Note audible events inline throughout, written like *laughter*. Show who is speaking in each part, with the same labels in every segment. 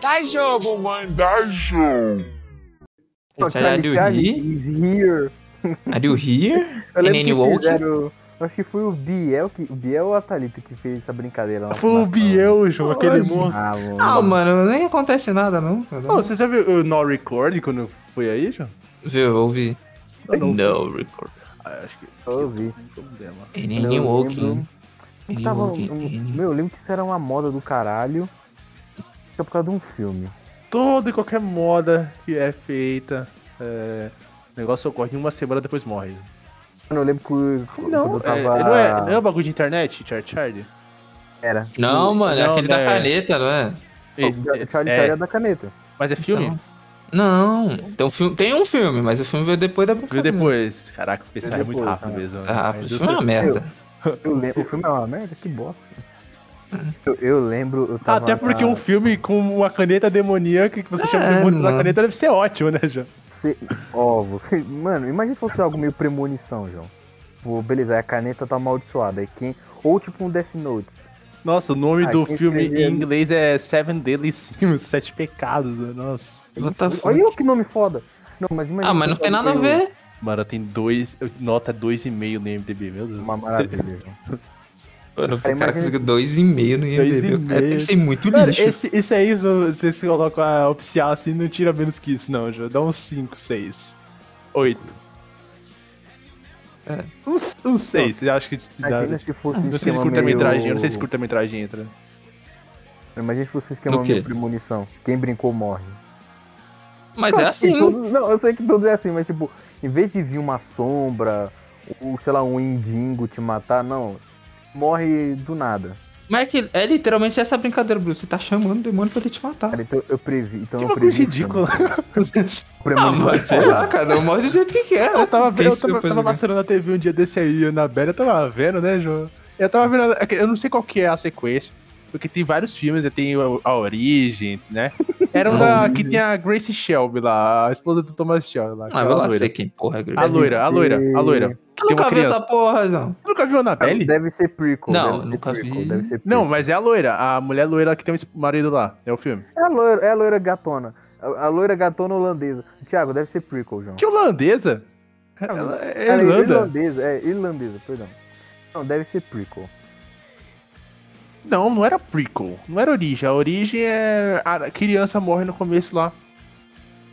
Speaker 1: Dá jogo, mano, dá jogo.
Speaker 2: Said, Are you here?
Speaker 3: He's here.
Speaker 2: Are you here?
Speaker 3: Eu
Speaker 2: In
Speaker 3: lembro
Speaker 2: any
Speaker 3: que
Speaker 2: walk?
Speaker 3: fizeram- Acho que foi o Biel, que, o Biel ou a Thalita que fez essa brincadeira lá.
Speaker 4: Foi o Biel, João, aquele
Speaker 2: Nossa.
Speaker 4: monstro.
Speaker 3: Ah, mano.
Speaker 2: Não, mano, nem acontece nada, não.
Speaker 4: Ô, você já viu o No Record quando foi aí, João?
Speaker 2: Viu, eu ouvi. No record.
Speaker 4: Ah, acho que.
Speaker 3: Eu ouvi.
Speaker 2: In
Speaker 3: Não,
Speaker 2: any
Speaker 3: eu
Speaker 2: walking.
Speaker 3: lembro-
Speaker 2: In any
Speaker 3: Tava,
Speaker 2: walking.
Speaker 3: um-
Speaker 2: in-
Speaker 3: meu, eu lembro que isso era uma moda do caralho. Só por causa de um filme.
Speaker 4: Toda e qualquer moda que é feita. é, O negócio ocorre em uma semana depois morre.
Speaker 3: Mano, eu lembro que quando
Speaker 4: Não,
Speaker 3: eu
Speaker 4: é,
Speaker 3: tava.
Speaker 4: não, é, não é um bagulho de internet, Char Charlie?
Speaker 3: Era.
Speaker 2: Não, mano, é
Speaker 4: Não,
Speaker 2: aquele
Speaker 4: né?
Speaker 2: da caneta, não é?
Speaker 4: É,
Speaker 3: O Charlie
Speaker 4: é,
Speaker 3: Charlie é da caneta.
Speaker 4: mas é filme?
Speaker 2: Não. Não, tem um filme, tem um filme, mas o filme veio depois da
Speaker 4: Viu
Speaker 2: brincadeira.
Speaker 4: depois. Caraca, o pessoal é
Speaker 3: Veio
Speaker 4: muito
Speaker 3: depois,
Speaker 4: rápido
Speaker 3: né?
Speaker 4: mesmo.
Speaker 2: Ah,
Speaker 4: A
Speaker 2: isso
Speaker 4: indústria-
Speaker 2: é uma merda.
Speaker 3: Eu lembro, o filme é uma merda, que bosta. Eu, eu lembro, eu tava.
Speaker 4: Até porque
Speaker 3: na-
Speaker 4: um filme com uma caneta demoníaca que você chama
Speaker 2: É,
Speaker 4: de demônio da
Speaker 2: mano.
Speaker 4: caneta deve ser ótimo, né, João?
Speaker 3: Cê- Ó, você. Mano, imagina se fosse algo meio premonição, João. Pô, beleza, aí a caneta tá amaldiçoada. Aí quem... Ou tipo um Death Note.
Speaker 4: Nossa, o nome
Speaker 3: Ah,
Speaker 4: do
Speaker 3: quem
Speaker 4: filme
Speaker 3: escrevia-
Speaker 4: em inglês é Seven Deadly Sins, *laughs* Sete Pecados. né? Nossa.
Speaker 2: What the fuck?
Speaker 3: Olha que nome foda. Não, mas imagina.
Speaker 2: Ah, mas não
Speaker 3: se
Speaker 2: tem nada a
Speaker 3: fosse
Speaker 2: ver.
Speaker 4: Mano, tem dois. eu- Nota 2,5 no MDB, meu Deus.
Speaker 3: Uma maravilha, João.
Speaker 2: Mano, o
Speaker 3: Aí
Speaker 2: cara
Speaker 3: imagina-
Speaker 2: conseguiu dois e meio no IMDB. O cara tem que ser É, muito
Speaker 4: Cara,
Speaker 2: lixo.
Speaker 4: esse, esse aí, se você se coloca a oficial assim, não tira menos que isso, não, João. Dá uns 5, 6, 8.
Speaker 2: É. né?
Speaker 4: Uns, uns 6, você acha que *laughs* dá?
Speaker 3: Imagina se fosse um
Speaker 4: Não sei
Speaker 3: esquema
Speaker 4: se curta-metragem, eu
Speaker 3: meio-
Speaker 4: não sei se curta-metragem entra.
Speaker 3: Imagina se fosse um esquema
Speaker 2: No quê?
Speaker 3: meio premonição. Quem brincou morre.
Speaker 2: Mas é assim.
Speaker 3: Todos- não, eu sei que tudo é assim, mas tipo, em vez de vir uma sombra, ou sei lá, um indingo te matar, não. Morre do nada.
Speaker 2: Mas é, que é literalmente essa brincadeira, Bruno. Você tá chamando o demônio pra ele te matar.
Speaker 3: Cara, então eu previ. Então
Speaker 4: Que
Speaker 3: eu
Speaker 4: bagulho
Speaker 3: previ isso,
Speaker 4: ridículo.
Speaker 3: né?
Speaker 2: Ah,
Speaker 3: Premonição.
Speaker 2: mano, sei lá, cada um morre do jeito que quer.
Speaker 4: Eu
Speaker 2: *laughs*
Speaker 4: tava
Speaker 2: Quem
Speaker 4: vendo, eu
Speaker 2: sou eu
Speaker 4: tava,
Speaker 2: pra
Speaker 4: tava
Speaker 2: julgar?
Speaker 4: passando na TV um dia desse aí, na Bela, eu tava vendo, né, João? Eu tava vendo, é que eu não sei qual que é a sequência, porque tem vários filmes, né, tem o- A Origem, né? Era
Speaker 2: *laughs*
Speaker 4: um da, que tem a Grace Shelby lá, a esposa do Thomas Shelby lá.
Speaker 2: Ah,
Speaker 4: aquela
Speaker 2: vai lá
Speaker 4: loira.
Speaker 2: ser quem porra, é
Speaker 4: A loira, a loira, a loira.
Speaker 2: Eu
Speaker 4: tem uma
Speaker 2: nunca vi
Speaker 4: criança.
Speaker 2: essa porra, não.
Speaker 4: Você nunca viu a Annabelle?
Speaker 3: Deve ser prequel.
Speaker 2: Não,
Speaker 3: deve ser
Speaker 2: nunca
Speaker 3: prequel,
Speaker 2: vi.
Speaker 3: Deve ser prequel.
Speaker 4: Não, mas é a loira, a mulher loira que tem um marido lá, é o filme.
Speaker 3: É a loira, é a loira gatona. A, a loira gatona holandesa. Tiago, deve ser prequel, João.
Speaker 4: Que holandesa? Ela é
Speaker 3: Cara,
Speaker 4: Irlanda?
Speaker 3: irlandesa, é, irlandesa, perdão. Não, deve ser prequel.
Speaker 4: Não, não era prequel. Não era origem. A origem é. A criança morre no começo lá.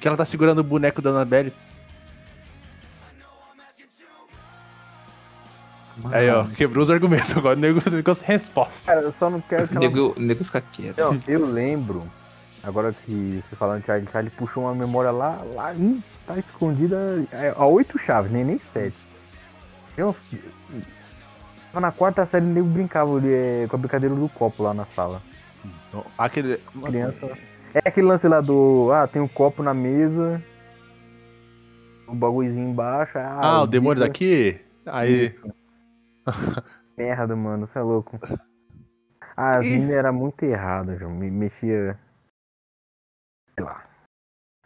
Speaker 4: Que ela tá segurando o boneco da Annabelle. Aí, ó, quebrou os argumentos. Agora o nego *laughs* ficou sem resposta.
Speaker 3: Cara, eu só não quero que
Speaker 2: O
Speaker 3: ela
Speaker 2: nego, o nego fica quieto.
Speaker 3: Não, eu lembro, agora que você falando Charlie, Charlie puxou uma memória lá, lá hum, tá escondida é, a oito chaves, nem nem sete. Eu tava na quarta série, nem brincava ali, é, com a brincadeira do copo lá na sala.
Speaker 4: Aquele.
Speaker 3: Criança. É aquele lance lá do, ah, tem um copo na mesa, o bagulhozinho embaixo. Ah,
Speaker 4: Ah, o demônio
Speaker 3: bicho-
Speaker 4: daqui? Aí.
Speaker 3: *laughs* Merda, mano, você é louco. Ah, as
Speaker 4: Ih.
Speaker 3: mina era muito errada, João. Me mexia. Sei lá.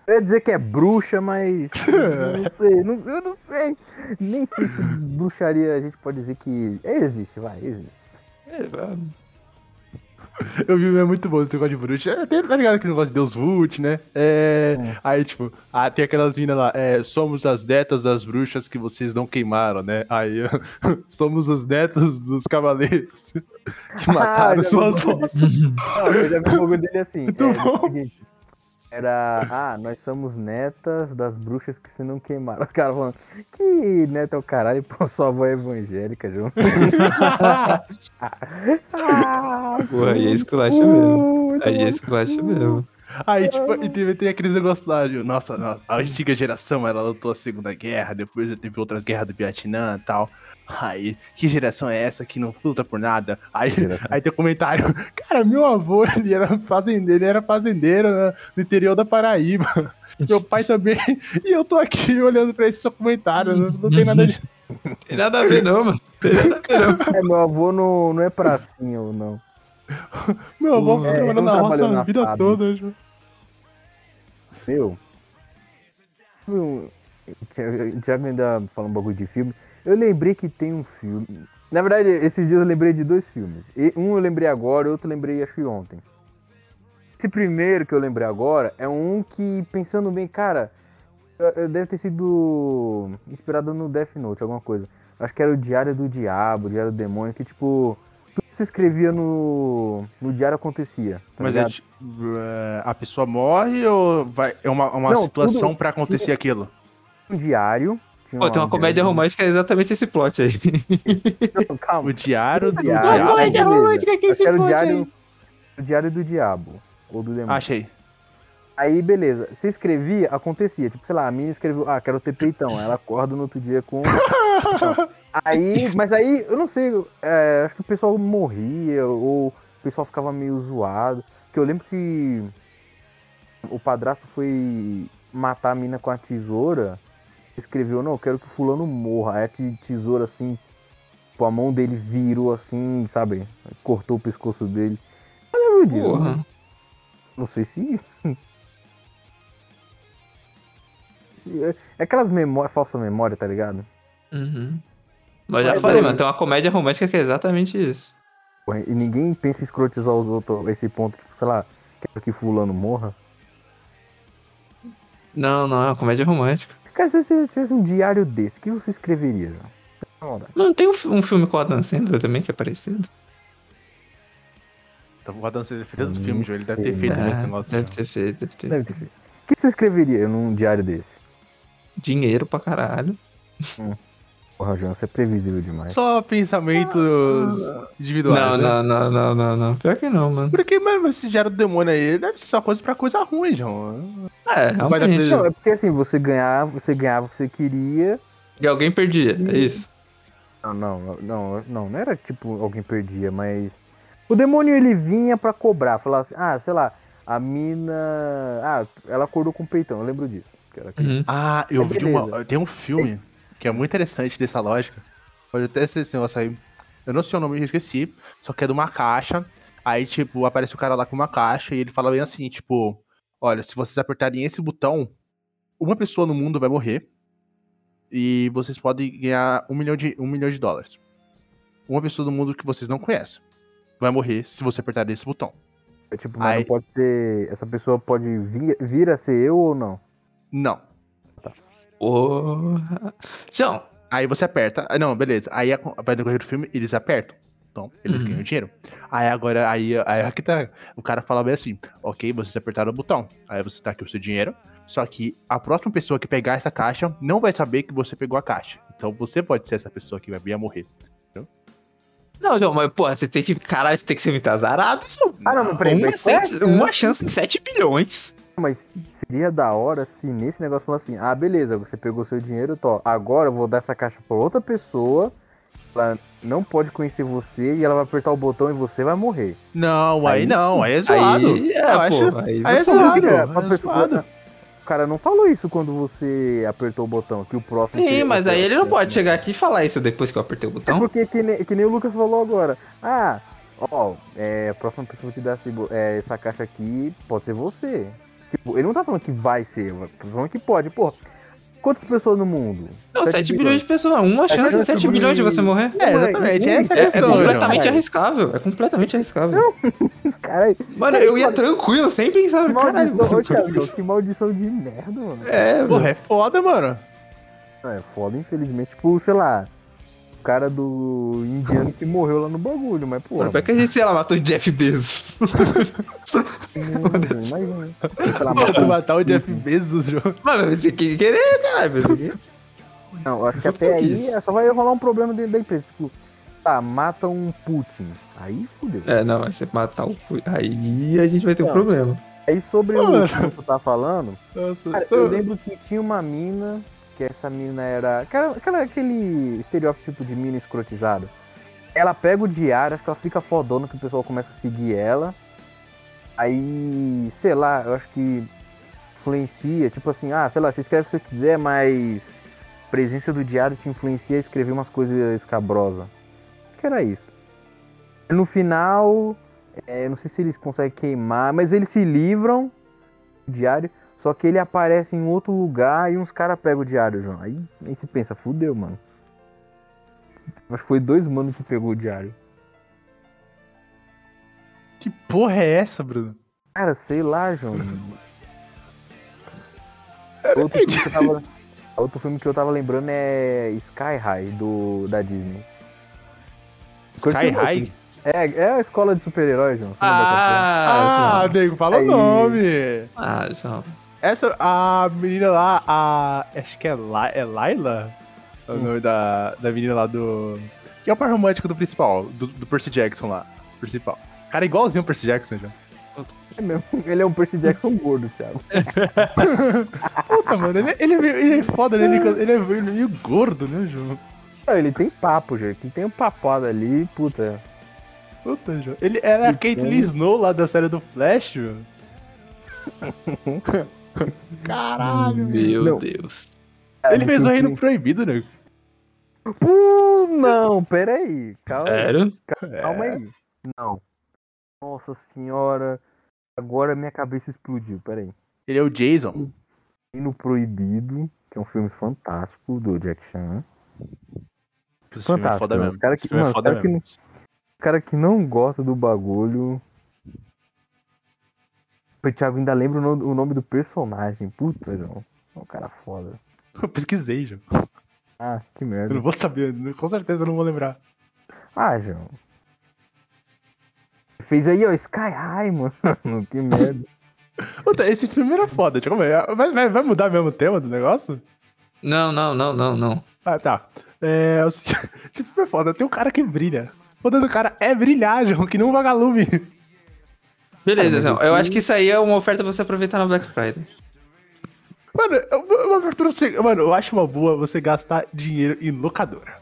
Speaker 3: Eu ia dizer que é bruxa,
Speaker 4: *laughs*
Speaker 3: mas. eu não sei, não- eu não sei. Nem sei se bruxaria a gente pode dizer que. é, Existe, vai, existe.
Speaker 4: *laughs* Eu vi, é muito bom o negócio de bruxa. É, tem- tá ligado aquele negócio de Deus Vult, né? É, Aí, tipo, ah, tem aquelas minas lá, é, somos as netas das bruxas que vocês não queimaram, né? Aí, *laughs* somos os netos dos cavaleiros *laughs* que mataram
Speaker 3: já
Speaker 4: suas
Speaker 3: vi um
Speaker 4: vozes.
Speaker 3: Não, eu já vi um jogo dele assim.
Speaker 4: *laughs* Muito
Speaker 3: é,
Speaker 4: bom.
Speaker 3: do seguinte, Era. Ah, nós somos netas das bruxas que se não queimaram. O cara falando, que neta é o caralho, pô, sua avó é evangélica, João. ah,
Speaker 2: Porra, aí é esculacha mesmo. Aí é esculacha mesmo.
Speaker 4: Aí, tipo, e teve, tem aqueles negócios lá, de, nossa, nossa, a antiga geração, ela lutou a Segunda Guerra, depois já teve outras guerras do Vietnã e tal. Aí, que geração é essa que não luta por nada? Aí, aí tem um comentário, cara, meu avô, ele era fazendeiro, ele era fazendeiro né, no interior
Speaker 3: *laughs*
Speaker 4: da Paraíba. Meu pai também, *laughs* e eu tô aqui olhando pra esse seu comentário, não, não tem
Speaker 3: Uhum.
Speaker 4: nada de...
Speaker 2: Tem nada a ver, não, mano. Tem nada a ver,
Speaker 4: *laughs*
Speaker 3: É,
Speaker 2: não.
Speaker 3: meu avô não, não é pracinha ou não.
Speaker 4: Meu avô ficou
Speaker 3: É,
Speaker 4: trabalhando
Speaker 3: ele
Speaker 4: na
Speaker 3: não
Speaker 4: roça
Speaker 3: trabalhou
Speaker 4: a
Speaker 3: na
Speaker 4: vida
Speaker 3: fábrica.
Speaker 4: toda, Ju.
Speaker 3: Meu. Foi um- O Thiago ainda fala um bagulho de filme. Eu lembrei que tem um filme. Na verdade, esses dias eu lembrei de dois filmes. E- Um eu lembrei agora, outro eu lembrei acho que ontem. Esse primeiro que eu lembrei agora é um que, pensando bem, cara, eu- eu deve ter sido inspirado no Death Note, alguma coisa. Acho que era o Diário do Diabo, Diário do Demônio, que tipo, tudo que você escrevia no, no diário acontecia. tá
Speaker 4: Mas é
Speaker 3: ligado?
Speaker 4: tipo, é, a pessoa morre ou vai, é uma, uma
Speaker 3: Não,
Speaker 4: situação
Speaker 3: tudo-
Speaker 4: pra acontecer aquilo?
Speaker 3: um diário. tinha um
Speaker 2: Pô, tem uma comédia romântica que é exatamente esse plot aí.
Speaker 3: *laughs* Não, calma.
Speaker 4: O diário do
Speaker 3: Diário.
Speaker 4: diabo.
Speaker 3: Uma comédia
Speaker 2: Beleza.
Speaker 3: romântica
Speaker 2: Eu
Speaker 3: Acho que
Speaker 2: quero
Speaker 3: era o
Speaker 2: diário-
Speaker 3: diário, o diário do Diabo. Ou do demônio.
Speaker 4: Ah, Achei.
Speaker 3: Aí, beleza. Você escrevia, acontecia. Tipo, sei lá, a minha escreveu, ah, quero ter peitão. Ela acorda no outro dia com. um aí, mas aí, eu não sei, é, acho que o pessoal morria, ou o pessoal ficava meio zoado. Porque eu lembro que o padrasto foi matar a mina com a tesoura. Escreveu, não, eu quero que o fulano morra. Aí a te- tesoura, assim, pô, a mão dele virou assim, sabe? Cortou o pescoço dele. Eu lembro disso.
Speaker 2: Porra.
Speaker 3: Não sei se. É aquelas memórias, falsa memória, tá ligado?
Speaker 2: Uhum. Mas já
Speaker 3: Mas
Speaker 2: falei,
Speaker 3: eu-
Speaker 2: mano, tem uma comédia romântica que é exatamente isso.
Speaker 3: Porra, E ninguém pensa em escrotizar os outros a esse ponto, tipo, sei lá, quero que fulano morra.
Speaker 2: Não, não, é uma comédia romântica.
Speaker 3: Cara, se você tivesse um diário desse, o que você escreveria? João? Tá Na moral.
Speaker 2: Não tem um, fi- um filme com o Adam Sandler também que é parecido?
Speaker 4: Então, o Adam Sandler fez
Speaker 3: Hum,
Speaker 4: tantos filmes, João, ele deve ter
Speaker 3: sei.
Speaker 4: feito
Speaker 2: Ah,
Speaker 4: esse negócio.
Speaker 2: deve
Speaker 4: né?
Speaker 2: ter feito, deve ter.
Speaker 3: Deve ter feito. O que você escreveria num diário desse?
Speaker 2: Dinheiro pra caralho.
Speaker 3: Porra, João, você é previsível demais.
Speaker 4: Só pensamentos individuais.
Speaker 2: não,
Speaker 4: né?
Speaker 2: não, não, não, não, não. Pior que não, mano.
Speaker 4: Porque, mano, esse diário do demônio aí deve ser só coisa pra coisa ruim, João.
Speaker 2: É,
Speaker 4: vai dar
Speaker 2: realmente.
Speaker 4: prejuízo.
Speaker 3: Não, é porque assim, você ganhava, você ganhava o que você queria.
Speaker 2: E alguém perdia, é isso.
Speaker 3: Não, não, não, não, não era tipo alguém perdia, mas. O demônio ele vinha pra cobrar, falar assim, ah, sei lá, a mina. Ah, ela acordou com o peitão, eu lembro disso. que era aquilo.
Speaker 2: Uhum.
Speaker 4: Ah, eu
Speaker 3: É
Speaker 4: vi
Speaker 3: beleza.
Speaker 4: uma. Tem um filme que é muito interessante dessa lógica. Pode até ser esse negócio aí. Eu não sei o nome, eu esqueci. Só que é de uma caixa. Aí, tipo, aparece o cara lá com uma caixa e ele fala bem assim, tipo, olha, se vocês apertarem esse botão, uma pessoa no mundo vai morrer. E vocês podem ganhar um milhão de, um milhão de dólares. Uma pessoa do mundo que vocês não conhecem vai morrer se você apertar esse botão.
Speaker 3: É Tipo, mas
Speaker 4: Aí-
Speaker 3: não pode ser. Essa pessoa pode vir, vir a ser eu ou não?
Speaker 4: Não.
Speaker 2: Porra. Então,
Speaker 4: Aí você aperta. ah, Não, beleza. Aí a- vai no correr do filme, eles apertam. Então, eles
Speaker 2: Uhum.
Speaker 4: ganham dinheiro. Aí agora, aí, aí aqui tá. O cara fala bem assim: ok, vocês apertaram o botão. Aí você tá aqui o seu dinheiro. Só que a próxima pessoa que pegar essa caixa não vai saber que você pegou a caixa. Então você pode ser essa pessoa que vai vir a morrer.
Speaker 2: não, João, mas, pô, você tem que. Caralho, você tem que ser muito azarado, João.
Speaker 3: Ah, não, mas peraí,
Speaker 2: uma,
Speaker 3: mas qual é a
Speaker 2: sete-
Speaker 3: chance?
Speaker 2: assim? uma chance em 7 bilhões.
Speaker 3: Mas seria da hora se nesse negócio falar assim, ah, beleza, você pegou seu dinheiro, tô, agora eu vou dar essa caixa pra outra pessoa. Ela não pode conhecer você e ela vai apertar o botão e você vai morrer.
Speaker 4: Não, aí,
Speaker 2: Aí-
Speaker 4: não, aí é zoado.
Speaker 2: Aí,
Speaker 4: Eu
Speaker 2: é,
Speaker 4: acho-
Speaker 2: pô. Aí
Speaker 4: aí é
Speaker 2: você-
Speaker 4: zoado.
Speaker 3: Olha,
Speaker 4: é
Speaker 3: pra pessoa-
Speaker 4: zoado.
Speaker 3: O cara não falou isso quando você apertou o botão, que o próximo.
Speaker 2: Sim,
Speaker 3: seria
Speaker 2: mas
Speaker 3: você.
Speaker 2: aí ele não pode chegar então. aqui e falar isso depois que eu apertei o
Speaker 3: né? É
Speaker 2: botão.
Speaker 3: porque que nem, que nem o Lucas falou agora. Ah, ó, é, a próxima pessoa que dá esse bo- é, essa caixa aqui pode ser você. Tipo, ele não tá falando que vai ser, mas tá falando que pode. Pô, quantas pessoas no mundo?
Speaker 2: Não,
Speaker 3: Sete
Speaker 2: 7 bilhões de pessoas. Uma chance em
Speaker 3: chance
Speaker 2: 7
Speaker 3: de-
Speaker 2: bilhões de você morrer.
Speaker 4: É, exatamente, é essa a
Speaker 2: É, é
Speaker 4: questão,
Speaker 2: completamente
Speaker 3: João.
Speaker 2: arriscável. É completamente arriscável.
Speaker 3: Caralho,
Speaker 2: Mano, eu ia tranquilo, sem pensar.
Speaker 3: que
Speaker 2: Caralho,
Speaker 3: maldição,
Speaker 4: *laughs*
Speaker 3: ô,
Speaker 2: você
Speaker 3: Thiago, que maldição de merda, mano.
Speaker 2: É,
Speaker 4: Porra, é foda, mano.
Speaker 3: É foda, infelizmente. Tipo, sei lá, o cara do indiano que morreu lá no bagulho, mas pô.
Speaker 2: Mano, como é que a gente, sei lá, matou o Jeff Bezos? *laughs*
Speaker 3: Imagina. né? Sei lá, um-
Speaker 4: Pra
Speaker 3: matou-
Speaker 4: *laughs* matar Tá o Jeff Bezos, João.
Speaker 2: Mano, mas você quer querer, caralho. Você quer...
Speaker 3: Não, eu acho que
Speaker 2: Eu
Speaker 3: até aí
Speaker 2: fiz.
Speaker 3: é, só vai rolar um problema dentro da empresa. Tipo, tá, mata um Putin. Aí fudeu.
Speaker 2: É, não, mas você matar o. cu- Aí a gente vai ter um
Speaker 3: Não.
Speaker 2: problema.
Speaker 3: Aí sobre
Speaker 4: Mano.
Speaker 3: o que tu tá falando,
Speaker 4: Nossa,
Speaker 3: cara, eu lembro que tinha uma mina, que essa mina era. Aquela, aquela- aquele estereótipo de mina escrotizada. Ela pega o diário, acho que ela fica fodona que o pessoal começa a seguir ela. Aí, sei lá, eu acho que influencia, tipo assim, ah, sei lá, você escreve o que você quiser, mas a presença do diário te influencia a escrever umas coisas escabrosas. Acho que era isso. No final, é, não sei se eles conseguem queimar, mas eles se livram do diário, só que ele aparece em outro lugar e uns caras pegam o diário, João. Aí, aí você pensa, fudeu, mano. Acho que foi dois manos que pegou o diário.
Speaker 4: que porra é essa, Bruno?
Speaker 3: Cara, sei lá,
Speaker 4: *laughs*
Speaker 3: João. Outro filme, que eu tava, outro filme que eu tava lembrando é Sky High, do, da Disney.
Speaker 4: Sky
Speaker 3: Continua,
Speaker 4: High?
Speaker 3: filho. É, é a escola de super-heróis, João. Você não dá pra
Speaker 4: Ah,
Speaker 2: Ah, João.
Speaker 4: nego, fala
Speaker 3: Aí.
Speaker 4: o nome.
Speaker 2: Ah, João.
Speaker 4: Essa, a menina lá, a. Acho que é, La, é Laila? É
Speaker 3: Hum.
Speaker 4: o nome da, da menina lá do. Que é o par romântico do principal, do, do Percy Jackson lá. Principal. Cara, é igualzinho o Percy Jackson, já.
Speaker 3: É mesmo. Ele é um Percy Jackson gordo, Thiago.
Speaker 4: Puta, mano, ele, ele, é meio- ele é foda, né? Ele, ele é meio- meio gordo, né, João?
Speaker 3: Não, ele tem papo, gente. Ele tem um papado ali, puta.
Speaker 4: Puta, João. Ele era
Speaker 3: Então-
Speaker 4: a Caitlyn Snow lá da série do Flash, João. Caralho,
Speaker 2: Meu
Speaker 3: Não.
Speaker 2: Deus.
Speaker 3: É,
Speaker 4: Ele fez o Reino Proibido, né?
Speaker 3: Uh, não, peraí. Calma,
Speaker 2: Sério?
Speaker 4: É.
Speaker 3: É, calma aí. Não. Nossa senhora. Agora minha cabeça explodiu, peraí.
Speaker 4: Ele é o Jason.
Speaker 3: Reino Proibido, que é um filme fantástico do Jack Chan.
Speaker 4: Esse filme é
Speaker 3: Fantástico,
Speaker 4: foda
Speaker 3: né?
Speaker 4: mesmo.
Speaker 3: Os cara que-
Speaker 4: Esse filme é
Speaker 3: mano, os
Speaker 4: foda
Speaker 3: cara que
Speaker 4: mesmo.
Speaker 3: O cara que não gosta do bagulho. O Thiago ainda lembra o no- o nome do personagem. Puta, João. É um cara foda.
Speaker 4: *laughs* Eu pesquisei, João.
Speaker 3: Ah, que
Speaker 4: Eu
Speaker 3: merda.
Speaker 4: não vou saber, com certeza eu não vou lembrar.
Speaker 3: Ah, João. Fez aí, ó, Sky High, *laughs* mano. que merda.
Speaker 4: Puta, esse filme era foda, deixa eu ver. Vai, vai- vai mudar mesmo o tema do negócio?
Speaker 2: Não, não, não, não, não.
Speaker 4: Ah, tá. É, é o seguinte, *laughs* esse filme é foda, tem um cara que brilha. O foda do cara é brilhar, João, que nem um vagalume.
Speaker 2: Beleza, João. Eu acho que isso aí é uma oferta pra você aproveitar na Black Friday.
Speaker 4: Mano, é uma é uma abertura pra você. Mano, eu acho uma boa você gastar dinheiro em locadora.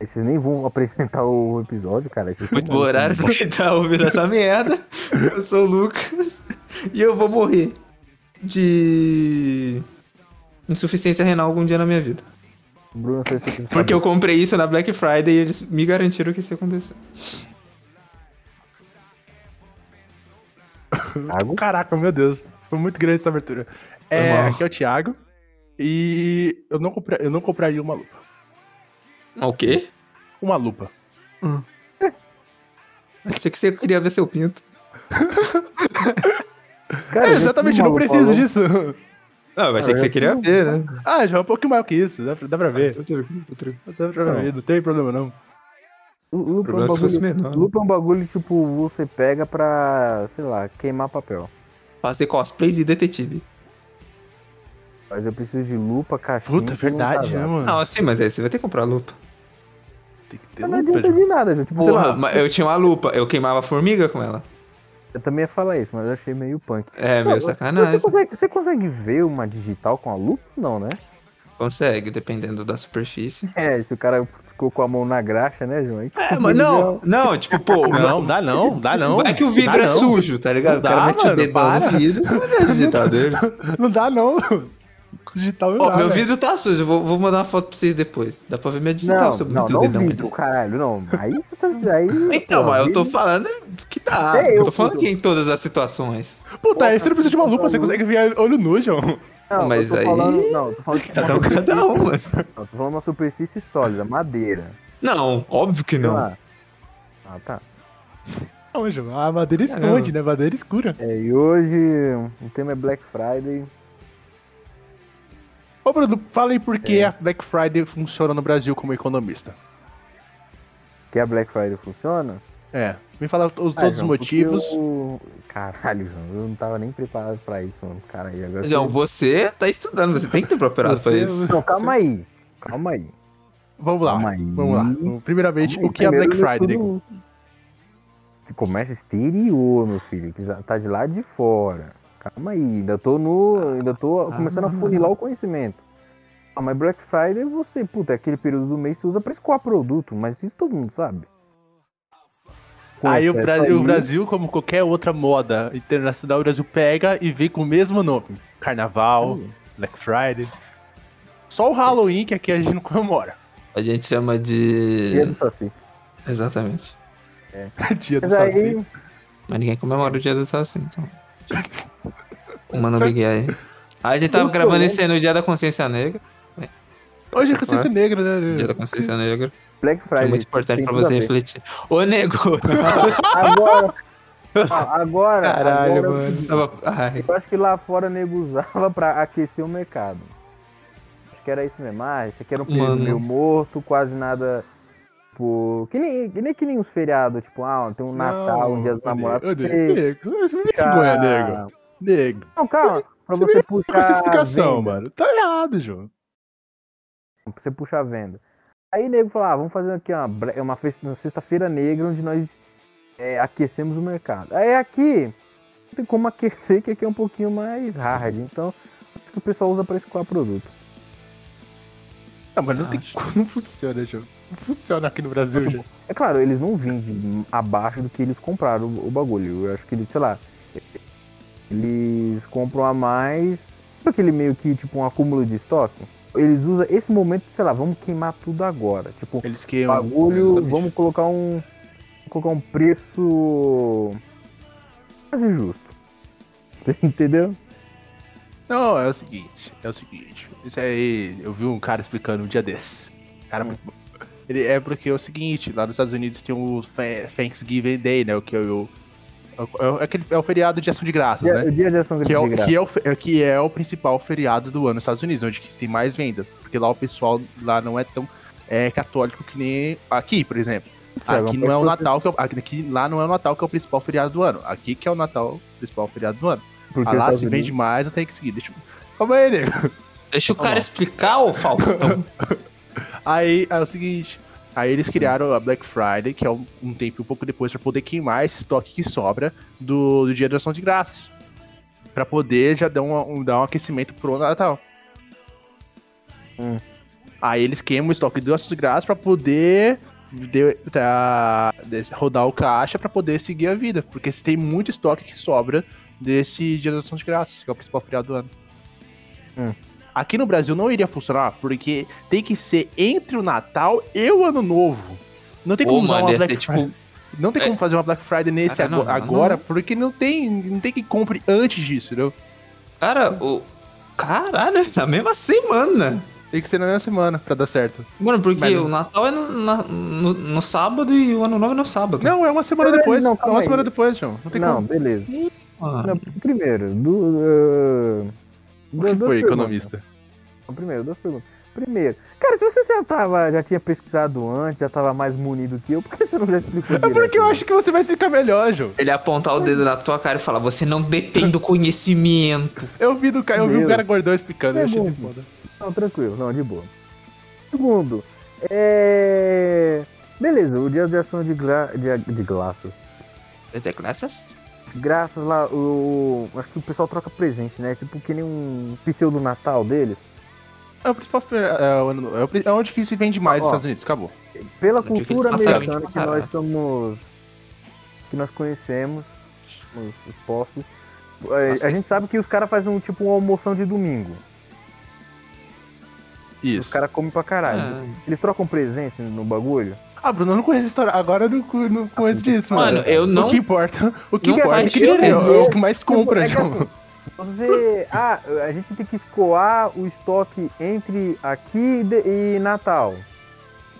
Speaker 3: Vocês nem vão apresentar o episódio, cara. Vocês
Speaker 2: Muito
Speaker 3: tão né?
Speaker 2: bom horário *laughs* pra quem tá ouvindo essa merda. Eu sou o Lucas e eu vou morrer de insuficiência renal algum dia na minha vida.
Speaker 3: Bruno, não sei se vocês
Speaker 4: *laughs*
Speaker 2: Porque eu comprei isso na Black Friday e eles me garantiram que isso ia acontecer.
Speaker 3: sabem. Thiago?
Speaker 4: Caraca, meu Deus, foi muito grande essa abertura. É,
Speaker 2: mal.
Speaker 4: aqui é o Thiago. E eu não, compra, eu não compraria uma lupa.
Speaker 2: O quê?
Speaker 4: Uma lupa.
Speaker 2: Achei que você queria ver seu pinto.
Speaker 3: Cara,
Speaker 4: É, exatamente,
Speaker 3: gente,
Speaker 4: não
Speaker 3: o maluco
Speaker 4: preciso
Speaker 3: falou.
Speaker 4: disso.
Speaker 2: Não, eu achei
Speaker 3: Ah,
Speaker 2: que você
Speaker 3: eu
Speaker 2: queria
Speaker 3: não-
Speaker 2: ver, né?
Speaker 4: Ah, João, é um pouquinho maior que isso, dá pra, dá pra ver.
Speaker 2: Tô tranquilo, tô tranquilo.
Speaker 4: Ah, Dá pra ver, não tem problema não.
Speaker 3: Lu- Lupa é, um
Speaker 2: problema é se fosse
Speaker 3: bagulho,
Speaker 4: né?
Speaker 2: menor.
Speaker 3: lupa é um bagulho, tipo, você pega pra, sei lá, queimar papel.
Speaker 2: Fazer cosplay de detetive.
Speaker 3: Mas eu preciso de lupa, caixinha.
Speaker 4: Puta,
Speaker 3: e um
Speaker 4: verdade, né,
Speaker 3: casaco.
Speaker 4: mano?
Speaker 2: Não, assim, mas aí você vai ter que comprar lupa.
Speaker 4: Tem que ter
Speaker 2: um
Speaker 3: Mas Não
Speaker 4: lupa,
Speaker 3: adianta
Speaker 4: João.
Speaker 3: de nada, gente. Tipo, sei
Speaker 2: Porra,
Speaker 3: lá,
Speaker 2: mas eu tinha uma lupa, eu queimava a formiga com ela.
Speaker 3: eu também ia falar isso, mas eu achei meio punk.
Speaker 2: É, meu
Speaker 3: Você
Speaker 2: sacanagem.
Speaker 3: consegue, você consegue ver uma digital com a lupa? Não, né? *laughs*
Speaker 2: Consegue, dependendo da superfície.
Speaker 3: É, se o cara ficou com a mão na graxa, né, João? Aí
Speaker 2: É, mas não, não, tipo, pô,
Speaker 4: Não, dá não, dá não.
Speaker 2: vai que o vidro
Speaker 4: Dá
Speaker 2: é
Speaker 4: não.
Speaker 2: sujo, tá ligado?
Speaker 4: Não
Speaker 2: o cara
Speaker 4: dá,
Speaker 2: mete
Speaker 4: mano,
Speaker 2: o dedão
Speaker 4: para.
Speaker 2: no vidro, você vai
Speaker 4: *laughs*
Speaker 2: ver o digital dele.
Speaker 4: Não dá não. Digital não
Speaker 2: Ó,
Speaker 4: dá,
Speaker 2: meu
Speaker 4: velho.
Speaker 2: vidro tá sujo, eu vou, vou mandar uma foto pra vocês depois. Dá pra ver minha digital
Speaker 3: Não,
Speaker 2: se eu
Speaker 3: não,
Speaker 2: meter o
Speaker 3: não
Speaker 2: dedão
Speaker 3: vidro,
Speaker 2: ali.
Speaker 3: caralho, não. Aí você tá... Aí,
Speaker 2: *laughs* Então,
Speaker 3: pô,
Speaker 2: mas eu tô
Speaker 3: vidro-
Speaker 2: falando que tá.
Speaker 3: É,
Speaker 2: eu
Speaker 3: eu
Speaker 2: tô falando
Speaker 3: fico-
Speaker 2: que em todas as situações.
Speaker 4: Puta, aí você não precisa de uma lupa, você consegue ver olho nu, João.
Speaker 3: Não,
Speaker 2: mas
Speaker 3: eu tô
Speaker 2: aí-
Speaker 3: Falando, não, eu tô falando, assim,
Speaker 4: tá
Speaker 2: Cada um, cada um, mano.
Speaker 3: não, eu tô falando uma superfície sólida, madeira.
Speaker 2: Não, óbvio que
Speaker 3: Sei
Speaker 2: não.
Speaker 3: lá. Ah, tá.
Speaker 4: Não, João, a madeira esconde, né? Madeira escura.
Speaker 3: É, e hoje o tema é Black Friday.
Speaker 4: Ô, Bruno, fala aí por que a Black Friday funciona no Brasil como economista.
Speaker 3: Que a Black Friday funciona?
Speaker 4: É, me fala os, todos
Speaker 3: Ah,
Speaker 4: os
Speaker 3: João,
Speaker 4: motivos.
Speaker 3: porque o- Caralho, João, eu não tava nem preparado pra isso, mano. Cara, e agora...
Speaker 2: João, você tá estudando, você é tem que ter preparado é pra
Speaker 4: Você-
Speaker 2: isso.
Speaker 3: Não, calma aí. Calma aí.
Speaker 4: Vamos lá,
Speaker 3: Calma aí.
Speaker 4: vamos lá. Primeiramente, o que é a
Speaker 3: Primeiro
Speaker 4: Black
Speaker 3: de
Speaker 4: Friday?
Speaker 3: tudo, De comércio exterior, meu filho, que já tá de lá de fora. Calma aí, ainda tô no. Ainda tô
Speaker 4: Ah.
Speaker 3: começando a funilar o conhecimento. Ah, mas Black Friday você, puta, é aquele período do mês que você usa pra escoar produto, mas isso todo mundo sabe. Com
Speaker 4: Aí o
Speaker 3: excesso
Speaker 4: Brasil, o
Speaker 3: é aí-
Speaker 4: Brasil, como qualquer outra moda internacional, o Brasil pega e vem com o mesmo nome. Carnaval, Black Friday. Só o Halloween que aqui a gente não comemora. *laughs*
Speaker 2: A gente chama de.
Speaker 3: Dia do Saci.
Speaker 2: Exatamente.
Speaker 4: Dia do
Speaker 3: é assim. Mas aí,
Speaker 4: Saci.
Speaker 2: Mas ninguém comemora o dia do
Speaker 3: *laughs*
Speaker 2: Saci, então. Manda um big aí. Aí a gente tava gravando esse aí no dia da consciência negra.
Speaker 4: Hoje é consciência negra, né?
Speaker 2: Dia da consciência negra.
Speaker 3: Black
Speaker 2: Que é
Speaker 3: Friday.
Speaker 2: muito importante
Speaker 3: tem
Speaker 2: pra
Speaker 3: tudo a *laughs*
Speaker 2: você
Speaker 3: ver.
Speaker 4: *laughs*
Speaker 2: refletir. Ô, nego! nossa,
Speaker 3: Agora, Ah, agora. agora
Speaker 2: Caralho,
Speaker 3: eu-
Speaker 2: mano. Tava... Ai,
Speaker 3: Eu acho que lá fora nego usava *laughs* pra aquecer o mercado. Acho que era isso mesmo. Ah, isso aqui era um período
Speaker 2: Mano.
Speaker 3: meio morto, quase nada. Tipo, que nem, que nem que nem os feriados, tipo, ah, tem um Natal, um dia dos namorados.
Speaker 4: Ô,
Speaker 3: você
Speaker 4: Nego, Nego, você me
Speaker 3: fica-
Speaker 4: vergonha, Nego. Nego,
Speaker 3: Não, calma, pra
Speaker 4: você
Speaker 3: você,
Speaker 4: me- com
Speaker 3: puxar.
Speaker 4: essa
Speaker 3: a
Speaker 4: é explicação,
Speaker 3: venda,
Speaker 4: mano. Tá errado, João.
Speaker 3: Pra você puxar a venda. Aí nego falava, ah, vamos fazer aqui uma, bre- uma festa- uma sexta-feira negra onde nós é, aquecemos o mercado. Aí aqui, não tem como aquecer, que aqui é um pouquinho mais hard. Então, acho que o pessoal usa pra escoar produto.
Speaker 4: Não, mas não, tem, não funciona, João. Não funciona aqui no
Speaker 3: *laughs*
Speaker 4: Brasil, João.
Speaker 3: É claro, eles não vendem abaixo do que eles compraram o o bagulho. Eu acho que eles, sei lá, eles compram a mais. Sabe Aquele meio que, tipo, um acúmulo de estoque. Eles usam esse momento, sei lá, vamos queimar tudo agora. Tipo,
Speaker 4: Eles que
Speaker 3: bagulho, vamos colocar um. Colocar um preço quase justo. *laughs* Entendeu?
Speaker 4: Não, é o seguinte, é o seguinte. Isso aí, eu vi um cara explicando um dia desse. Cara, é muito bom. Ele é porque é o seguinte, lá nos Estados Unidos tem o Fa- Thanksgiving Day, né? O que é o. É, o- é aquele, é o feriado de ação de graças,
Speaker 3: Dia-
Speaker 4: né?
Speaker 3: O dia de ação
Speaker 4: Que é,
Speaker 3: de
Speaker 4: o,
Speaker 3: graça.
Speaker 4: que, é o, fe- é- que é o principal feriado do ano nos Estados Unidos, onde que tem mais vendas. Porque lá o pessoal lá não é tão é, católico que nem aqui, por exemplo.
Speaker 3: Thiago,
Speaker 4: Aqui não é o Natal, que é, o- aqui, lá não é o Natal que é o principal feriado do ano. Aqui que é o Natal, o principal feriado do ano.
Speaker 3: Porque
Speaker 4: Ah lá,
Speaker 3: Estados
Speaker 4: se
Speaker 3: Unidos-
Speaker 4: vende mais, eu tenho que seguir. Deixa eu... Calma aí, nego.
Speaker 2: deixa o cara explicar, ô Faustão.
Speaker 4: Aí é o seguinte. Aí eles criaram a Black Friday, que é um, um tempo um pouco depois, pra poder queimar esse estoque que sobra do, do dia de ação de graças. Pra poder já dar um, um- dar um aquecimento pro Natal.
Speaker 3: Hum.
Speaker 4: Aí eles queimam o estoque de ação de graças pra poder de- tá, desse- rodar o caixa pra poder seguir a vida. Porque se tem muito estoque que sobra desse dia de ação de graças, que é o principal feriado do ano.
Speaker 2: Hum.
Speaker 4: Aqui no Brasil não iria funcionar, porque tem que ser entre o Natal e o Ano Novo. Não tem como
Speaker 2: Ô,
Speaker 4: usar
Speaker 2: mano,
Speaker 4: uma
Speaker 2: ia
Speaker 4: Black
Speaker 2: ser
Speaker 4: Friday.
Speaker 2: tipo.
Speaker 4: Não tem como fazer uma Black Friday nesse
Speaker 2: Ah, não,
Speaker 4: ago-
Speaker 2: não,
Speaker 4: agora,
Speaker 2: não.
Speaker 4: porque não tem, não tem que compre antes disso, entendeu?
Speaker 2: *laughs* Cara, o. Caralho, *laughs* essa mesma semana.
Speaker 4: Tem que ser na mesma semana pra dar certo.
Speaker 2: Mano, porque
Speaker 4: Mas-
Speaker 2: o Natal é no, na- no, no sábado e o Ano Novo é no sábado.
Speaker 4: Não, é uma semana
Speaker 3: Não,
Speaker 4: depois.
Speaker 3: não,
Speaker 4: é
Speaker 3: calma
Speaker 4: uma
Speaker 3: aí.
Speaker 4: semana depois, João. Não tem
Speaker 3: Não,
Speaker 4: como.
Speaker 3: beleza.
Speaker 2: mano.
Speaker 3: Não, primeiro, do. uh,
Speaker 4: O
Speaker 3: duas-
Speaker 4: que
Speaker 3: duas
Speaker 4: foi,
Speaker 3: perguntas.
Speaker 4: economista?
Speaker 3: Então, Primeiro, duas perguntas. Primeiro, cara, se você já tava, já tinha pesquisado antes, já tava mais munido que eu, *laughs* por que você não já explicou
Speaker 4: É porque eu acho que você vai explicar melhor, João.
Speaker 2: Ele apontar o dedo na tua cara e falar, você não detém do conhecimento.
Speaker 4: Eu vi, do, ca- eu vi
Speaker 3: Meu.
Speaker 4: um cara gordão explicando, eu achei
Speaker 3: Pergunta.
Speaker 4: foda.
Speaker 3: Não, tranquilo, não, de boa. Segundo, é... Beleza, o dia de ação de, gra... de... de graças.
Speaker 2: Até graças.
Speaker 3: Graças lá, o... acho que o pessoal troca presente, né? Tipo que nem um pseudo Natal deles.
Speaker 4: É o principal fe- é, o ano novo. É o pri- é onde que se vende
Speaker 3: Ó,
Speaker 4: mais nos Estados Unidos, acabou.
Speaker 3: Pela
Speaker 2: Eu digo que
Speaker 3: cultura
Speaker 2: eles mataram a
Speaker 3: americana
Speaker 2: gente
Speaker 3: que
Speaker 2: pra
Speaker 3: nós
Speaker 2: caralho.
Speaker 3: somos. que nós conhecemos, os, os postos, é,
Speaker 2: Nossa,
Speaker 3: a gente sabe que os caras fazem um, tipo uma almoção de domingo. Os
Speaker 4: Isso.
Speaker 3: caras comem pra caralho.
Speaker 2: Ah.
Speaker 3: Eles trocam presente no bagulho.
Speaker 4: Ah, Bruno, eu não conheço a história. Agora eu não, cu- não conheço disso, mano.
Speaker 2: Mano, eu não-
Speaker 4: O que importa, o que
Speaker 2: não
Speaker 4: importa é
Speaker 2: faz
Speaker 4: que eles
Speaker 2: diferença.
Speaker 4: compram, é o que mais compra,
Speaker 3: É que
Speaker 4: João.
Speaker 3: Você. *laughs* Ah, a gente tem que escoar o estoque entre aqui e de- e Natal.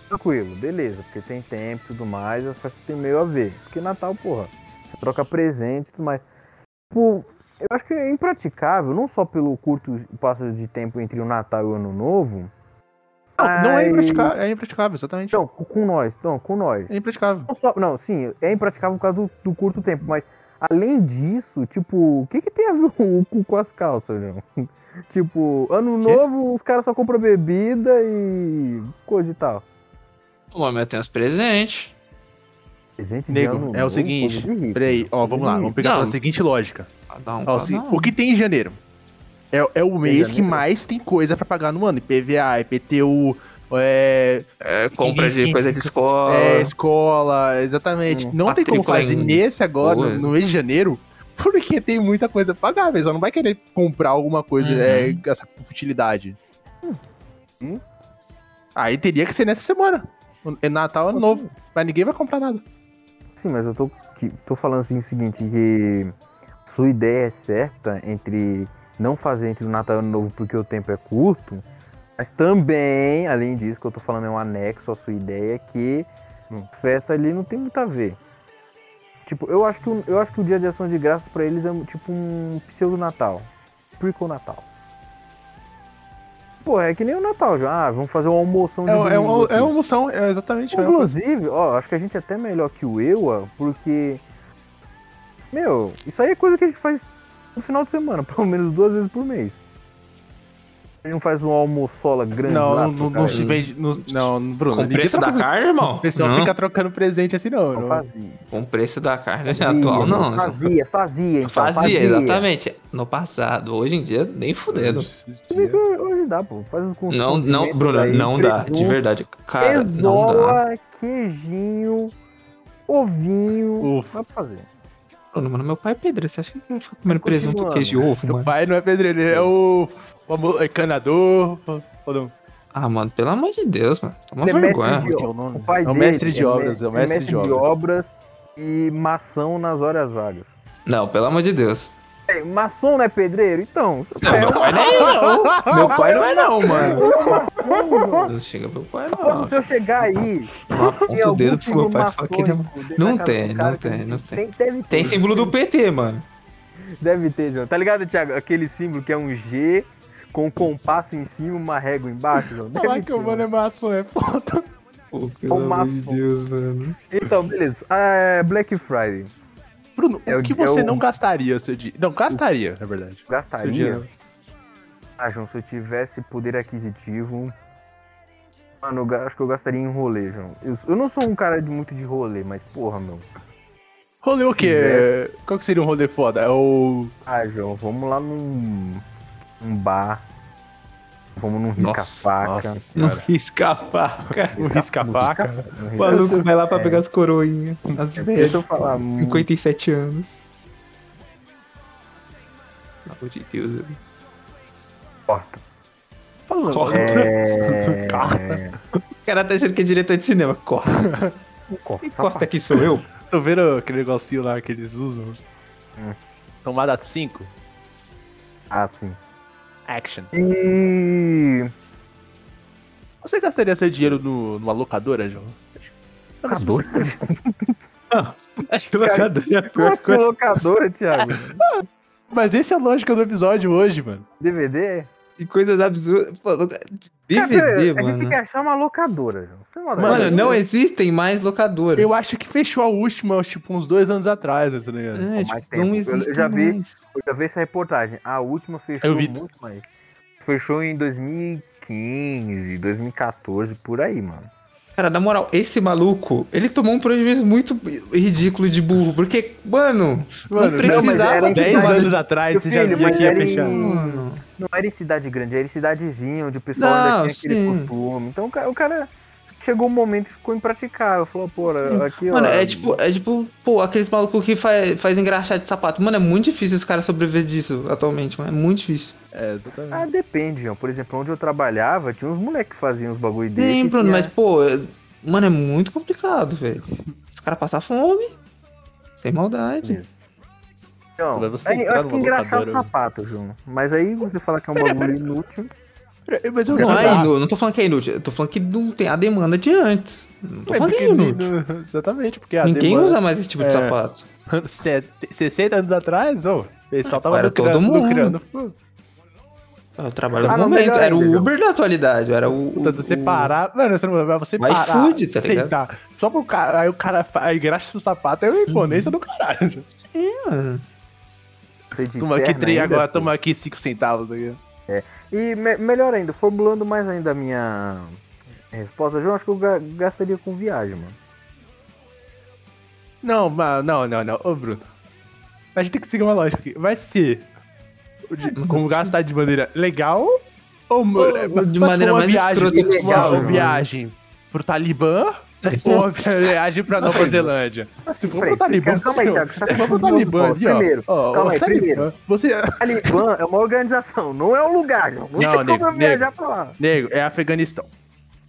Speaker 3: Tranquilo, beleza, porque tem tempo e tudo mais, as festas tem meio a ver. Porque Natal, porra, você troca presente e tudo mais. Tipo, eu acho que é impraticável, não só pelo curto passo de tempo entre o Natal e o Ano Novo.
Speaker 4: Não, não é
Speaker 3: Ai.
Speaker 4: impraticável, é impraticável, exatamente.
Speaker 3: Então, com nós, então, com nós.
Speaker 4: É impraticável.
Speaker 3: Não, só- não, sim, é impraticável por causa do, do curto tempo, mas além disso, tipo, o que, que tem a ver *laughs* o cu com as calças, João? *laughs* tipo, ano
Speaker 2: Quê?
Speaker 3: novo, os caras só compram bebida e coisa e tal.
Speaker 2: O homem tem uns presentes.
Speaker 3: Gente, um
Speaker 4: Nego, é o seguinte, Peraí, ó, vamos lá, vamos pegar
Speaker 2: Não.
Speaker 4: pela seguinte lógica.
Speaker 2: Ah, Dá um
Speaker 4: Ó,
Speaker 2: pra
Speaker 4: se-
Speaker 2: dar um.
Speaker 4: o que tem em janeiro? É, é o mês que
Speaker 3: janeiro?
Speaker 4: mais tem coisa pra pagar no ano. IPVA, IPTU, é,
Speaker 2: É, compra
Speaker 4: que-
Speaker 2: de
Speaker 4: que-
Speaker 2: coisa de escola.
Speaker 4: é, escola, exatamente.
Speaker 3: Hum,
Speaker 4: não tem como
Speaker 2: Ah. matrícula
Speaker 4: fazer
Speaker 2: em
Speaker 4: nesse agora, no,
Speaker 2: coisa.
Speaker 4: no mês de janeiro, *laughs* porque tem muita coisa pra pagar, velho. Só não vai querer comprar alguma coisa,
Speaker 2: Uhum.
Speaker 4: é, essa futilidade.
Speaker 3: Hum.
Speaker 4: Aí teria que ser nessa semana. É Natal, ano novo. Mas ninguém vai comprar nada.
Speaker 3: Sim, mas eu tô, que- tô falando assim, o seguinte, que sua ideia é certa entre não fazer entre o Natal e o Ano Novo porque o tempo é curto, mas também, além disso, que eu tô falando é um anexo à sua ideia, que
Speaker 4: Hum.
Speaker 3: festa ali não tem muito a ver. Tipo, eu acho que, o- eu acho que o dia de ação de graças pra eles é tipo um pseudo-natal. Prequel-natal. Pô, é que nem o Natal já. Ah, vamos fazer uma almoção de
Speaker 4: É, é,
Speaker 3: domingo
Speaker 4: uma,
Speaker 3: aqui.
Speaker 4: é uma emoção, é exatamente a mesma coisa.
Speaker 3: Inclusive, ó, acho que a gente é até melhor que o EUA, porque. Meu, isso aí é coisa que a gente faz no final de semana, *laughs* pelo menos duas vezes por mês. A gente não faz uma almoçola grande
Speaker 4: Não,
Speaker 3: lá,
Speaker 4: não, não,
Speaker 3: cara,
Speaker 4: se vende. Não, não Bruno.
Speaker 2: Com o
Speaker 4: ninguém
Speaker 2: preço da
Speaker 4: troca-
Speaker 2: carne, irmão?
Speaker 4: O pessoal
Speaker 2: Não,
Speaker 4: fica trocando presente assim, não.
Speaker 3: não
Speaker 4: não.
Speaker 3: fazia.
Speaker 2: Com o preço da carne É atual, não.
Speaker 3: Fazia, fazia, então,
Speaker 2: Fazia, exatamente. No passado. Hoje em dia, nem fudendo.
Speaker 4: né?
Speaker 3: Hoje, hoje dá, pô. Faz os com-
Speaker 2: Não, não,
Speaker 3: condimentos
Speaker 2: Bruno,
Speaker 3: aí,
Speaker 2: não dá. De
Speaker 3: presunto,
Speaker 2: verdade. Cara, não dá.
Speaker 3: Pesola, queijinho, ovinho.
Speaker 4: Ufa.
Speaker 3: Dá pra fazer.
Speaker 2: Bruno, mano, meu pai é pedreiro. Você acha que ele vai ficar comendo presunto,
Speaker 3: Continuando.
Speaker 2: queijo e ovo,
Speaker 4: Seu
Speaker 2: mano?
Speaker 4: pai não é pedreiro, ele é o. o encanador. ou não?
Speaker 2: Ah, mano, pelo amor de Deus, mano. Toma
Speaker 3: Ele é mestre
Speaker 2: vergonha.
Speaker 3: de-
Speaker 4: Como que é o nome?
Speaker 3: pai
Speaker 4: É o
Speaker 3: dele
Speaker 4: mestre de obras, é o
Speaker 3: me-
Speaker 4: mestre de obras.
Speaker 3: e maçom nas horas vagas.
Speaker 2: Não, pelo amor de Deus.
Speaker 3: É, maçom não é pedreiro? Então,
Speaker 2: Não, meu pai não é, não. Meu pai não é, não, mano.
Speaker 3: como,
Speaker 2: Não chega meu pai, não.
Speaker 3: quando eu chegar aí. *laughs*
Speaker 2: Não aponta o dedo pro meu pai e fala que ele é Não tem, não tem, não tem.
Speaker 3: assim, Deve ter,
Speaker 2: Tem símbolo do PT, mano.
Speaker 3: Deve ter, João. Tá ligado, Thiago? Aquele símbolo que é um G com um compasso em cima e uma régua embaixo, João. Deve
Speaker 4: Falar que o
Speaker 3: ter.
Speaker 4: mano é maçom é foda.
Speaker 2: Pô,
Speaker 3: É um
Speaker 2: pelo amor de
Speaker 3: maçom.
Speaker 2: Deus, mano.
Speaker 3: Então, beleza. Ah, Black Friday.
Speaker 4: *laughs* Bruno,
Speaker 3: É
Speaker 4: o
Speaker 3: o-
Speaker 4: que
Speaker 3: é
Speaker 4: você
Speaker 3: o-
Speaker 4: não gastaria seu dia? Não, gastaria, na verdade. Seu
Speaker 3: Gastaria?
Speaker 4: dinheiro.
Speaker 3: Ah, João, se eu tivesse poder aquisitivo. Mano, eu ga- acho que eu gastaria em rolê, João. Eu, eu não sou um cara de muito de rolê, mas porra, meu.
Speaker 4: Rolê o quê? Qual que seria um rolê foda? É o.
Speaker 3: Ah, João, vamos lá num. num bar. Vamos num
Speaker 2: Nossa,
Speaker 3: risca-faca.
Speaker 2: Não risca a faca.
Speaker 4: O risca-faca.
Speaker 3: num
Speaker 2: O
Speaker 3: risca-
Speaker 2: maluco vai lá pra pegar as coroinhas. As velhas.
Speaker 3: Deixa eu falar. hum,
Speaker 2: 57 anos. Pelo amor de Deus. velho.
Speaker 3: Corta.
Speaker 4: Falando.
Speaker 2: Corta.
Speaker 3: É.
Speaker 4: Corta.
Speaker 2: *laughs* O cara tá achando que é diretor de cinema. Corta.
Speaker 3: Corta.
Speaker 2: Quem corta aqui sou eu?
Speaker 4: Tô vendo aquele negocinho lá que eles usam. Então, Tomada 5.
Speaker 3: Ah, sim.
Speaker 4: Action.
Speaker 3: E.
Speaker 4: Você gastaria seu dinheiro no, numa locadora, João?
Speaker 3: Locadora?
Speaker 4: *laughs* Ah,
Speaker 2: Acho que o locador é a pior
Speaker 3: Nossa,
Speaker 2: coisa.
Speaker 3: locadora,
Speaker 2: *laughs*
Speaker 3: Thiago.
Speaker 4: Mas esse é a lógica do episódio hoje, mano.
Speaker 3: DVD?
Speaker 2: Que coisas absurdas. Pô, loca- DVD,
Speaker 3: Cara, A gente tem
Speaker 2: mano.
Speaker 3: que achar uma locadora, João. Sem maldade.
Speaker 2: Mano, não existem mais locadoras.
Speaker 4: Eu acho que fechou a última, tipo, uns dois anos atrás, tá ligado?
Speaker 2: É,
Speaker 3: mais
Speaker 2: tipo,
Speaker 3: tempo.
Speaker 2: não
Speaker 3: Eu- eu
Speaker 2: existe.
Speaker 3: já vi.
Speaker 2: mais.
Speaker 3: Eu já vi essa reportagem. A última fechou
Speaker 4: Eu vi.
Speaker 3: muito mais. Fechou em 2015, 2014, por aí, mano.
Speaker 2: Cara, na moral, esse maluco, ele tomou um prejuízo muito ridículo de burro. Porque, mano, não
Speaker 3: não, mas
Speaker 2: precisava
Speaker 3: era
Speaker 2: de
Speaker 3: em
Speaker 2: ter
Speaker 4: 10
Speaker 3: dez
Speaker 2: tomado
Speaker 4: anos
Speaker 2: esse-
Speaker 4: atrás, você já
Speaker 3: Filho,
Speaker 4: via
Speaker 3: mas
Speaker 4: que ia
Speaker 3: era em-
Speaker 4: fechar.
Speaker 2: Mano,
Speaker 3: Não era em cidade grande, era em cidadezinha, onde o pessoal
Speaker 2: Não,
Speaker 3: ainda tinha
Speaker 2: sim.
Speaker 3: aquele costume. Então o cara, o cara chegou um momento que ficou impraticável. Falou, pô, aqui, ó.
Speaker 2: Mano, é tipo, é tipo, pô, aqueles malucos que faz, faz engraxado de sapato. Mano, é muito difícil os caras sobreviver disso atualmente, mano. É muito difícil.
Speaker 4: É, exatamente.
Speaker 3: Ah, depende, João. Por exemplo, onde eu trabalhava, tinha uns moleques que faziam uns bagulho desse.
Speaker 2: Nem,
Speaker 3: que
Speaker 2: Bruno,
Speaker 3: tinha-
Speaker 2: mas, pô, é- mano, é muito complicado, velho. Os caras passam fome. Sem maldade.
Speaker 3: Não,
Speaker 4: Mas você
Speaker 3: aí, então, é, eu
Speaker 4: entrar
Speaker 3: acho que
Speaker 4: numa
Speaker 3: engraçar o
Speaker 4: locadora-
Speaker 3: sapato, João. Mas aí você fala que é um bagulho inútil.
Speaker 4: Peraí, Mas eu
Speaker 2: Não, é
Speaker 4: Ah,
Speaker 2: inú- não tô falando que é inútil. Eu tô falando que não tem a demanda de antes. Não tô
Speaker 4: é
Speaker 2: falando que
Speaker 4: porque
Speaker 2: é inútil.
Speaker 4: não- Exatamente, porque a
Speaker 2: Ninguém
Speaker 4: demanda-
Speaker 2: usa mais esse tipo de
Speaker 4: É.
Speaker 2: sapato.
Speaker 4: Set- 60 é anos atrás, ô, o pessoal tava
Speaker 2: Era
Speaker 4: lucrando-
Speaker 2: todo mundo.
Speaker 4: lucrando.
Speaker 2: É o trabalho do
Speaker 3: Ah, não,
Speaker 2: momento.
Speaker 3: melhor
Speaker 2: Era
Speaker 3: ainda,
Speaker 2: o
Speaker 3: não.
Speaker 2: Uber da atualidade. Era o. o-
Speaker 4: Tanto você parar. Mano, você não vai você
Speaker 2: Vai
Speaker 4: parar.
Speaker 2: food, tá ligado?
Speaker 4: sentar, Só pro cara. Aí o cara fa- aí graxa o sapato, é uma imponência do caralho.
Speaker 2: É, mano.
Speaker 3: Você de
Speaker 4: Toma aqui
Speaker 3: terno
Speaker 4: 3
Speaker 3: Uhum. ainda,
Speaker 4: agora,
Speaker 3: pô.
Speaker 4: toma aqui 5 centavos aqui.
Speaker 3: E me- melhor ainda, formulando mais ainda a minha resposta, João, acho que eu ga- gastaria com viagem, mano.
Speaker 4: Não, mas- não, não, não. Ô, Bruno. A gente tem que seguir uma lógica aqui. Vai ser o de-
Speaker 2: mas
Speaker 4: como
Speaker 2: sim.
Speaker 4: gastar de maneira legal ou ma-
Speaker 2: Ou de
Speaker 4: mas se for
Speaker 2: maneira
Speaker 4: uma
Speaker 2: mais
Speaker 4: viagem
Speaker 2: escrota
Speaker 4: legal,
Speaker 2: possível,
Speaker 4: Uma
Speaker 2: né?
Speaker 4: viagem pro Talibã ou *laughs* uma viagem pra Nova Zelândia. Se for pro
Speaker 3: Peraí,
Speaker 4: Talibã,
Speaker 3: calma aí,
Speaker 4: senhor.
Speaker 3: Thiago, você tá
Speaker 4: se for pro
Speaker 3: confundindo
Speaker 4: Talibã
Speaker 3: os
Speaker 4: ali, ó.
Speaker 3: pontos. Primeiro,
Speaker 4: ó,
Speaker 3: calma
Speaker 4: o
Speaker 3: aí,
Speaker 4: Talibã,
Speaker 3: primeiro.
Speaker 4: Você,
Speaker 3: Talibã é uma organização, não é um lugar, João. Não,
Speaker 4: Não,
Speaker 3: tem
Speaker 4: nego,
Speaker 3: como eu viajar
Speaker 4: nego.
Speaker 3: pra lá.
Speaker 4: nego, é Afeganistão.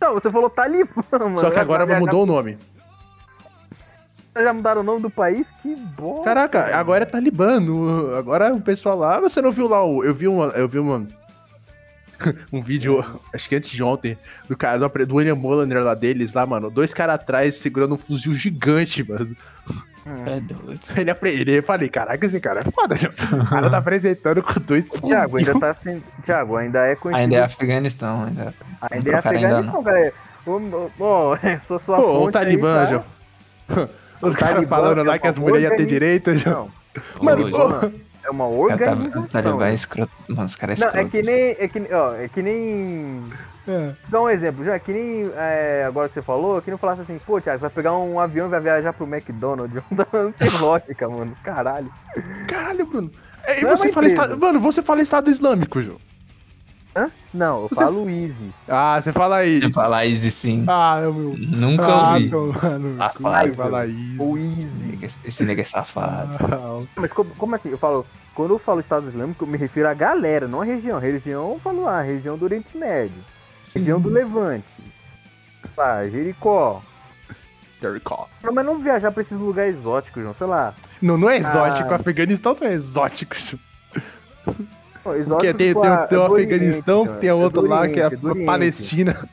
Speaker 3: Não, você falou Talibã, *laughs* mano.
Speaker 4: Só que agora
Speaker 3: Vai viajar-
Speaker 4: mudou o nome.
Speaker 3: Já mudaram o nome do país? Que bom.
Speaker 4: Caraca, agora é Talibã. no- Agora o pessoal lá. Você não viu lá o. Eu vi uma. Eu vi uma. *laughs* um vídeo, acho que antes de ontem, do cara do, apre- do William Molander lá deles, lá, mano. *laughs* Dois caras atrás segurando um fuzil gigante, mano.
Speaker 2: É doido.
Speaker 4: Ele aprendeu. Eu falei, caraca, esse cara é foda, *laughs* João. O cara tá apresentando com dois
Speaker 3: Thiago ainda
Speaker 4: fuzil.
Speaker 3: tá sem. Thiago, ainda é conhecido.
Speaker 2: Ainda é Afeganistão, ainda é Afeganistão.
Speaker 3: ainda
Speaker 2: Não
Speaker 3: é
Speaker 2: trocaram ainda
Speaker 3: Afeganistão,
Speaker 2: não.
Speaker 3: galera. Ô, ô, ô, é só sua
Speaker 4: Pô, o
Speaker 3: fonte aí,
Speaker 4: Talibã,
Speaker 3: tá?
Speaker 4: João. *laughs* Os
Speaker 3: O
Speaker 4: caras
Speaker 3: Talibã
Speaker 4: falando
Speaker 3: é
Speaker 4: lá
Speaker 3: uma
Speaker 4: que as mulheres iam ter
Speaker 3: coisa, hein?
Speaker 4: direito, João.
Speaker 3: Não,
Speaker 4: Mano,
Speaker 2: Hoje,
Speaker 4: né? pô,
Speaker 3: é uma
Speaker 2: os caras tá-
Speaker 3: organização.
Speaker 2: Talibã é escroto. Mano, os caras é
Speaker 3: Não,
Speaker 2: escroto.
Speaker 3: é que nem. É que, ó, é que nem.
Speaker 4: É.
Speaker 3: Dá um exemplo, já é que nem é, agora que você falou, que não falasse assim, pô, Thiago, você vai pegar um avião e vai viajar pro McDonald's. *laughs* Não tem lógica, mano. Caralho.
Speaker 4: Caralho, Bruno. É, E
Speaker 3: Não é
Speaker 4: você
Speaker 3: uma
Speaker 4: fala
Speaker 3: empresa.
Speaker 4: estado... Mano, você fala Estado Islâmico, João.
Speaker 3: Hã? Não, eu
Speaker 4: Você-
Speaker 3: falo ISIS.
Speaker 4: Ah, você fala isso.
Speaker 2: Você falar isso sim.
Speaker 4: Ah, meu.
Speaker 2: Nunca
Speaker 4: ah,
Speaker 2: ouvi.
Speaker 4: mano.
Speaker 2: Safado.
Speaker 4: Você fala isso.
Speaker 3: Ou
Speaker 2: Esse
Speaker 3: ISIS.
Speaker 2: nega- Esse nega é safado.
Speaker 4: Não.
Speaker 3: Mas como, como assim? Eu falo, quando eu falo Estado Islâmico, eu me refiro à galera, não à região. Região, eu falo lá, região do Oriente Médio, região do Levante, sei lá, Jericó.
Speaker 4: Jericó.
Speaker 3: Não, mas não viajar pra esses lugares exóticos, João, sei lá.
Speaker 4: Não, não é exótico.
Speaker 3: Ah.
Speaker 4: Afeganistão não é exótico, João.
Speaker 3: Não,
Speaker 4: Porque
Speaker 3: exótico,
Speaker 4: tem, tem,
Speaker 3: tipo, ah,
Speaker 4: o- tem o
Speaker 3: é do Oriente,
Speaker 4: Afeganistão,
Speaker 3: cara,
Speaker 4: tem a
Speaker 3: é
Speaker 4: outra
Speaker 3: do
Speaker 4: lá que é
Speaker 3: Oriente, do Oriente.
Speaker 4: a Palestina.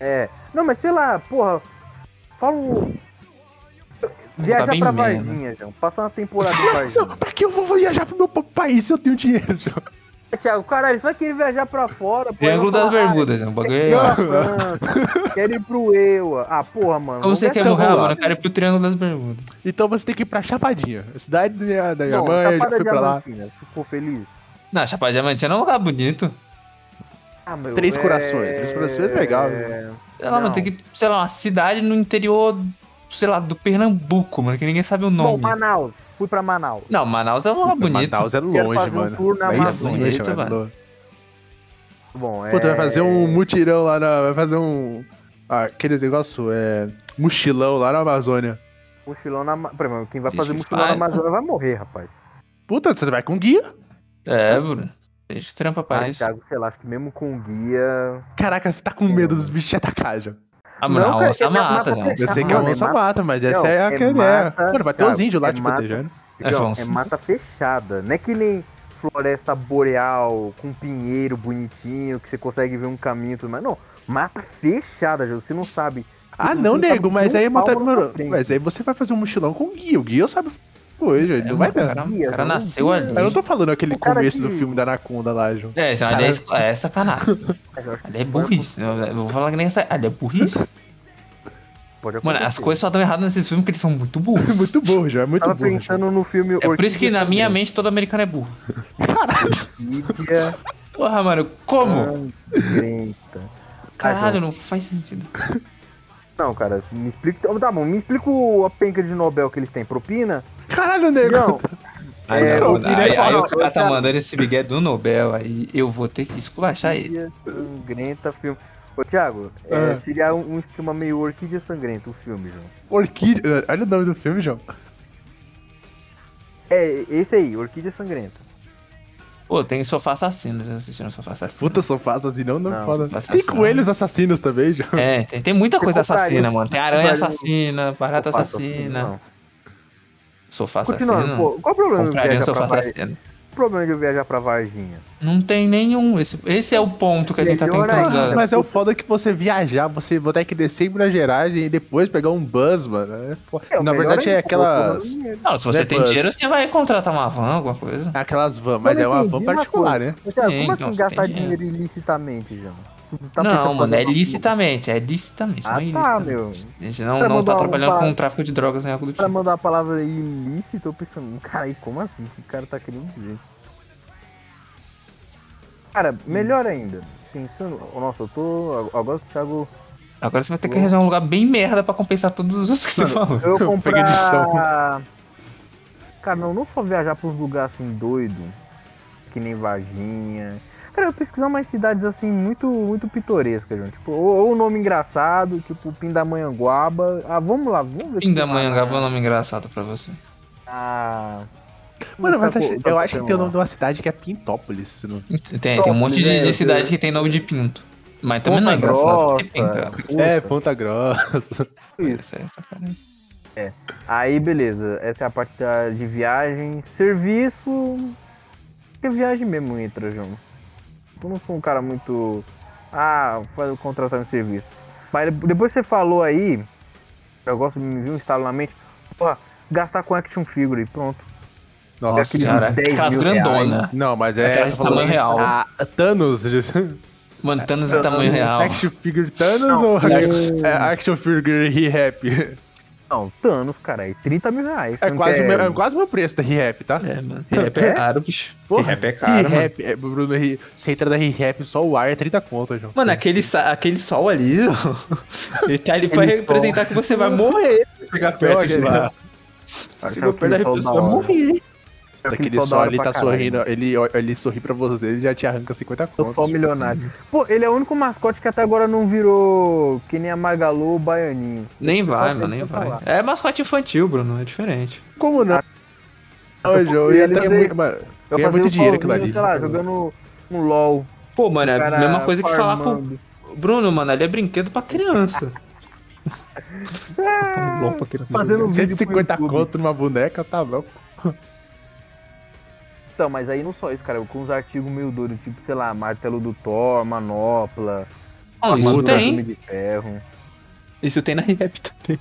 Speaker 3: É. Não, mas sei lá, porra, fala um... Viajar
Speaker 2: bem
Speaker 3: Ah, pra
Speaker 2: meia, né?
Speaker 3: Varginha, João. Passar uma temporada em Varginha.
Speaker 4: *laughs* Não, pra que eu vou viajar pro meu p- país se eu tenho dinheiro, João?
Speaker 3: Tiago, É, caralho, você vai querer viajar pra fora? pô, aí
Speaker 2: Triângulo
Speaker 3: eu
Speaker 2: das
Speaker 3: falo, ah,
Speaker 2: Bermudas, é um bagulho aí, ó.
Speaker 3: França, Quero ir pro EUA. Ah, porra, mano.
Speaker 2: Como
Speaker 3: vamos
Speaker 2: você quer
Speaker 3: viajar
Speaker 2: morrer,
Speaker 3: pra lá.
Speaker 2: mano? Eu quero ir pro Triângulo das Bermudas.
Speaker 4: Então você tem que ir pra Chapadinha. A cidade da minha, da minha
Speaker 3: Não,
Speaker 4: mãe, eu já
Speaker 3: Chapada
Speaker 4: fui pra lá.
Speaker 3: Diamantina, Ficou feliz?
Speaker 2: Não, Chapada Diamantina é um lugar bonito.
Speaker 3: Ah, meu,
Speaker 4: Três Corações, Três Corações é legal,
Speaker 2: Sei lá,
Speaker 3: Não.
Speaker 2: mano, tem que, sei lá, uma cidade no interior, sei lá, do Pernambuco, mano, que ninguém sabe o
Speaker 3: Bom,
Speaker 2: nome.
Speaker 3: Manaus. Fui pra Manaus.
Speaker 2: Não, Manaus é um lugar bonito.
Speaker 4: Manaus é
Speaker 3: Quero
Speaker 4: longe,
Speaker 3: fazer um
Speaker 4: mano.
Speaker 3: tour na
Speaker 4: Mas
Speaker 2: Amazônia,
Speaker 4: longe,
Speaker 2: mano.
Speaker 3: Bom, é...
Speaker 4: Pô, tu vai fazer um mutirão lá na. Vai fazer um. ah, Aqueles negócio é. Mochilão lá na Amazônia.
Speaker 3: Mochilão na... Ma- Por exemplo, quem vai
Speaker 2: Diz
Speaker 3: fazer
Speaker 2: que
Speaker 3: mochilão na
Speaker 4: Ah,
Speaker 2: faz.
Speaker 4: é.
Speaker 3: Amazônia vai morrer, rapaz.
Speaker 4: Puta, você vai com guia?
Speaker 2: É, Bruno. A gente trampa pra
Speaker 3: Ah,
Speaker 2: isso.
Speaker 3: Thiago, sei lá, acho que mesmo com guia...
Speaker 4: Caraca, você tá com medo dos bichos te atacar, já.
Speaker 2: Ah, mano,
Speaker 3: Não,
Speaker 2: a
Speaker 3: cara,
Speaker 2: onça
Speaker 3: é mata,
Speaker 2: mata, já.
Speaker 3: mano.
Speaker 4: Eu sei que é
Speaker 3: Mano,
Speaker 4: uma
Speaker 3: é
Speaker 4: onça
Speaker 3: mata.
Speaker 4: mata, mas essa
Speaker 3: Não,
Speaker 4: é a
Speaker 3: é
Speaker 4: que é a ideia.
Speaker 3: mata,
Speaker 4: Mano, vai ter os
Speaker 3: Thiago,
Speaker 4: índios lá
Speaker 3: é
Speaker 4: te
Speaker 3: mata.
Speaker 4: protegendo.
Speaker 2: É
Speaker 3: João,
Speaker 2: Afonso.
Speaker 3: é mata fechada. Não é que nem floresta boreal, com pinheiro bonitinho, que você consegue ver um caminho e tudo mais. Não, mata fechada, João. Você não sabe...
Speaker 4: Ah,
Speaker 3: Não
Speaker 4: não,
Speaker 3: tá
Speaker 4: nego, mas
Speaker 3: com
Speaker 4: aí
Speaker 3: um pau
Speaker 4: matar.
Speaker 3: na
Speaker 4: Mano,
Speaker 3: frente.
Speaker 4: mas aí você vai fazer um mochilão com o guia. O guia sabe coisa, ele
Speaker 2: É,
Speaker 4: não um- vai
Speaker 2: mano, o
Speaker 4: dar.
Speaker 2: cara,
Speaker 3: guia,
Speaker 2: o cara
Speaker 3: mano,
Speaker 2: nasceu
Speaker 3: guia.
Speaker 2: ali.
Speaker 4: Eu não tô falando aquele
Speaker 3: O cara
Speaker 4: começo do
Speaker 3: que-
Speaker 4: filme da Anaconda lá, João.
Speaker 2: É, isso é uma ideia- é, *laughs* sacanagem.
Speaker 3: Mas eu acho que
Speaker 2: Ali é
Speaker 3: pode-
Speaker 2: burrice. Eu eu vou falar que nem essa. Ali é burrice.
Speaker 3: pode
Speaker 2: Mano, as
Speaker 3: acontecer.
Speaker 2: coisas só dão errado nesses filmes porque eles são *laughs* muito burros.
Speaker 4: Muito bom, João, é muito
Speaker 3: Tava
Speaker 4: bom. João.
Speaker 3: pensando no filme
Speaker 2: É por isso que na
Speaker 3: Orquídea
Speaker 2: minha mente todo americano é burro.
Speaker 3: Orquídea
Speaker 2: Porra, mano, como?
Speaker 3: Sangrenta.
Speaker 2: Caralho, não faz sentido.
Speaker 3: Não, cara, me explica. Tá bom, me explica o- a penca de Nobel que eles têm. Propina?
Speaker 4: Caralho, nego.
Speaker 3: Não.
Speaker 2: Ah,
Speaker 3: É,
Speaker 2: não,
Speaker 3: eu
Speaker 2: mano,
Speaker 3: queria
Speaker 2: aí, aí
Speaker 3: falar,
Speaker 2: o cara
Speaker 3: eu
Speaker 2: tá
Speaker 3: quero-
Speaker 2: mandando esse bigué do Nobel, aí eu vou ter que esculachar ele.
Speaker 3: Orquídea Sangrenta filme. Ô, Thiago, é,
Speaker 4: Ah.
Speaker 3: seria um, um esquema meio Orquídea Sangrenta o filme, João.
Speaker 4: Orquídea. Olha o nome do filme, João.
Speaker 3: É, esse aí, Orquídea Sangrenta.
Speaker 2: Pô, tem Sofá Assassino, já assistiram Sofá Assassino?
Speaker 4: Puta, sofás assim, não, não,
Speaker 3: Não,
Speaker 4: foda.
Speaker 2: sofás
Speaker 4: Tem
Speaker 2: assassinos.
Speaker 4: coelhos assassinos também, João.
Speaker 2: É, tem, tem muita
Speaker 3: Você
Speaker 2: coisa
Speaker 3: compraria-
Speaker 2: assassina, mano. Tem aranha
Speaker 3: compraria um-
Speaker 2: assassina, barata
Speaker 3: Opa, tô
Speaker 2: assassina,
Speaker 3: assim, não.
Speaker 2: sofá
Speaker 3: Continuando,
Speaker 2: assassino.
Speaker 3: pô, qual o problema de eu
Speaker 2: Compraria um
Speaker 3: viajar pra
Speaker 2: sofá
Speaker 3: Varginha?
Speaker 2: assassino.
Speaker 3: O problema de eu viajar pra Varginha?
Speaker 2: Não tem nenhum. Esse, esse é o ponto que a gente tá
Speaker 3: Melhor
Speaker 2: tentando
Speaker 3: ainda.
Speaker 2: dar.
Speaker 4: Mas é o foda que você viajar, você vai ter que descer em Minas Gerais e depois pegar um bus, mano. É foda.
Speaker 3: É, o
Speaker 4: Na
Speaker 3: melhor
Speaker 4: verdade é
Speaker 3: aí, pô,
Speaker 4: aquelas.
Speaker 3: pô, dinheiro.
Speaker 2: Não, se você
Speaker 4: Né,
Speaker 2: tem
Speaker 4: bus?
Speaker 2: dinheiro, você vai contratar uma van, alguma coisa.
Speaker 3: Ah,
Speaker 4: Aquelas van, mas é uma van
Speaker 3: entendi uma
Speaker 4: particular,
Speaker 3: coisa.
Speaker 4: né?
Speaker 3: Ô, Thiago,
Speaker 2: Sim,
Speaker 3: como
Speaker 2: então
Speaker 3: assim
Speaker 2: você tem
Speaker 3: gastar
Speaker 2: dinheiro.
Speaker 3: dinheiro ilicitamente, João? Tu tá pensando
Speaker 2: não,
Speaker 3: em
Speaker 2: mano,
Speaker 3: fazer
Speaker 2: é
Speaker 3: uma coisa?
Speaker 2: licitamente, é licitamente, não
Speaker 3: Ah,
Speaker 2: é
Speaker 3: tá,
Speaker 2: ilicitamente.
Speaker 3: meu.
Speaker 2: a gente não,
Speaker 3: Pra
Speaker 2: não tá
Speaker 3: mandar um
Speaker 2: trabalhando com
Speaker 3: par-
Speaker 2: tráfico de drogas nem algo do
Speaker 3: Pra
Speaker 2: tipo.
Speaker 3: mandar a palavra ilícito, eu pensando, cara, como assim? Que cara tá querendo dizer? Cara, melhor ainda, pensando. oh, Nossa, eu tô. Agora que o Thiago.
Speaker 2: Agora você vai ter que arranjar um lugar bem merda pra compensar todos os outros que você falou.
Speaker 4: *laughs*
Speaker 3: Eu vou
Speaker 4: Peguei de som.
Speaker 3: comprar. Cara, não, não só viajar pra uns lugares assim doido, que nem Varginha. Cara, eu pesquisar umas cidades assim muito, muito pitorescas, gente. Tipo, ou, ou nome engraçado, tipo Pindamonhanguaba. Ah, vamos lá, vamos ver. o que
Speaker 2: Fim da
Speaker 3: tem
Speaker 2: manhã,
Speaker 3: lá né? Ah,
Speaker 2: Gabriel, é um nome engraçado pra você.
Speaker 3: na- na-
Speaker 4: Mano, mas
Speaker 3: Tá
Speaker 4: acho-
Speaker 3: bom, tá
Speaker 4: eu
Speaker 3: bom,
Speaker 4: acho que
Speaker 3: tá
Speaker 4: tem o
Speaker 3: bom.
Speaker 4: nome de uma cidade que é Pintópolis. se não-
Speaker 2: Tem, tem um monte de, de cidade que tem nome de pinto. Mas também não é
Speaker 3: né? Ponta
Speaker 2: engraçado, porque
Speaker 3: Grossa.
Speaker 2: pinta.
Speaker 4: É,
Speaker 3: Puta.
Speaker 4: Ponta *laughs* Grossa.
Speaker 2: Essa, essa parece.
Speaker 3: Aí, beleza. Essa é a parte da- de viagem. Serviço. Que viagem mesmo entra, João. Eu não sou um cara muito. Ah, vou contratar um serviço. Mas de- depois que você falou aí, eu gosto de me vir um estalo na mente. Porra, gastar com action figure, pronto.
Speaker 2: Nossa,
Speaker 3: Aquele
Speaker 2: cara.
Speaker 3: 10 mil
Speaker 2: Aquelas
Speaker 3: reais.
Speaker 2: grandona.
Speaker 4: *laughs* Não, mas é.
Speaker 2: Aquelas de tamanho real.
Speaker 4: Ah, Thanos. *laughs*
Speaker 2: Mano, Thanos em tamanho real.
Speaker 4: Action figure Thanos
Speaker 3: Não,
Speaker 4: ou
Speaker 2: Dark-
Speaker 4: *laughs* é, action figure Re-Rap?
Speaker 3: Não, Thanos, cara, é 30 mil reais.
Speaker 4: É
Speaker 3: Não
Speaker 4: quase, o
Speaker 3: quer- um
Speaker 4: meu- é quase o meu preço da Re-Rap, tá?
Speaker 2: É, mano. Rap é caro, bicho. Rap é caro, mano.
Speaker 4: Re-Rap, é, Bruno, Re- você entra na Re-Rap, só o ar é 30 contas, João.
Speaker 2: Mano, aquele, sa- aquele sol ali, *laughs* ele tá ali pra
Speaker 3: Aquele
Speaker 2: representar que você vai morrer. Se chegar perto de
Speaker 4: aquele
Speaker 2: lá.
Speaker 3: Achava
Speaker 2: Se chegou perto da
Speaker 3: aquele sol
Speaker 2: repressão,
Speaker 3: da
Speaker 2: vai
Speaker 3: hora.
Speaker 2: morrer. é
Speaker 3: Aquele
Speaker 4: Daquele
Speaker 3: sol da
Speaker 4: só
Speaker 3: hora
Speaker 4: ele
Speaker 3: pra
Speaker 4: tá
Speaker 3: caralho. né?
Speaker 4: sorrindo, ele, ele sorri pra você, ele já te arranca 50
Speaker 3: Eu
Speaker 4: contas.
Speaker 3: sou milionário. Pô, ele é o único mascote que até agora não virou que nem a Magalu o Baianinho.
Speaker 2: Nem vai,
Speaker 3: Só
Speaker 2: mano, nem
Speaker 3: tenta
Speaker 2: vai.
Speaker 3: falar.
Speaker 2: É mascote infantil, Bruno, é diferente.
Speaker 4: Como não? Ô, João,
Speaker 3: eu
Speaker 4: ia até
Speaker 3: lembrei-
Speaker 4: muito, mano,
Speaker 3: Eu
Speaker 4: ganha
Speaker 3: fazia
Speaker 4: muito
Speaker 3: o
Speaker 4: dinheiro aquilo
Speaker 3: Paulinho,
Speaker 4: ali. tipo,
Speaker 3: Sei lá,
Speaker 4: sabe?
Speaker 3: jogando um LOL.
Speaker 2: Pô, mano, é
Speaker 3: cara
Speaker 2: a mesma coisa que falar pro
Speaker 3: farmando.
Speaker 2: Bruno, mano, ali é brinquedo pra *laughs* criança. Louco pra criança
Speaker 3: Fazendo
Speaker 2: jogar.
Speaker 3: um vídeo pro
Speaker 4: 150
Speaker 3: YouTube.
Speaker 4: conto numa boneca, tá louco.
Speaker 3: Então, mas aí não só isso, cara. Com uns artigos meio doidos, tipo, sei lá, martelo do Thor, manopla,
Speaker 2: Não, isso
Speaker 4: Puta,
Speaker 3: filme
Speaker 2: tem.
Speaker 3: de ferro.
Speaker 2: Isso tem na rap também.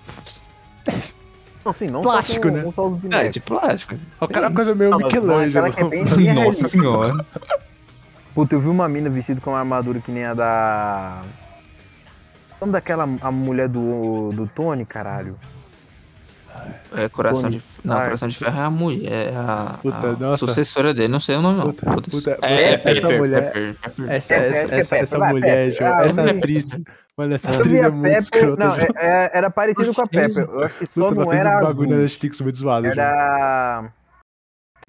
Speaker 3: Não, Assim, não
Speaker 4: Plástico,
Speaker 3: só com,
Speaker 4: né?
Speaker 3: Não só os
Speaker 2: Ah, é
Speaker 3: bonecos.
Speaker 2: de *laughs* plástico.
Speaker 4: O cara é uma coisa meio
Speaker 3: Não, mas
Speaker 4: Michelangelo.
Speaker 3: aquela que é bem- bem realista.
Speaker 2: senhora. tipo-
Speaker 3: Puta, eu vi uma mina vestida com uma armadura que nem a da. Como daquela a mulher do, do Tony, caralho?
Speaker 2: É coração
Speaker 3: Bonito.
Speaker 2: de Não,
Speaker 3: Ah.
Speaker 2: coração de ferro é a mulher. É a,
Speaker 4: Puta,
Speaker 2: a
Speaker 4: nossa.
Speaker 2: sucessora dele, não sei o nome não.
Speaker 4: Puta,
Speaker 2: Foda-se.
Speaker 4: puta,
Speaker 2: é, é,
Speaker 4: essa mulher-
Speaker 2: Pepper, Pepper.
Speaker 4: Essa,
Speaker 3: Pepe,
Speaker 4: essa,
Speaker 3: Pepe,
Speaker 4: essa, essa
Speaker 3: vai,
Speaker 4: mulher,
Speaker 3: Pepe.
Speaker 4: João,
Speaker 3: Ah,
Speaker 4: essa
Speaker 2: vai,
Speaker 4: atriz. Mano, essa
Speaker 3: Eu
Speaker 4: atriz
Speaker 3: vi
Speaker 4: é
Speaker 3: a
Speaker 4: muito
Speaker 3: Pepper.
Speaker 4: escrota,
Speaker 3: Não,
Speaker 4: João.
Speaker 3: é- é- era parecido com a
Speaker 2: Puta,
Speaker 3: Pepper. Eu acho que só
Speaker 4: Puta, ela
Speaker 3: não
Speaker 4: fez
Speaker 3: era.
Speaker 4: um bagulho na
Speaker 3: azul.
Speaker 4: Netflix muito zoado, João.
Speaker 3: Era.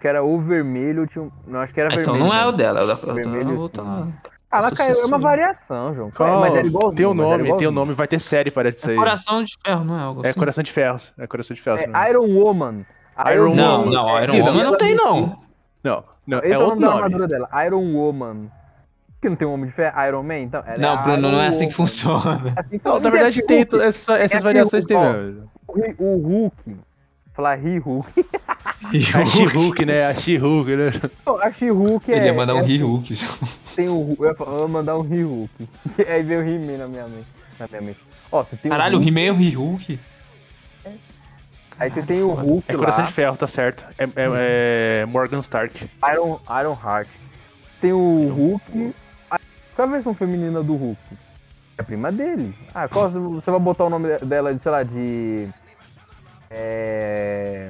Speaker 3: Que era ou vermelho ou tinha. um- Não, acho que era
Speaker 2: Ah,
Speaker 3: vermelho.
Speaker 2: então não é o dela, é o da
Speaker 3: Vermelho,
Speaker 2: ela volta lá.
Speaker 3: Ah, ela caiu, é uma
Speaker 2: sucessora.
Speaker 3: variação, João.
Speaker 4: Qual?
Speaker 3: mas era igualzinho.
Speaker 4: Tem o
Speaker 3: mas era
Speaker 4: nome, tem o
Speaker 3: igualzinho.
Speaker 4: nome, vai ter série, parece isso aí.
Speaker 2: Coração de ferro, não é algo
Speaker 4: É
Speaker 2: assim?
Speaker 4: Coração de Ferro. É Coração de Ferro. se não me engano.
Speaker 3: É Iron Woman.
Speaker 4: Iron Woman.
Speaker 2: Não, não, Iron
Speaker 4: Ih,
Speaker 2: Woman
Speaker 3: ela
Speaker 2: não tem,
Speaker 3: vestiu-
Speaker 2: não.
Speaker 4: Não, não,
Speaker 3: Esse
Speaker 4: é outro
Speaker 3: da
Speaker 4: nome.
Speaker 3: armadura dela, Iron Woman. Que não tem um homem de ferro? Iron Man? Então, ela
Speaker 2: Não,
Speaker 3: é
Speaker 2: Bruno, não é assim que
Speaker 3: Iron Woman.
Speaker 4: *laughs*
Speaker 2: funciona.
Speaker 3: Assim que
Speaker 4: Não, na
Speaker 3: funciona.
Speaker 4: verdade
Speaker 3: Gente,
Speaker 4: tem
Speaker 3: Hulk,
Speaker 4: to- essas, essas
Speaker 3: aqui,
Speaker 4: variações tem
Speaker 3: ó.
Speaker 4: mesmo.
Speaker 3: O Hulk. Falar he Hulk.
Speaker 2: E
Speaker 4: A She-Hulk, né? A She-Hulk, né?
Speaker 3: Não, a She-Hulk é.
Speaker 2: *laughs* Ele ia mandar um
Speaker 3: é-
Speaker 2: He-Hulk.
Speaker 3: Tem o, Hu- eu ia fa- eu ia mandar um *laughs* He-Hulk. Aí veio o He-Man na minha mente. Na minha mente. Ó, você tem
Speaker 2: Caralho,
Speaker 3: o
Speaker 2: o
Speaker 3: Hulk,
Speaker 2: He-Man é um He-Hulk?
Speaker 3: Aí você tem o Hulk
Speaker 4: É
Speaker 3: lá,
Speaker 4: Coração de Ferro, tá certo. É, é- é Morgan Stark.
Speaker 3: Iron, Iron Heart. Tem o Hulk. a- Qual a versão feminina do Hulk? É a prima dele. Ah, qual você vai botar o nome dela, de, sei lá, de. É.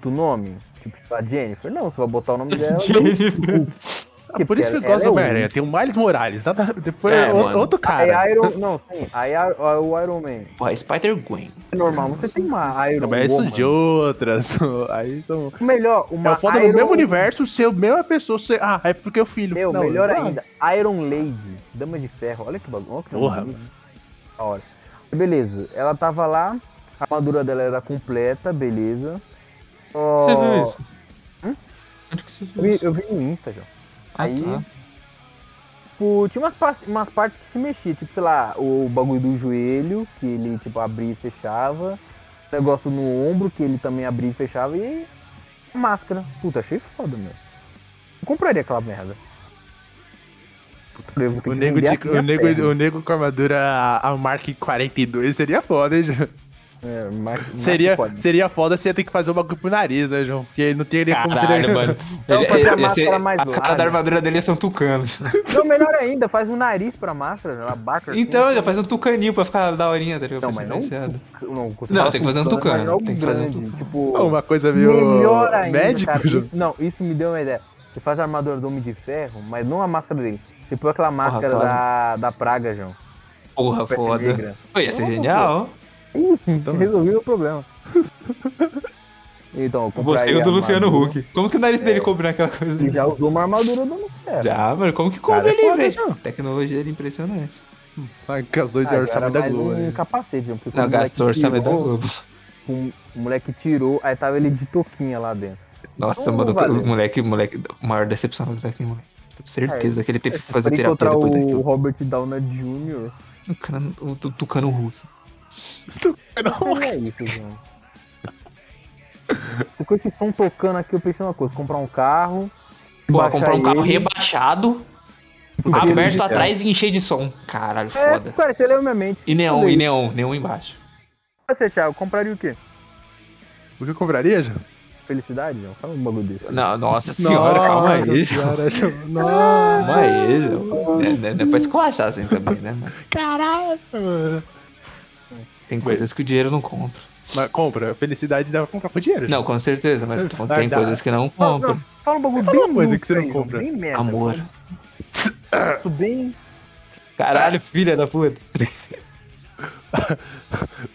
Speaker 3: Do nome? Tipo, sei lá, Jennifer? Não, você vai botar o
Speaker 4: *laughs*
Speaker 3: nome dela.
Speaker 2: *laughs* Jennifer.
Speaker 3: Que
Speaker 4: Ah, Por isso que eu
Speaker 3: ela-
Speaker 4: gosto
Speaker 3: ela
Speaker 4: do
Speaker 3: é
Speaker 4: Homem-Aranha. Tem o Miles Morales. nada- depois
Speaker 2: É,
Speaker 4: é, o-
Speaker 2: mano.
Speaker 4: outro
Speaker 3: Aí
Speaker 4: cara.
Speaker 3: Iron. Não, sim. Aí a- a- o Iron Man.
Speaker 2: Pô, é Spider-Gwen.
Speaker 3: É normal, você tem uma Iron
Speaker 4: Mas são
Speaker 3: Woman.
Speaker 4: de outras. *laughs* Aí são.
Speaker 3: O Melhor,
Speaker 4: É
Speaker 3: uma
Speaker 4: o foda
Speaker 3: Iron...
Speaker 4: do mesmo universo, ser a mesma pessoa. Ser... Ah, é porque o filho.
Speaker 3: Meu,
Speaker 4: Não,
Speaker 3: melhor
Speaker 4: não.
Speaker 3: ainda. Iron Lady, Dama de Ferro. Olha que bagulho. olha que
Speaker 4: Porra,
Speaker 3: bagulho. Da hora. Beleza, ela tava lá, a armadura dela era completa, beleza. Ó,
Speaker 2: Você viu isso?
Speaker 4: Hum?
Speaker 2: Onde que você
Speaker 3: Eu
Speaker 2: viu
Speaker 3: vi,
Speaker 2: isso?
Speaker 3: eu vi no Insta, já.
Speaker 2: Ah,
Speaker 3: aí-
Speaker 2: tá.
Speaker 3: Tipo, tinha umas, pas- umas partes que se mexia, tipo, sei lá, o bagulho do joelho, que ele, tipo, abria e fechava. O negócio no ombro, que ele também abria e fechava. E a máscara. Puta, achei foda, meu. Eu compraria aquela merda. Puta, eu vou ter
Speaker 4: O
Speaker 3: que
Speaker 4: nego,
Speaker 3: vender
Speaker 4: de-
Speaker 3: a minha é
Speaker 4: o, nego,
Speaker 3: perna.
Speaker 4: o nego com a armadura a Mark 42 seria foda, hein, João?
Speaker 3: É, mas- mas
Speaker 4: Seria,
Speaker 3: pode.
Speaker 4: seria foda se ia ter que fazer um bagulho pro nariz, né, João? Porque não teria como
Speaker 2: Caralho, mano.
Speaker 3: Então,
Speaker 2: Ele-
Speaker 3: pra ter a
Speaker 2: ele- ia ser-
Speaker 3: máscara mais
Speaker 2: a cara
Speaker 3: larga.
Speaker 2: da armadura dele ia ser um tucano.
Speaker 3: *laughs* Não, melhor ainda, faz um nariz pra máscara, ela bate. assim.
Speaker 2: Então, já faz um tucaninho pra ficar daorinha, tá ligado?
Speaker 3: Não,
Speaker 2: Pra
Speaker 3: mas não-
Speaker 2: diferenciado.
Speaker 3: Não,
Speaker 2: Não, tem que fazer um
Speaker 3: tucano,
Speaker 2: tucano,
Speaker 3: mas algo
Speaker 2: tem que fazer um
Speaker 3: grande,
Speaker 2: tucano.
Speaker 3: Tipo,
Speaker 4: *laughs* Uma coisa meio
Speaker 3: melhor ainda.
Speaker 4: médico,
Speaker 3: cara.
Speaker 4: João.
Speaker 3: Isso- não, isso me deu uma ideia. Você faz a armadura do Homem de Ferro, mas não a máscara dele. Você põe aquela máscara
Speaker 2: aquelas-
Speaker 3: da, da Praga, João.
Speaker 2: Porra,
Speaker 3: Peste
Speaker 2: foda. *laughs*
Speaker 3: negra.
Speaker 2: Pô, ia ser genial.
Speaker 3: Ih, resolvi o
Speaker 2: *laughs*
Speaker 3: problema. Então, eu compraria
Speaker 2: Você e o do
Speaker 3: a
Speaker 2: Luciano
Speaker 3: armadura.
Speaker 2: Huck. Como que o nariz dele coube naquela coisa?
Speaker 3: Ele já usou uma armadura do Homem de Ferro.
Speaker 2: Já, mano, como que coube
Speaker 4: Cara, é
Speaker 2: ali,
Speaker 4: foda,
Speaker 2: velho?
Speaker 4: João.
Speaker 2: Tecnologia dele impressionante.
Speaker 4: Ah, que as dois
Speaker 3: Ah,
Speaker 4: de
Speaker 3: já
Speaker 4: orçamento
Speaker 3: era
Speaker 4: da
Speaker 3: mais
Speaker 4: Globo.
Speaker 3: um
Speaker 4: né?
Speaker 3: capacete, João. porque quando
Speaker 2: Não,
Speaker 3: o moleque
Speaker 2: gastou o orçamento da
Speaker 3: tirou-
Speaker 2: Globo.
Speaker 3: um- O moleque tirou, aí tava ele de touquinha lá dentro.
Speaker 2: Nossa,
Speaker 3: Não
Speaker 2: mano,
Speaker 3: valeu.
Speaker 2: o moleque, o moleque, a maior decepção daquele moleque. Tenho certeza que ele teve que fazer
Speaker 3: É. Pra
Speaker 2: terapia
Speaker 3: encontrar
Speaker 2: depois
Speaker 3: o
Speaker 2: daquilo.
Speaker 3: Robert Downey Jr.
Speaker 2: O cara, o tu- Tucano Hulk.
Speaker 3: Não é isso, João. *laughs* Com esse som tocando aqui, eu pensei uma coisa: comprar um carro.
Speaker 2: Bora
Speaker 3: baixar
Speaker 2: comprar um carro
Speaker 3: ele,
Speaker 2: rebaixado,
Speaker 3: porque ele
Speaker 2: aberto
Speaker 3: um de-
Speaker 2: atrás e encher de som. Caralho,
Speaker 3: É,
Speaker 2: foda.
Speaker 3: cara, você leu minha mente.
Speaker 2: E neon,
Speaker 3: Falei.
Speaker 2: e neon, neon embaixo.
Speaker 3: Você, Thiago, compraria o quê?
Speaker 4: O que eu compraria, João?
Speaker 3: Felicidade, não? Fala um bagulho desse.
Speaker 2: Não, nossa senhora, calma aí.
Speaker 4: Nossa
Speaker 2: João.
Speaker 4: senhora, *laughs* João. Nossa.
Speaker 2: Calma aí, João. É, né, Não é pra esculachar assim também, né? mano?
Speaker 4: Caralho. mano.
Speaker 2: Tem coisas que o dinheiro não compra.
Speaker 4: Mas compra, felicidade dá pra comprar com dinheiro.
Speaker 2: Não, com certeza, mas eu tô falando, tem
Speaker 4: Verdade.
Speaker 2: coisas que não
Speaker 3: Não, não,
Speaker 2: compra.
Speaker 3: Fala um bagulho
Speaker 4: Fala uma
Speaker 3: bem
Speaker 4: coisa
Speaker 3: lúdico
Speaker 4: que você não
Speaker 3: aí, João,
Speaker 4: compra.
Speaker 3: Bem merda.
Speaker 2: Amor.
Speaker 3: Isso bem...
Speaker 2: Caralho, filha da puta.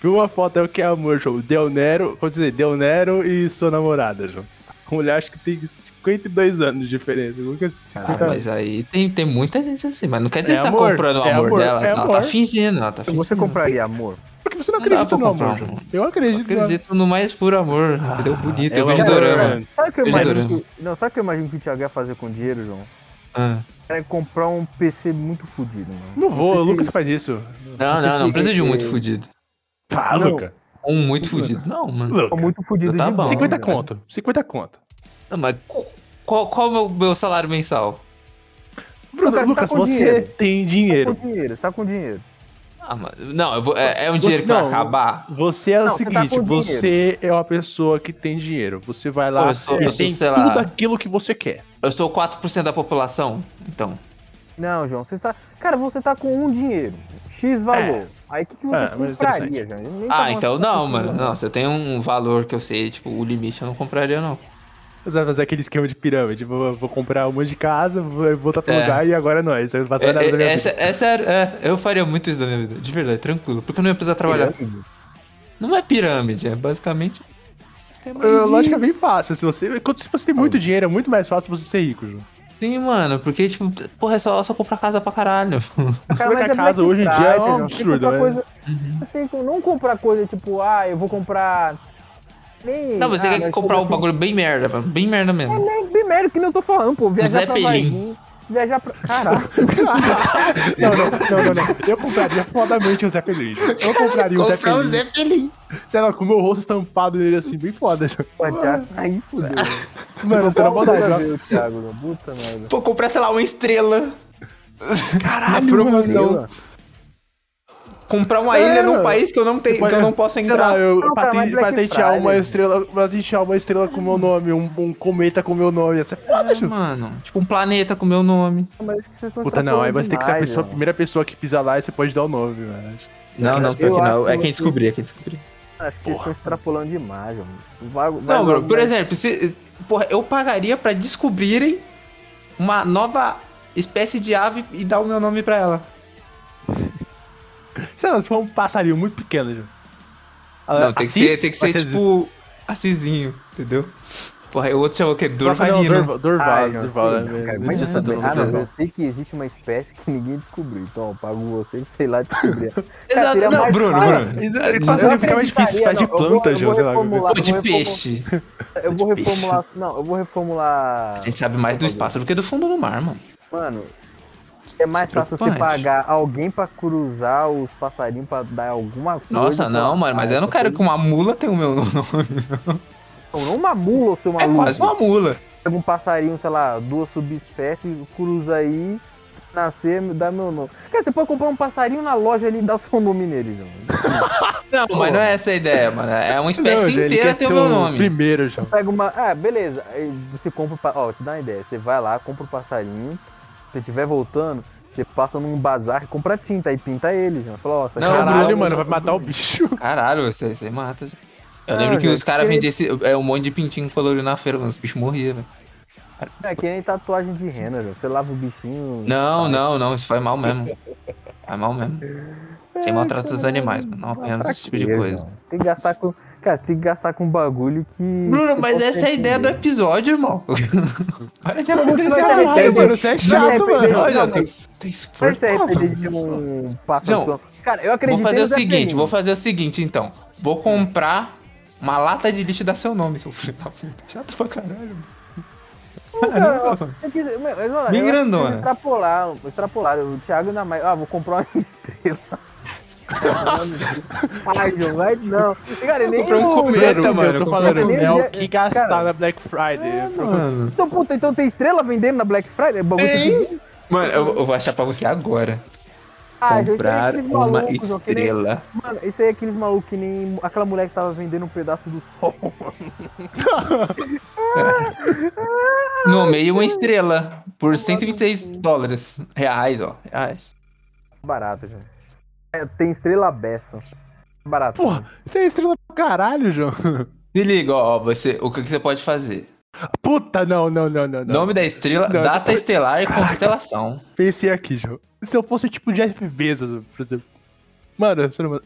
Speaker 4: Viu uma foto é o que é amor, João. Del Nero, como dizer, Del Nero e sua namorada, João. A mulher acho que tem 52 anos de diferença. Como que é
Speaker 2: Ah,
Speaker 4: 50 anos?
Speaker 2: mas aí tem, tem muita gente assim, mas não quer dizer
Speaker 4: É
Speaker 2: que tá
Speaker 4: amor,
Speaker 2: comprando o
Speaker 4: é
Speaker 2: amor,
Speaker 4: amor,
Speaker 2: dela.
Speaker 4: é
Speaker 2: ela tá
Speaker 4: amor.
Speaker 2: fingindo, ela tá
Speaker 3: Se
Speaker 2: fingindo.
Speaker 3: você compraria amor...
Speaker 4: Porque você não
Speaker 2: Não dá
Speaker 4: acredita
Speaker 2: pra
Speaker 4: no amor,
Speaker 2: comprar um.
Speaker 4: João. Eu acredito,
Speaker 2: Eu acredito no mais puro amor, entendeu? Bonito, eu vejo
Speaker 4: Ah, é amor,
Speaker 2: dorama.
Speaker 4: *laughs* mano.
Speaker 3: Sabe o que eu
Speaker 2: Veja
Speaker 3: imagino
Speaker 2: Dorama.
Speaker 3: que- Não, sabe o que eu imagino que o Thiago ia fazer com o dinheiro, João?
Speaker 2: Ah.
Speaker 3: Era comprar um PC muito fodido, mano.
Speaker 4: Não vou, o Lucas faz isso.
Speaker 2: Não, não, não precisa de um muito fudido.
Speaker 4: Pá,
Speaker 3: Não.
Speaker 4: Luca.
Speaker 2: Um muito fudido, não, mano.
Speaker 4: Luca.
Speaker 3: Muito fodido
Speaker 2: Tá
Speaker 3: de
Speaker 2: bom.
Speaker 4: 50
Speaker 3: né?
Speaker 4: conto. 50 conto.
Speaker 2: Não, mas qual, qual é o meu, meu salário mensal?
Speaker 4: Bruno,
Speaker 3: Lucas, tá
Speaker 4: Lucas,
Speaker 3: com
Speaker 4: você
Speaker 3: dinheiro.
Speaker 4: tem
Speaker 3: Tá
Speaker 4: dinheiro.
Speaker 3: com dinheiro, tá com dinheiro.
Speaker 2: Ah, mano, não, eu vou- é, é um dinheiro que vai
Speaker 4: não.
Speaker 2: acabar.
Speaker 4: Você é o
Speaker 3: Não, você tá
Speaker 4: seguinte,
Speaker 3: com
Speaker 4: você é uma pessoa que tem dinheiro. Você vai lá
Speaker 2: Pô, eu sou-
Speaker 4: e
Speaker 2: eu sou,
Speaker 4: tem
Speaker 2: sei
Speaker 4: tudo
Speaker 2: lá.
Speaker 4: aquilo que você quer.
Speaker 2: Eu sou 4% da população, então.
Speaker 3: Não, João, você tá. Cara, você tá com um dinheiro. X valor. Aí o que, que você
Speaker 4: É, mas
Speaker 3: compraria, João? Eu nem tava- assim,
Speaker 2: Ah, então não, mano. Não, se eu tenho um valor que eu sei, tipo, o limite eu não compraria, não.
Speaker 4: Você vai fazer aquele esquema de pirâmide. Vou, vou comprar um monte de casa, vou voltar pro
Speaker 2: É.
Speaker 4: lugar e agora é nóis. Eu não faço mais nada da
Speaker 2: É,
Speaker 4: minha
Speaker 2: é, é,
Speaker 4: vida.
Speaker 2: sé- é sério, é, eu faria muito isso da minha vida, de verdade, tranquilo. Porque eu não ia precisar
Speaker 3: Uhum.
Speaker 2: trabalhar. Não é pirâmide, é basicamente um sistema aí
Speaker 4: Eu-
Speaker 2: de-
Speaker 4: Lógico que é bem fácil. Se você, quando- se você tem muito dinheiro, é muito mais fácil você ser rico, João.
Speaker 2: Sim, mano, porque, tipo, porra, é só, só comprar casa pra caralho.
Speaker 3: Cara, mas
Speaker 4: Porque a
Speaker 3: é
Speaker 4: casa
Speaker 3: Black
Speaker 4: hoje em dia é
Speaker 3: Friday,
Speaker 4: um
Speaker 3: João. Você tem que
Speaker 4: absurdo,
Speaker 3: comprar
Speaker 4: né?
Speaker 3: coisa- Você tem que não comprar coisa tipo, ah, eu vou comprar. Nem...
Speaker 2: Não, mas você
Speaker 3: ah,
Speaker 2: quer comprar um
Speaker 3: coisa
Speaker 2: bagulho bem merda, mano. Bem merda mesmo.
Speaker 3: assim. É, nem- bem merda que nem eu tô falando, pô. Viajar
Speaker 2: Zé
Speaker 3: pra
Speaker 2: Pelim.
Speaker 3: Varginha, Viajar pra. Caralho.
Speaker 4: *laughs* Não, não, não, não, não. Eu compraria fodamente o Zé Pelinho. Eu compraria o Zé Pelinho.
Speaker 2: Zeppelin.
Speaker 4: Sei lá, com o meu rosto estampado nele assim, bem foda. João.
Speaker 3: Viajar- Aí fudeu.
Speaker 4: Mano, você não
Speaker 3: Nada
Speaker 4: maldade,
Speaker 3: a
Speaker 4: João.
Speaker 3: ver, Thiago, meu. Puta merda.
Speaker 2: Vou comprar, sei lá, uma estrela. *laughs*
Speaker 4: Caralho,
Speaker 2: promoção.
Speaker 4: mano.
Speaker 2: Comprar uma
Speaker 4: É,
Speaker 2: ilha num
Speaker 4: mano.
Speaker 2: país que eu não, tenho, que eu não posso
Speaker 4: Sei lá,
Speaker 2: entrar.
Speaker 4: Então eu
Speaker 3: Não, cara,
Speaker 4: paten-
Speaker 3: mas Black
Speaker 4: patentear uma
Speaker 3: Friday.
Speaker 4: estrela, patentear uma estrela com o meu nome, um, um cometa com o meu nome, ia ser foda,
Speaker 2: É,
Speaker 4: Ju.
Speaker 2: mano, tá tipo um planeta com meu nome.
Speaker 3: Mas acho que vocês estão
Speaker 4: Puta, não, aí você tem que ser a,
Speaker 3: demais,
Speaker 4: pessoa, a
Speaker 3: João.
Speaker 4: primeira pessoa que pisar lá e você pode dar o nome, velho.
Speaker 2: Não, não, pior
Speaker 3: Eu
Speaker 2: que não.
Speaker 3: acho
Speaker 2: É quem
Speaker 3: que-
Speaker 2: descobrir, é quem descobrir.
Speaker 3: Acho que vocês estão extrapolando demais, mano. Vai- vai
Speaker 2: Não, bro,
Speaker 3: logo,
Speaker 2: por
Speaker 3: né?
Speaker 2: exemplo, se, porra, eu pagaria pra descobrirem uma nova espécie de ave e dar o meu nome pra ela.
Speaker 4: Sei lá, se for um passarinho muito pequeno, Ju. Ah,
Speaker 2: Não, tem que
Speaker 4: Assis?
Speaker 2: ser, tem que
Speaker 4: Vai
Speaker 2: ser tipo Assisinho, entendeu? Porra, aí o outro chamou o quê?
Speaker 4: Nossa, não,
Speaker 2: Dorvalino.
Speaker 4: Dorval, Dorval,
Speaker 3: Ai, não,
Speaker 4: Dorval,
Speaker 3: sim,
Speaker 4: né,
Speaker 3: cara,
Speaker 4: velho?
Speaker 3: mas
Speaker 4: Isso
Speaker 3: eu
Speaker 4: é
Speaker 3: também-
Speaker 4: todo
Speaker 3: ah, não,
Speaker 4: Dorval.
Speaker 3: eu sei que existe uma espécie que ninguém descobriu. Então, eu pago você, sei lá,
Speaker 2: *laughs*
Speaker 3: descobrir.
Speaker 2: Exato,
Speaker 3: É, seria
Speaker 2: não,
Speaker 3: mais
Speaker 2: Bruno,
Speaker 3: fácil.
Speaker 2: Bruno.
Speaker 4: Isso-
Speaker 3: um
Speaker 4: Passarinho fica mais difícil, se faz de
Speaker 3: Não, eu vou-
Speaker 4: planta,
Speaker 3: eu
Speaker 4: Ju,
Speaker 3: vou
Speaker 4: sei lá.
Speaker 3: reformular.
Speaker 2: Pô, de
Speaker 3: eu vou
Speaker 2: peixe.
Speaker 3: Eu vou
Speaker 2: Difícil.
Speaker 3: reformular. Não, eu vou reformular.
Speaker 2: A gente sabe mais
Speaker 3: um
Speaker 2: do espaço do que do fundo do mar, mano.
Speaker 3: Mano, é mais
Speaker 2: Isso é
Speaker 3: fácil você
Speaker 2: preocupante.
Speaker 3: pagar alguém pra cruzar os passarinhos pra dar alguma coisa.
Speaker 2: Nossa, não,
Speaker 3: pra-
Speaker 2: mano, mas
Speaker 3: Ah,
Speaker 2: eu não quero que uma mula tenha o meu *laughs* nome.
Speaker 3: Não, uma mula, seu
Speaker 2: É
Speaker 3: maluco.
Speaker 2: quase uma mula.
Speaker 3: Pega um passarinho, sei lá, duas subespécies, cruza aí, nascer, me dá meu nome. Cara, você pode comprar um passarinho na loja ali e dar o seu nome nele, João.
Speaker 2: Não, mas não é essa a ideia, mano. É *laughs* uma
Speaker 4: Não,
Speaker 2: espécie
Speaker 4: ele
Speaker 2: inteira
Speaker 4: quer
Speaker 2: ter o
Speaker 4: ser
Speaker 2: meu nome.
Speaker 4: Primeiro, João.
Speaker 3: Pega uma. Ah, beleza. Aí você compra. o pa- Ó, vou te dá uma ideia. Você vai lá, compra o passarinho. Se estiver voltando, você passa num bazar e compra tinta e pinta ele, João. Fala, ó, essa
Speaker 2: Não,
Speaker 3: aqui é
Speaker 2: Bruno,
Speaker 4: Caralho,
Speaker 2: Bruno,
Speaker 4: mano, vai matar o bicho.
Speaker 2: Caralho, você, você mata. gente. Eu
Speaker 3: Ah,
Speaker 2: lembro que
Speaker 3: gente,
Speaker 2: os caras
Speaker 3: que-
Speaker 2: vendiam esse, é, um monte de pintinho colorido na feira, mano. Os bichos morriam, velho.
Speaker 3: É que nem tatuagem de rena, João. Você lava o bichinho.
Speaker 2: Não, não, não, isso faz mal mesmo. Faz mal mesmo. Você maltrata os animais, mano. Não apanhando
Speaker 3: Pra
Speaker 2: esse tipo de
Speaker 3: quê,
Speaker 2: coisa.
Speaker 3: João? Tem que gastar com. Cara, tem que gastar com um bagulho que.
Speaker 2: Bruno,
Speaker 3: que né?
Speaker 2: mas
Speaker 3: possa
Speaker 2: essa é a ideia do
Speaker 3: entender.
Speaker 2: episódio, irmão. *laughs* Para de
Speaker 3: Você
Speaker 2: apodrecer
Speaker 3: vai
Speaker 2: a
Speaker 3: se
Speaker 2: ideia.
Speaker 4: Caralho,
Speaker 3: arrepender.
Speaker 4: mano, você é chato,
Speaker 3: arrepender.
Speaker 4: mano.
Speaker 2: Olha,
Speaker 3: Não,
Speaker 2: tá-
Speaker 3: mas-
Speaker 2: tá
Speaker 3: Você se
Speaker 2: insuportável.
Speaker 3: arrepende de um
Speaker 2: João,
Speaker 3: passão. Cara, eu acredito
Speaker 2: Vou
Speaker 3: em
Speaker 2: fazer o
Speaker 3: Zé
Speaker 2: seguinte,
Speaker 3: Pelinho.
Speaker 2: vou fazer o seguinte então. Vou comprar uma lata de lixo e dar seu nome, seu filho da puta. Chato pra caralho. mano. Caramba, mano.
Speaker 3: Eu quis- meu, mas, olha,
Speaker 2: Bem
Speaker 3: eu acho que
Speaker 2: grandona.
Speaker 3: eles Extrapolaram, extrapolaram. O Thiago ainda mais. Ah, vou comprar uma estrela. Ai, João, vai não. Cara, nem
Speaker 2: Comprou um
Speaker 3: o-
Speaker 2: cometa,
Speaker 4: Bruno,
Speaker 2: mano,
Speaker 4: Eu tô
Speaker 2: comprou
Speaker 4: falando,
Speaker 3: um
Speaker 4: é
Speaker 3: cometa.
Speaker 4: o que gastar
Speaker 3: Cara,
Speaker 4: na Black Friday.
Speaker 2: Mano,
Speaker 3: Então, puta, então tem estrela vendendo na Black Friday? É bagulho
Speaker 2: Tem.
Speaker 3: que-
Speaker 2: mano eu, eu vou achar pra você agora.
Speaker 3: Ah, gente,
Speaker 2: comprar
Speaker 3: aqueles
Speaker 2: uma
Speaker 3: malucos, ó, que nem-
Speaker 2: estrela.
Speaker 3: Mano, isso aí é aqueles malucos que nem aquela mulher que tava vendendo um pedaço do sol. *laughs*
Speaker 2: No meio, uma estrela. Por 126 dólares. Reais, ó. Reais.
Speaker 3: Barato, gente. É, tem estrela beça. Barato.
Speaker 4: Porra, tem estrela pra caralho, João. *laughs*
Speaker 2: Se liga, ó, você, o que que você pode fazer?
Speaker 4: Puta, não, não, não, não. não.
Speaker 2: Nome da estrela,
Speaker 4: Não,
Speaker 2: data estelar e constelação.
Speaker 4: Pensei aqui, João. Se eu fosse tipo Jeff Bezos, por exemplo. Mano, você não...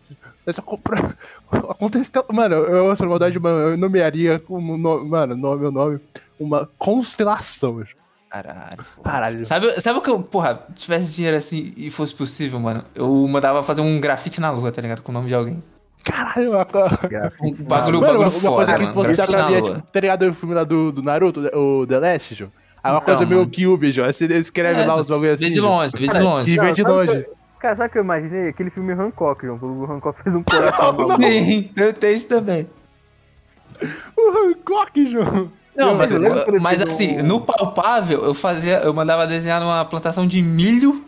Speaker 4: eu só *laughs* compra... Aconteceu... Mano, eu, sou maldade, mano, eu nomearia como no... mano, no meu nome uma constelação. João.
Speaker 2: Caralho. pô.
Speaker 4: Caralho.
Speaker 2: Sabe, sabe o que eu, porra, tivesse dinheiro assim e fosse possível, mano? Eu mandava fazer um grafite na lua, tá ligado? Com o nome de alguém.
Speaker 4: Caralho, uma...
Speaker 2: Um
Speaker 3: Gráfico.
Speaker 2: bagulho,
Speaker 4: Mano,
Speaker 2: bagulho
Speaker 4: uma, uma
Speaker 2: foda,
Speaker 4: coisa que
Speaker 2: mano.
Speaker 4: você já
Speaker 2: grafite na
Speaker 4: sabia,
Speaker 2: lua.
Speaker 4: tipo, tá ligado o filme lá do, do Naruto, o The Last, João? Aí uma
Speaker 2: Então,
Speaker 4: coisa meio
Speaker 2: mano.
Speaker 4: Cube, João. Aí Você escreve
Speaker 2: É,
Speaker 4: lá os
Speaker 2: você
Speaker 4: bagulho assim.
Speaker 2: Vê de
Speaker 4: João.
Speaker 2: longe, vê de
Speaker 4: Cara,
Speaker 2: longe.
Speaker 4: que- vem de
Speaker 3: sabe
Speaker 4: longe.
Speaker 3: que- é? Cara, sabe o que eu imaginei? Aquele filme Hancock, João. quando O Hancock fez um coração
Speaker 4: Não,
Speaker 3: maluco.
Speaker 2: Sim, eu tenho isso também.
Speaker 4: O Hancock, João.
Speaker 2: Não, mas,
Speaker 3: eu lembro quando eu
Speaker 2: mas
Speaker 3: fiz
Speaker 2: assim,
Speaker 3: um-
Speaker 2: no palpável, eu fazia, eu mandava desenhar numa plantação de milho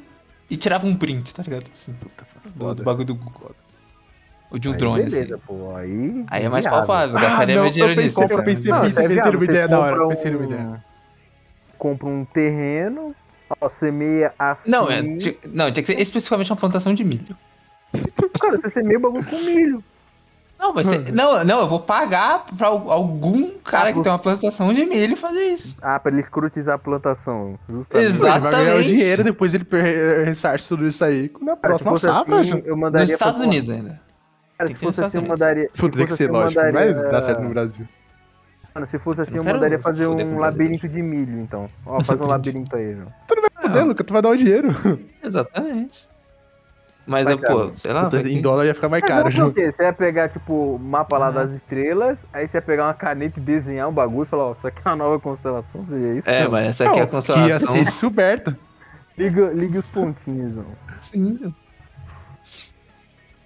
Speaker 2: e tirava um print, tá ligado? Assim,
Speaker 4: é
Speaker 2: do, do bagulho do Google. Ou de um
Speaker 3: Aí,
Speaker 2: drone,
Speaker 3: beleza,
Speaker 2: assim.
Speaker 3: pô. Aí.
Speaker 2: Aí é mais
Speaker 3: viável.
Speaker 2: palpável,
Speaker 4: Ah,
Speaker 2: gastaria
Speaker 4: não,
Speaker 2: meu dinheiro
Speaker 4: eu pensei-
Speaker 2: nisso. assim.
Speaker 4: eu
Speaker 2: sabe?
Speaker 4: pensei-
Speaker 3: Não,
Speaker 4: Pensei-
Speaker 3: você é
Speaker 4: pensei
Speaker 3: viável,
Speaker 4: numa
Speaker 3: você
Speaker 4: ideia da hora,
Speaker 3: compra um
Speaker 4: pensei numa ideia.
Speaker 3: Compra um terreno, ó, semeia assim.
Speaker 2: Não, é, ti- não, tinha que
Speaker 4: assim.
Speaker 2: ser especificamente uma plantação de milho. tipo,
Speaker 3: Cara, você semeia o bagulho com milho.
Speaker 2: Não, mas você- não, não, eu vou pagar pra al- algum cara que tem uma plantação de milho fazer isso.
Speaker 3: Ah, pra ele escrotizar a plantação. Justamente.
Speaker 2: Exato.
Speaker 4: Ele vai ganhar o
Speaker 2: Exatamente.
Speaker 4: dinheiro, depois ele per- ressarce tudo isso aí na
Speaker 3: Cara, se
Speaker 4: próxima
Speaker 3: fosse
Speaker 4: safra,
Speaker 3: assim,
Speaker 4: João.
Speaker 3: eu mandaria
Speaker 2: Nos Estados
Speaker 3: pra-
Speaker 2: Unidos ainda.
Speaker 3: Cara,
Speaker 2: Tem
Speaker 3: se
Speaker 2: que ser nos
Speaker 3: fosse assim, eu
Speaker 2: Estados Unidos.
Speaker 3: mandaria. se
Speaker 4: Puta, tem que
Speaker 3: fosse
Speaker 4: ser
Speaker 3: assim, eu
Speaker 4: lógico, não vai
Speaker 3: mandaria-
Speaker 4: dar certo no Brasil.
Speaker 3: Mano, se fosse assim,
Speaker 2: não
Speaker 3: eu
Speaker 2: quero
Speaker 3: mandaria fazer
Speaker 2: foder com
Speaker 3: um
Speaker 2: o
Speaker 3: labirinto de milho, então. Ó,
Speaker 2: *laughs*
Speaker 3: faz um labirinto aí, João.
Speaker 4: Fudeu, Luca, tu vai dar o dinheiro.
Speaker 2: Exatamente. Mas,
Speaker 3: Vai,
Speaker 2: eu, pô, sei lá.
Speaker 4: Puta,
Speaker 2: vai
Speaker 4: em
Speaker 2: que-
Speaker 4: dólar ia ficar mais
Speaker 3: Mas
Speaker 4: caro,
Speaker 3: vamos
Speaker 4: João.
Speaker 3: por quê? Você ia pegar, tipo, o mapa lá
Speaker 4: Uhum.
Speaker 3: das estrelas, aí você ia pegar uma caneta e desenhar um bagulho e falar, ó, isso aqui é uma nova constelação, seria isso?
Speaker 2: É, mas essa aqui é a
Speaker 4: Que ia
Speaker 2: constelação.
Speaker 4: ser descoberta.
Speaker 3: Liga, liga os pontinhos, João.
Speaker 2: Sim.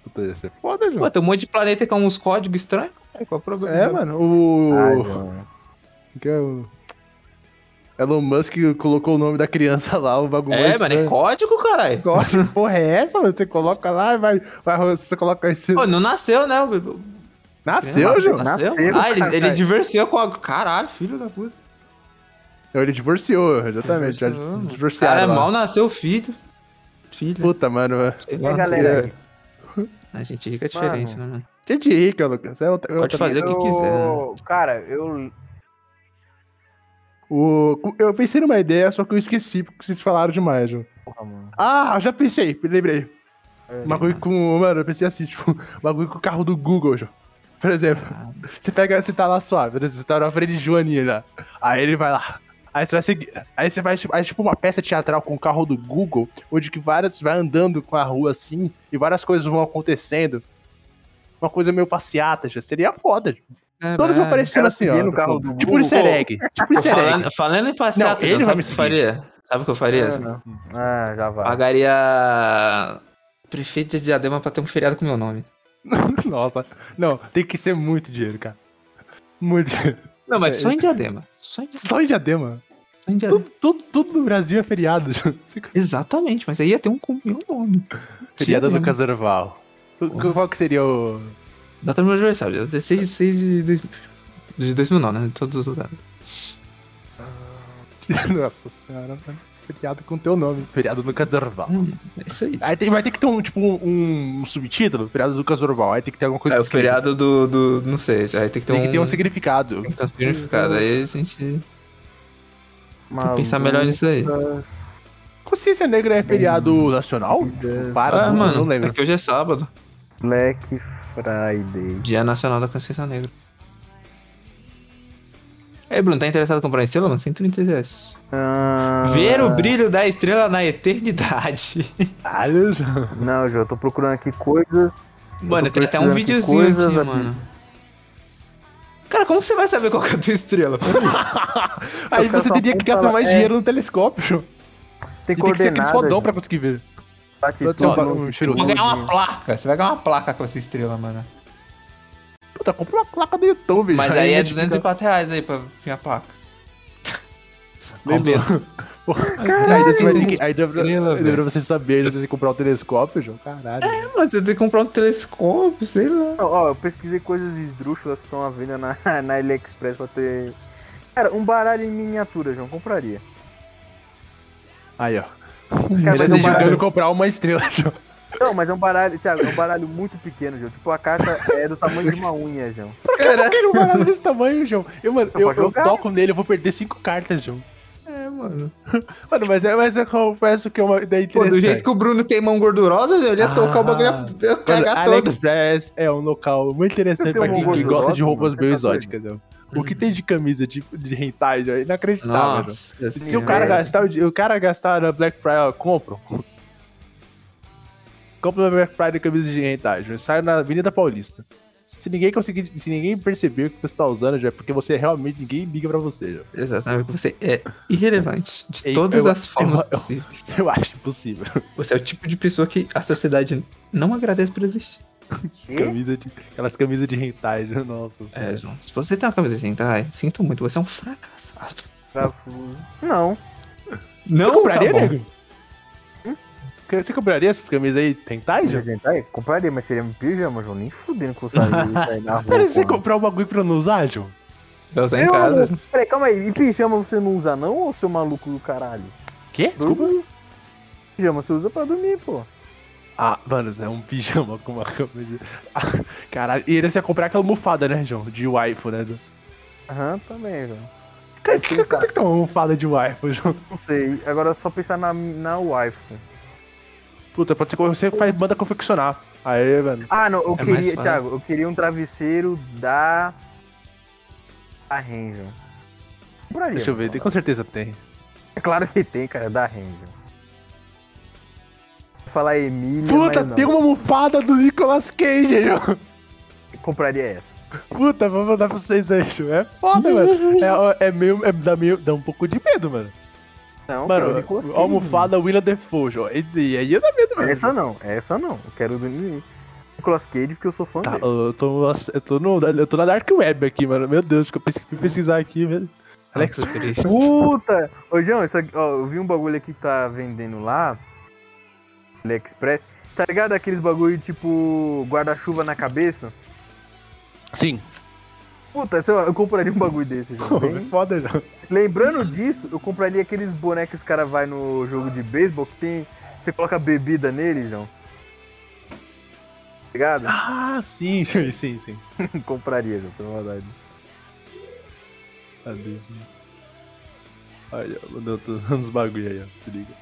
Speaker 4: Puta, ia ser foda, João.
Speaker 2: Pô, tem um monte de planeta com uns códigos estranhos. cara, Qual o problema?
Speaker 4: É, mano, o...
Speaker 3: Ai, João.
Speaker 4: que é o... Elon Musk colocou o nome da criança lá, o bagulho.
Speaker 2: É, mano, é
Speaker 4: estranho.
Speaker 2: código, caralho.
Speaker 4: Código, que porra, é essa, mano? Você coloca lá e vai, vai. Você coloca esse.
Speaker 2: Pô, não nasceu, né?
Speaker 4: Nasceu, João?
Speaker 3: Nasceu,
Speaker 2: Nasceu? ah, ele, ele
Speaker 3: caralho.
Speaker 2: divorciou com a... Caralho, filho da puta.
Speaker 4: Não, Ele divorciou, é exatamente. já
Speaker 2: Divorciou, mano.
Speaker 4: Divorciaram.
Speaker 2: Cara,
Speaker 4: lá.
Speaker 2: mal nasceu o filho. Filho.
Speaker 4: Puta, mano. é-
Speaker 2: sei
Speaker 3: E
Speaker 2: lá,
Speaker 3: a
Speaker 2: não sei.
Speaker 3: galera?
Speaker 2: A gente rica é diferente, né, mano?
Speaker 4: Gente rica, Lucas. É outra,
Speaker 2: Pode
Speaker 4: outra-
Speaker 2: fazer o que quiser. né?
Speaker 3: Eu- Cara, eu...
Speaker 4: O, eu pensei numa ideia, só que eu esqueci, porque vocês falaram demais, João.
Speaker 3: Porra, mano.
Speaker 4: Ah, já pensei, lembrei.
Speaker 3: É.
Speaker 4: Bagulho com. Mano, eu pensei assim, tipo, bagulho com o carro do Google, João. Por exemplo,
Speaker 3: Ah.
Speaker 4: você pega, você tá lá suave, beleza? Você tá na frente de Joaninha lá. Aí ele vai lá. Aí você vai seguir. Aí você faz tipo, aí, tipo uma peça teatral com o carro do Google, onde que várias vai andando com a rua assim e várias coisas vão acontecendo. Uma coisa meio passeata, já seria foda. Tipo. Todos vão aparecendo
Speaker 3: É Cara,
Speaker 4: assim, ó.
Speaker 3: seguindo o carro do
Speaker 4: tipo
Speaker 3: Google.
Speaker 2: um
Speaker 4: easter egg.
Speaker 2: tá
Speaker 4: Tipo easter egg.
Speaker 2: Falando, falando em passeata,
Speaker 4: Não,
Speaker 2: João,
Speaker 4: ele é vai
Speaker 2: sabe
Speaker 4: me
Speaker 2: o que eu
Speaker 4: seguir.
Speaker 2: faria? Sabe o que eu faria?
Speaker 4: É.
Speaker 2: João?
Speaker 3: Ah, já vai.
Speaker 2: Pagaria prefeito de Diadema pra ter um feriado com meu
Speaker 4: É,
Speaker 2: nome.
Speaker 4: *laughs* Nossa. Não, tem que ser muito dinheiro, cara. Muito dinheiro.
Speaker 2: Não, mas É.
Speaker 4: É,
Speaker 2: só em Diadema. Só em,
Speaker 4: Só em diadema.
Speaker 2: só em Diadema.
Speaker 4: Tudo, tudo, tudo no Brasil é feriado. *laughs*
Speaker 2: Exatamente, mas aí ia ter um com meu nome. Diadema.
Speaker 4: Casorval. né? Qual que seria o. *laughs*
Speaker 2: Data do meu aniversário, dia 16 de 6 de 2000. De 2000 não, né? Todos os anos.
Speaker 4: Nossa senhora, mano. Feriado com teu nome. Feriado do Casorval.
Speaker 2: É isso aí.
Speaker 4: Aí tem- vai ter que ter um, tipo, um, um subtítulo, feriado do Casorval. Aí tem que ter alguma coisa
Speaker 2: É o
Speaker 4: escrita.
Speaker 2: feriado do, do. Não sei, aí tem que ter
Speaker 4: Tem
Speaker 2: um.
Speaker 4: que ter um significado.
Speaker 2: tem que ter um significado. Aí a gente tem que
Speaker 3: Maluco.
Speaker 4: Ah,
Speaker 2: pensar melhor nisso aí.
Speaker 4: Consciência Negra é feriado nacional? Para,
Speaker 2: Hum. Ah,
Speaker 4: não,
Speaker 2: mano,
Speaker 4: não
Speaker 2: *laughs*
Speaker 4: lembro.
Speaker 2: é que hoje é sábado,
Speaker 3: Black Friday.
Speaker 2: Dia Nacional da Consciência Negra. Ei, Bruno, tá interessado em comprar estrela, mano? 136 reais.
Speaker 3: Ah,
Speaker 2: Ver o brilho da estrela na *laughs* eternidade.
Speaker 4: Caralho, João.
Speaker 3: Não, João, eu tô procurando aqui coisas.
Speaker 2: Mano,
Speaker 3: tô
Speaker 2: tem até
Speaker 3: procurando
Speaker 2: um
Speaker 3: aqui
Speaker 2: videozinho aqui,
Speaker 3: coisas aqui.
Speaker 2: mano. Cara, como que você vai saber qual que é a tua estrela?
Speaker 4: Aí
Speaker 3: Eu quero
Speaker 4: você
Speaker 2: tá
Speaker 3: só
Speaker 4: teria que gastar
Speaker 3: falar-
Speaker 4: mais
Speaker 3: é.
Speaker 4: dinheiro no telescópio, João.
Speaker 3: Tem
Speaker 4: E tem que ser aqueles
Speaker 3: coordenadas.
Speaker 4: fodão
Speaker 3: João.
Speaker 4: pra conseguir ver.
Speaker 3: Latitude,
Speaker 4: Pode ser um bagulho
Speaker 3: longitude.
Speaker 2: Você vai
Speaker 4: cheiroso.
Speaker 2: ganhar uma placa. Você vai ganhar uma placa com essa estrela, mano.
Speaker 4: Puta, compra uma placa do YouTube.
Speaker 2: Mas aí é
Speaker 4: identifica-
Speaker 2: 204 reais aí pra vir a placa.
Speaker 4: *laughs* Lembrou. Aí você
Speaker 2: tem
Speaker 4: vai ter
Speaker 2: que-
Speaker 4: que. Aí
Speaker 2: estrela,
Speaker 4: deveria
Speaker 2: velho.
Speaker 4: você saber, você tem que comprar o telescópio, João. Caralho. né?
Speaker 2: Mano, você tem que comprar um telescópio, sei lá.
Speaker 3: Ó, ó, eu pesquisei coisas esdrúxulas que estão à venda na, *laughs* na AliExpress pra ter. Cara, um baralho em miniatura, João, compraria.
Speaker 4: Aí, ó.
Speaker 3: Cara,
Speaker 4: Você
Speaker 3: mas
Speaker 4: tá
Speaker 3: é um baralho.
Speaker 4: jogando comprar uma estrela, *laughs* João.
Speaker 3: Não, mas é um baralho, Thiago, é um baralho muito pequeno, João. Tipo, a carta é do tamanho de uma unha, João.
Speaker 4: Eu quero um baralho desse tamanho, João. Eu, mano, eu,
Speaker 3: pode
Speaker 4: eu
Speaker 3: jogar.
Speaker 4: toco nele, eu vou perder cinco cartas, João.
Speaker 2: É, mano.
Speaker 4: Mano, mas, é, mas eu confesso que é uma ideia
Speaker 2: Pô,
Speaker 4: interessante.
Speaker 2: do jeito que o Bruno tem mão gordurosa, eu ia tocar o bagulho,
Speaker 4: Ah.
Speaker 2: ia- ia
Speaker 4: Mano,
Speaker 2: cagar todo.
Speaker 4: AliExpress é um local muito
Speaker 3: Tem
Speaker 4: interessante pra
Speaker 3: um
Speaker 4: quem que
Speaker 3: gordurosa,
Speaker 4: gosta de roupas
Speaker 2: né?
Speaker 3: mano,
Speaker 4: meio
Speaker 3: você tá
Speaker 4: exóticas. João. O que tem de camisa de, de hentai, João, é inacreditável. João. Se o
Speaker 2: senhora.
Speaker 4: cara gastar o, di- o cara gastar na Black Friday, ó, compro. Compro na Black Friday camisa de rentar, Júnior. Saio na Avenida Paulista. Se ninguém conseguir, se ninguém perceber o que você tá usando, já é porque você realmente ninguém liga pra você, já.
Speaker 2: Exatamente, você é irrelevante de
Speaker 4: Eu-
Speaker 2: todas
Speaker 4: eu-
Speaker 2: as formas
Speaker 4: eu- eu-
Speaker 2: possíveis.
Speaker 4: Eu acho impossível.
Speaker 2: Você é o tipo de pessoa que a sociedade não agradece por existir.
Speaker 3: E?
Speaker 4: Camisa de, aquelas camisas de rentar, já. nossa.
Speaker 2: É,
Speaker 4: senhora.
Speaker 2: João. Se você tem uma camisa de hentai, sinto muito, você é um fracassado.
Speaker 3: Parafuso. Não.
Speaker 2: Não,
Speaker 4: Você compraria,
Speaker 2: tá bom.
Speaker 4: nego? Hum? Você compraria essas camisas aí rentar, já?
Speaker 3: tá Aí, compraria, mas seria um pijama, João. Nem fudendo que eu usaria isso aí
Speaker 2: tá
Speaker 3: na rua.
Speaker 4: Pera, você
Speaker 3: com-
Speaker 4: comprar um bagulho pra não usar, João?
Speaker 2: Pra usar em
Speaker 3: Eu-
Speaker 2: casa.
Speaker 3: Peraí, calma aí. E pijama você não usa não, ou seu maluco do caralho?
Speaker 4: Quê? Desculpa?
Speaker 3: Dormir. Pijama você usa pra dormir, pô.
Speaker 4: Ah, mano, é um pijama com uma cama de. Ah, caralho, e ele ia comprar aquela almofada, né, João? De waifu, né?
Speaker 3: Aham, também, João.
Speaker 4: Cara, que, que, quanto é que tá uma almofada de waifu, João?
Speaker 3: Não sei. Agora é só pensar na, na wife.
Speaker 4: Puta, pode ser que você faz, manda confeccionar. Aê, mano.
Speaker 3: Ah, não, eu
Speaker 2: É mais
Speaker 3: queria,
Speaker 2: fácil.
Speaker 3: Thiago, eu queria um travesseiro da. Da Ranger. Compraria,
Speaker 4: Deixa eu ver, tem- com certeza tem.
Speaker 3: É claro que tem, cara, da Ranger. Vou falar Emília.
Speaker 4: Puta,
Speaker 3: mas não.
Speaker 4: tem uma almofada do Nicolas Cage, João.
Speaker 3: Compraria essa.
Speaker 4: Puta, vou mandar pra vocês aí, João. É foda, mano. É, é meio. É, dá, meio dá um pouco de medo, mano.
Speaker 3: Não, cara, eu
Speaker 4: Mano,
Speaker 3: me coloquei,
Speaker 4: almofada Willa Defoe, João. E, e aí dá medo,
Speaker 3: mano.
Speaker 4: mano.
Speaker 3: Essa não, essa não. Eu quero do Nicolas Cage porque eu sou fã
Speaker 4: Tá,
Speaker 3: dele.
Speaker 4: eu tô, eu, tô no, eu tô na Dark Web aqui, mano. Meu Deus, que eu pesqui- fui pesquisar aqui, velho. Alex,
Speaker 2: Nossa, Cristo.
Speaker 3: Puta! Ô, João, isso aqui, ó, eu vi um bagulho aqui que tá vendendo lá. AliExpress. Tá ligado aqueles bagulho tipo guarda-chuva na cabeça?
Speaker 4: Sim.
Speaker 3: Puta, sei lá, eu compraria um bagulho desse, João.
Speaker 4: Pô, é
Speaker 3: Bem-
Speaker 4: *laughs* foda, já.
Speaker 3: Lembrando disso, eu compraria aqueles bonecos que os caras vai no jogo de beisebol que tem. Você coloca bebida nele, João. Tá Ligado? *laughs*
Speaker 4: Ah, sim, sim, sim, sim.
Speaker 3: compraria, João, pela verdade.
Speaker 4: Cadê? Olha, né? mandou tu- *laughs* uns bagulho aí, ó. Se liga.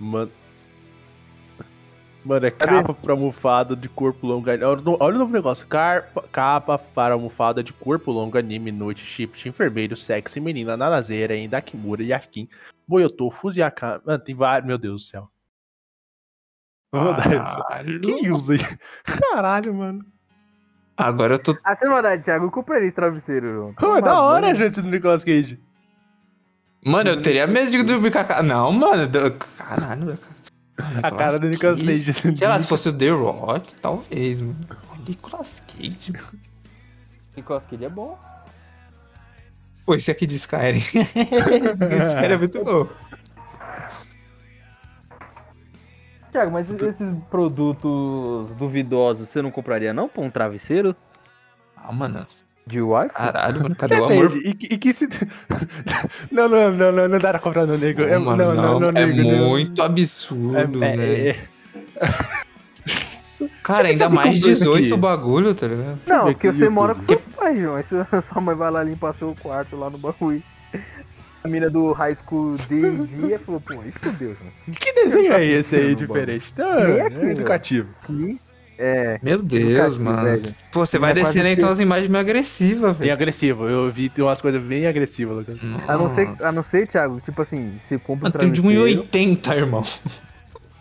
Speaker 4: Mano. Mano, é capa pra almofada de corpo longo. anime. Olha, o no- olha o novo negócio. Carpa- capa para almofada de corpo longo, anime, noite, shift, enfermeiro, sexy, menina, nanazeira, em Dakimura, Yakin, Boyotô, Fuziaka. Mano, tem vários. Meu Deus do céu. Meu Deus. Quem usa isso? Ah, Caralho, mano.
Speaker 2: Agora eu tô.
Speaker 3: Ah, sem maldade, Thiago, eu compraria esse travesseiro, João.
Speaker 4: Pô,
Speaker 3: Toma
Speaker 4: é da hora,
Speaker 3: banho.
Speaker 4: gente, do Nicolas Cage.
Speaker 2: Mano, eu teria medo de dormir com a cara. Não, mano. do- Caralho, cara.
Speaker 4: A cara do Nicolas Cage.
Speaker 2: Sei lá, se fosse o The Rock, talvez, mano. O Nicolas Cage. mano.
Speaker 3: Nicolas Cage é bom.
Speaker 2: Pô, esse aqui de Skyrim. *laughs* esse aqui de Skyrim é muito bom.
Speaker 5: Tiago, mas esses produtos duvidosos você não compraria não pra um travesseiro?
Speaker 2: Ah, mano.
Speaker 3: De wife?
Speaker 2: Caralho, mano. Cadê o amor?
Speaker 4: Depende. E, que- e que se. *laughs* não, não, não, não, não dá pra comprar no nego. É,
Speaker 2: mano,
Speaker 4: não, não, não,
Speaker 2: é
Speaker 4: nego, não.
Speaker 2: muito absurdo,
Speaker 4: É- é-
Speaker 2: velho.
Speaker 4: é-
Speaker 2: *laughs* Cara, ainda
Speaker 4: sabe
Speaker 2: mais
Speaker 4: comprando
Speaker 2: 18
Speaker 4: aqui.
Speaker 2: bagulho, tá ligado?
Speaker 3: Não,
Speaker 4: ver
Speaker 3: porque
Speaker 4: aqui
Speaker 3: você
Speaker 4: no
Speaker 3: mora com
Speaker 4: YouTube.
Speaker 3: seu pai, João. Aí sua *laughs* sua mãe vai lá limpar seu quarto lá no bagulho. A mina do high school D&D falou, pô, isso fudeu, João.
Speaker 4: Que desenho é esse aí
Speaker 3: Mano,
Speaker 4: diferente? Não,
Speaker 3: Nem
Speaker 4: é
Speaker 3: aqui, meu.
Speaker 4: educativo.
Speaker 3: Que- É,
Speaker 2: Meu Deus,
Speaker 3: vi,
Speaker 2: mano.
Speaker 3: velho.
Speaker 2: Pô, você vai
Speaker 3: Ainda quase
Speaker 2: descendo aí,
Speaker 3: que-
Speaker 2: então as imagens meio agressivas,
Speaker 4: Tem
Speaker 2: velho.
Speaker 4: agressivo. Eu vi tem umas coisas bem agressivas, Lucas.
Speaker 2: Hum.
Speaker 3: a não ser, a não ser, Thiago, tipo assim, você compra um
Speaker 2: Mano, tem de
Speaker 3: travesseiro...
Speaker 2: 1,80, irmão.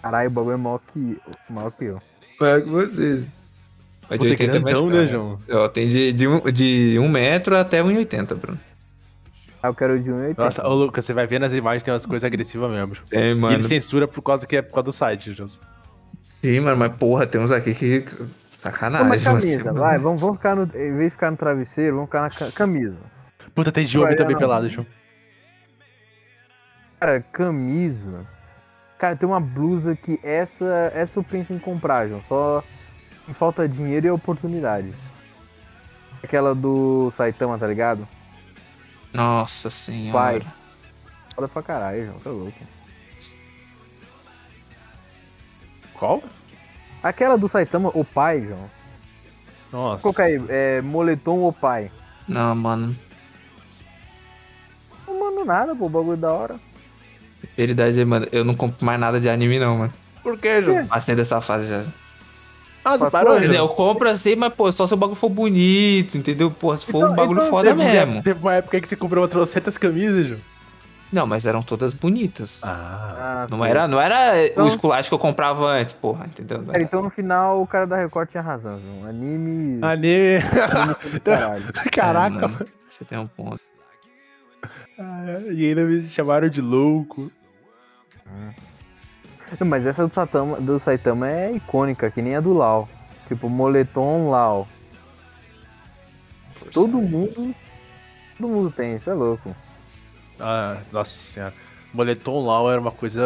Speaker 3: Caralho, o bagulho é maior que, maior que eu.
Speaker 2: Maior que você. Mas
Speaker 4: Puta, que
Speaker 2: é mais
Speaker 4: grandão,
Speaker 2: caro.
Speaker 4: né, João?
Speaker 2: Ó, tem de, de, um, de um metro até 1,80, Bruno.
Speaker 3: Ah, eu quero de 1,80.
Speaker 4: Nossa, ô Lucas, você vai ver nas imagens tem umas coisas agressivas mesmo.
Speaker 2: Tem,
Speaker 4: E
Speaker 2: É, mano.
Speaker 4: ele censura por causa que é por causa do site, João.
Speaker 2: Sim, mano, mas porra, tem uns aqui que. Sacanagem.
Speaker 3: Toma a camisa,
Speaker 2: mano.
Speaker 3: vai, vamos, vamos ficar no, em vez de ficar no travesseiro, vamos ficar na ca- camisa.
Speaker 4: Puta, tem Diogo
Speaker 3: Vai,
Speaker 4: também
Speaker 3: não.
Speaker 4: pelado, João.
Speaker 3: Cara, camisa. Cara, tem uma blusa que essa, essa eu penso em comprar, João. Só me falta dinheiro e oportunidade. Aquela do Saitama, tá ligado?
Speaker 2: Nossa senhora.
Speaker 3: Foda pra caralho, João. Tá louco.
Speaker 4: Qual?
Speaker 3: Aquela do Saitama, o pai, João.
Speaker 4: Nossa.
Speaker 3: Coloca aí, é, moletom ou pai.
Speaker 2: Não, mano.
Speaker 3: Não mando nada, pô, bagulho da hora.
Speaker 2: Verdade, mano. Eu não compro mais nada de anime, não, mano.
Speaker 4: Por que, João?
Speaker 2: Passei dessa fase já.
Speaker 4: Ah,
Speaker 3: Mas
Speaker 4: você parou,
Speaker 2: Quer dizer, eu
Speaker 4: João?
Speaker 2: compro assim, mas, pô, só se o bagulho for bonito, entendeu? Pô, se for um bagulho foda
Speaker 4: Teve um dia-
Speaker 2: mesmo.
Speaker 4: Teve uma época que você comprou trocentas camisas, João.
Speaker 2: Não, mas eram todas bonitas.
Speaker 4: Ah.
Speaker 3: Ah,
Speaker 2: não
Speaker 3: pô.
Speaker 2: era, não era
Speaker 3: Então-
Speaker 2: o esculacho que eu comprava antes, porra, entendeu? Não
Speaker 3: Cara,
Speaker 2: era-
Speaker 3: então no final o cara da Record tinha razão, João. Anime.
Speaker 4: *laughs* Anime.
Speaker 3: anime foi do caralho.
Speaker 2: É,
Speaker 4: Ah, Caraca,
Speaker 2: mano, Você tem um ponto.
Speaker 4: Ah, E ainda me chamaram de louco.
Speaker 3: Não, *laughs* Mas essa do Saitama, do Saitama é icônica, que nem a do Lau. Tipo, moletom Lau. Todo mundo. Todo mundo tem, isso é louco.
Speaker 4: Ah, nossa senhora. Moletom lá era uma coisa.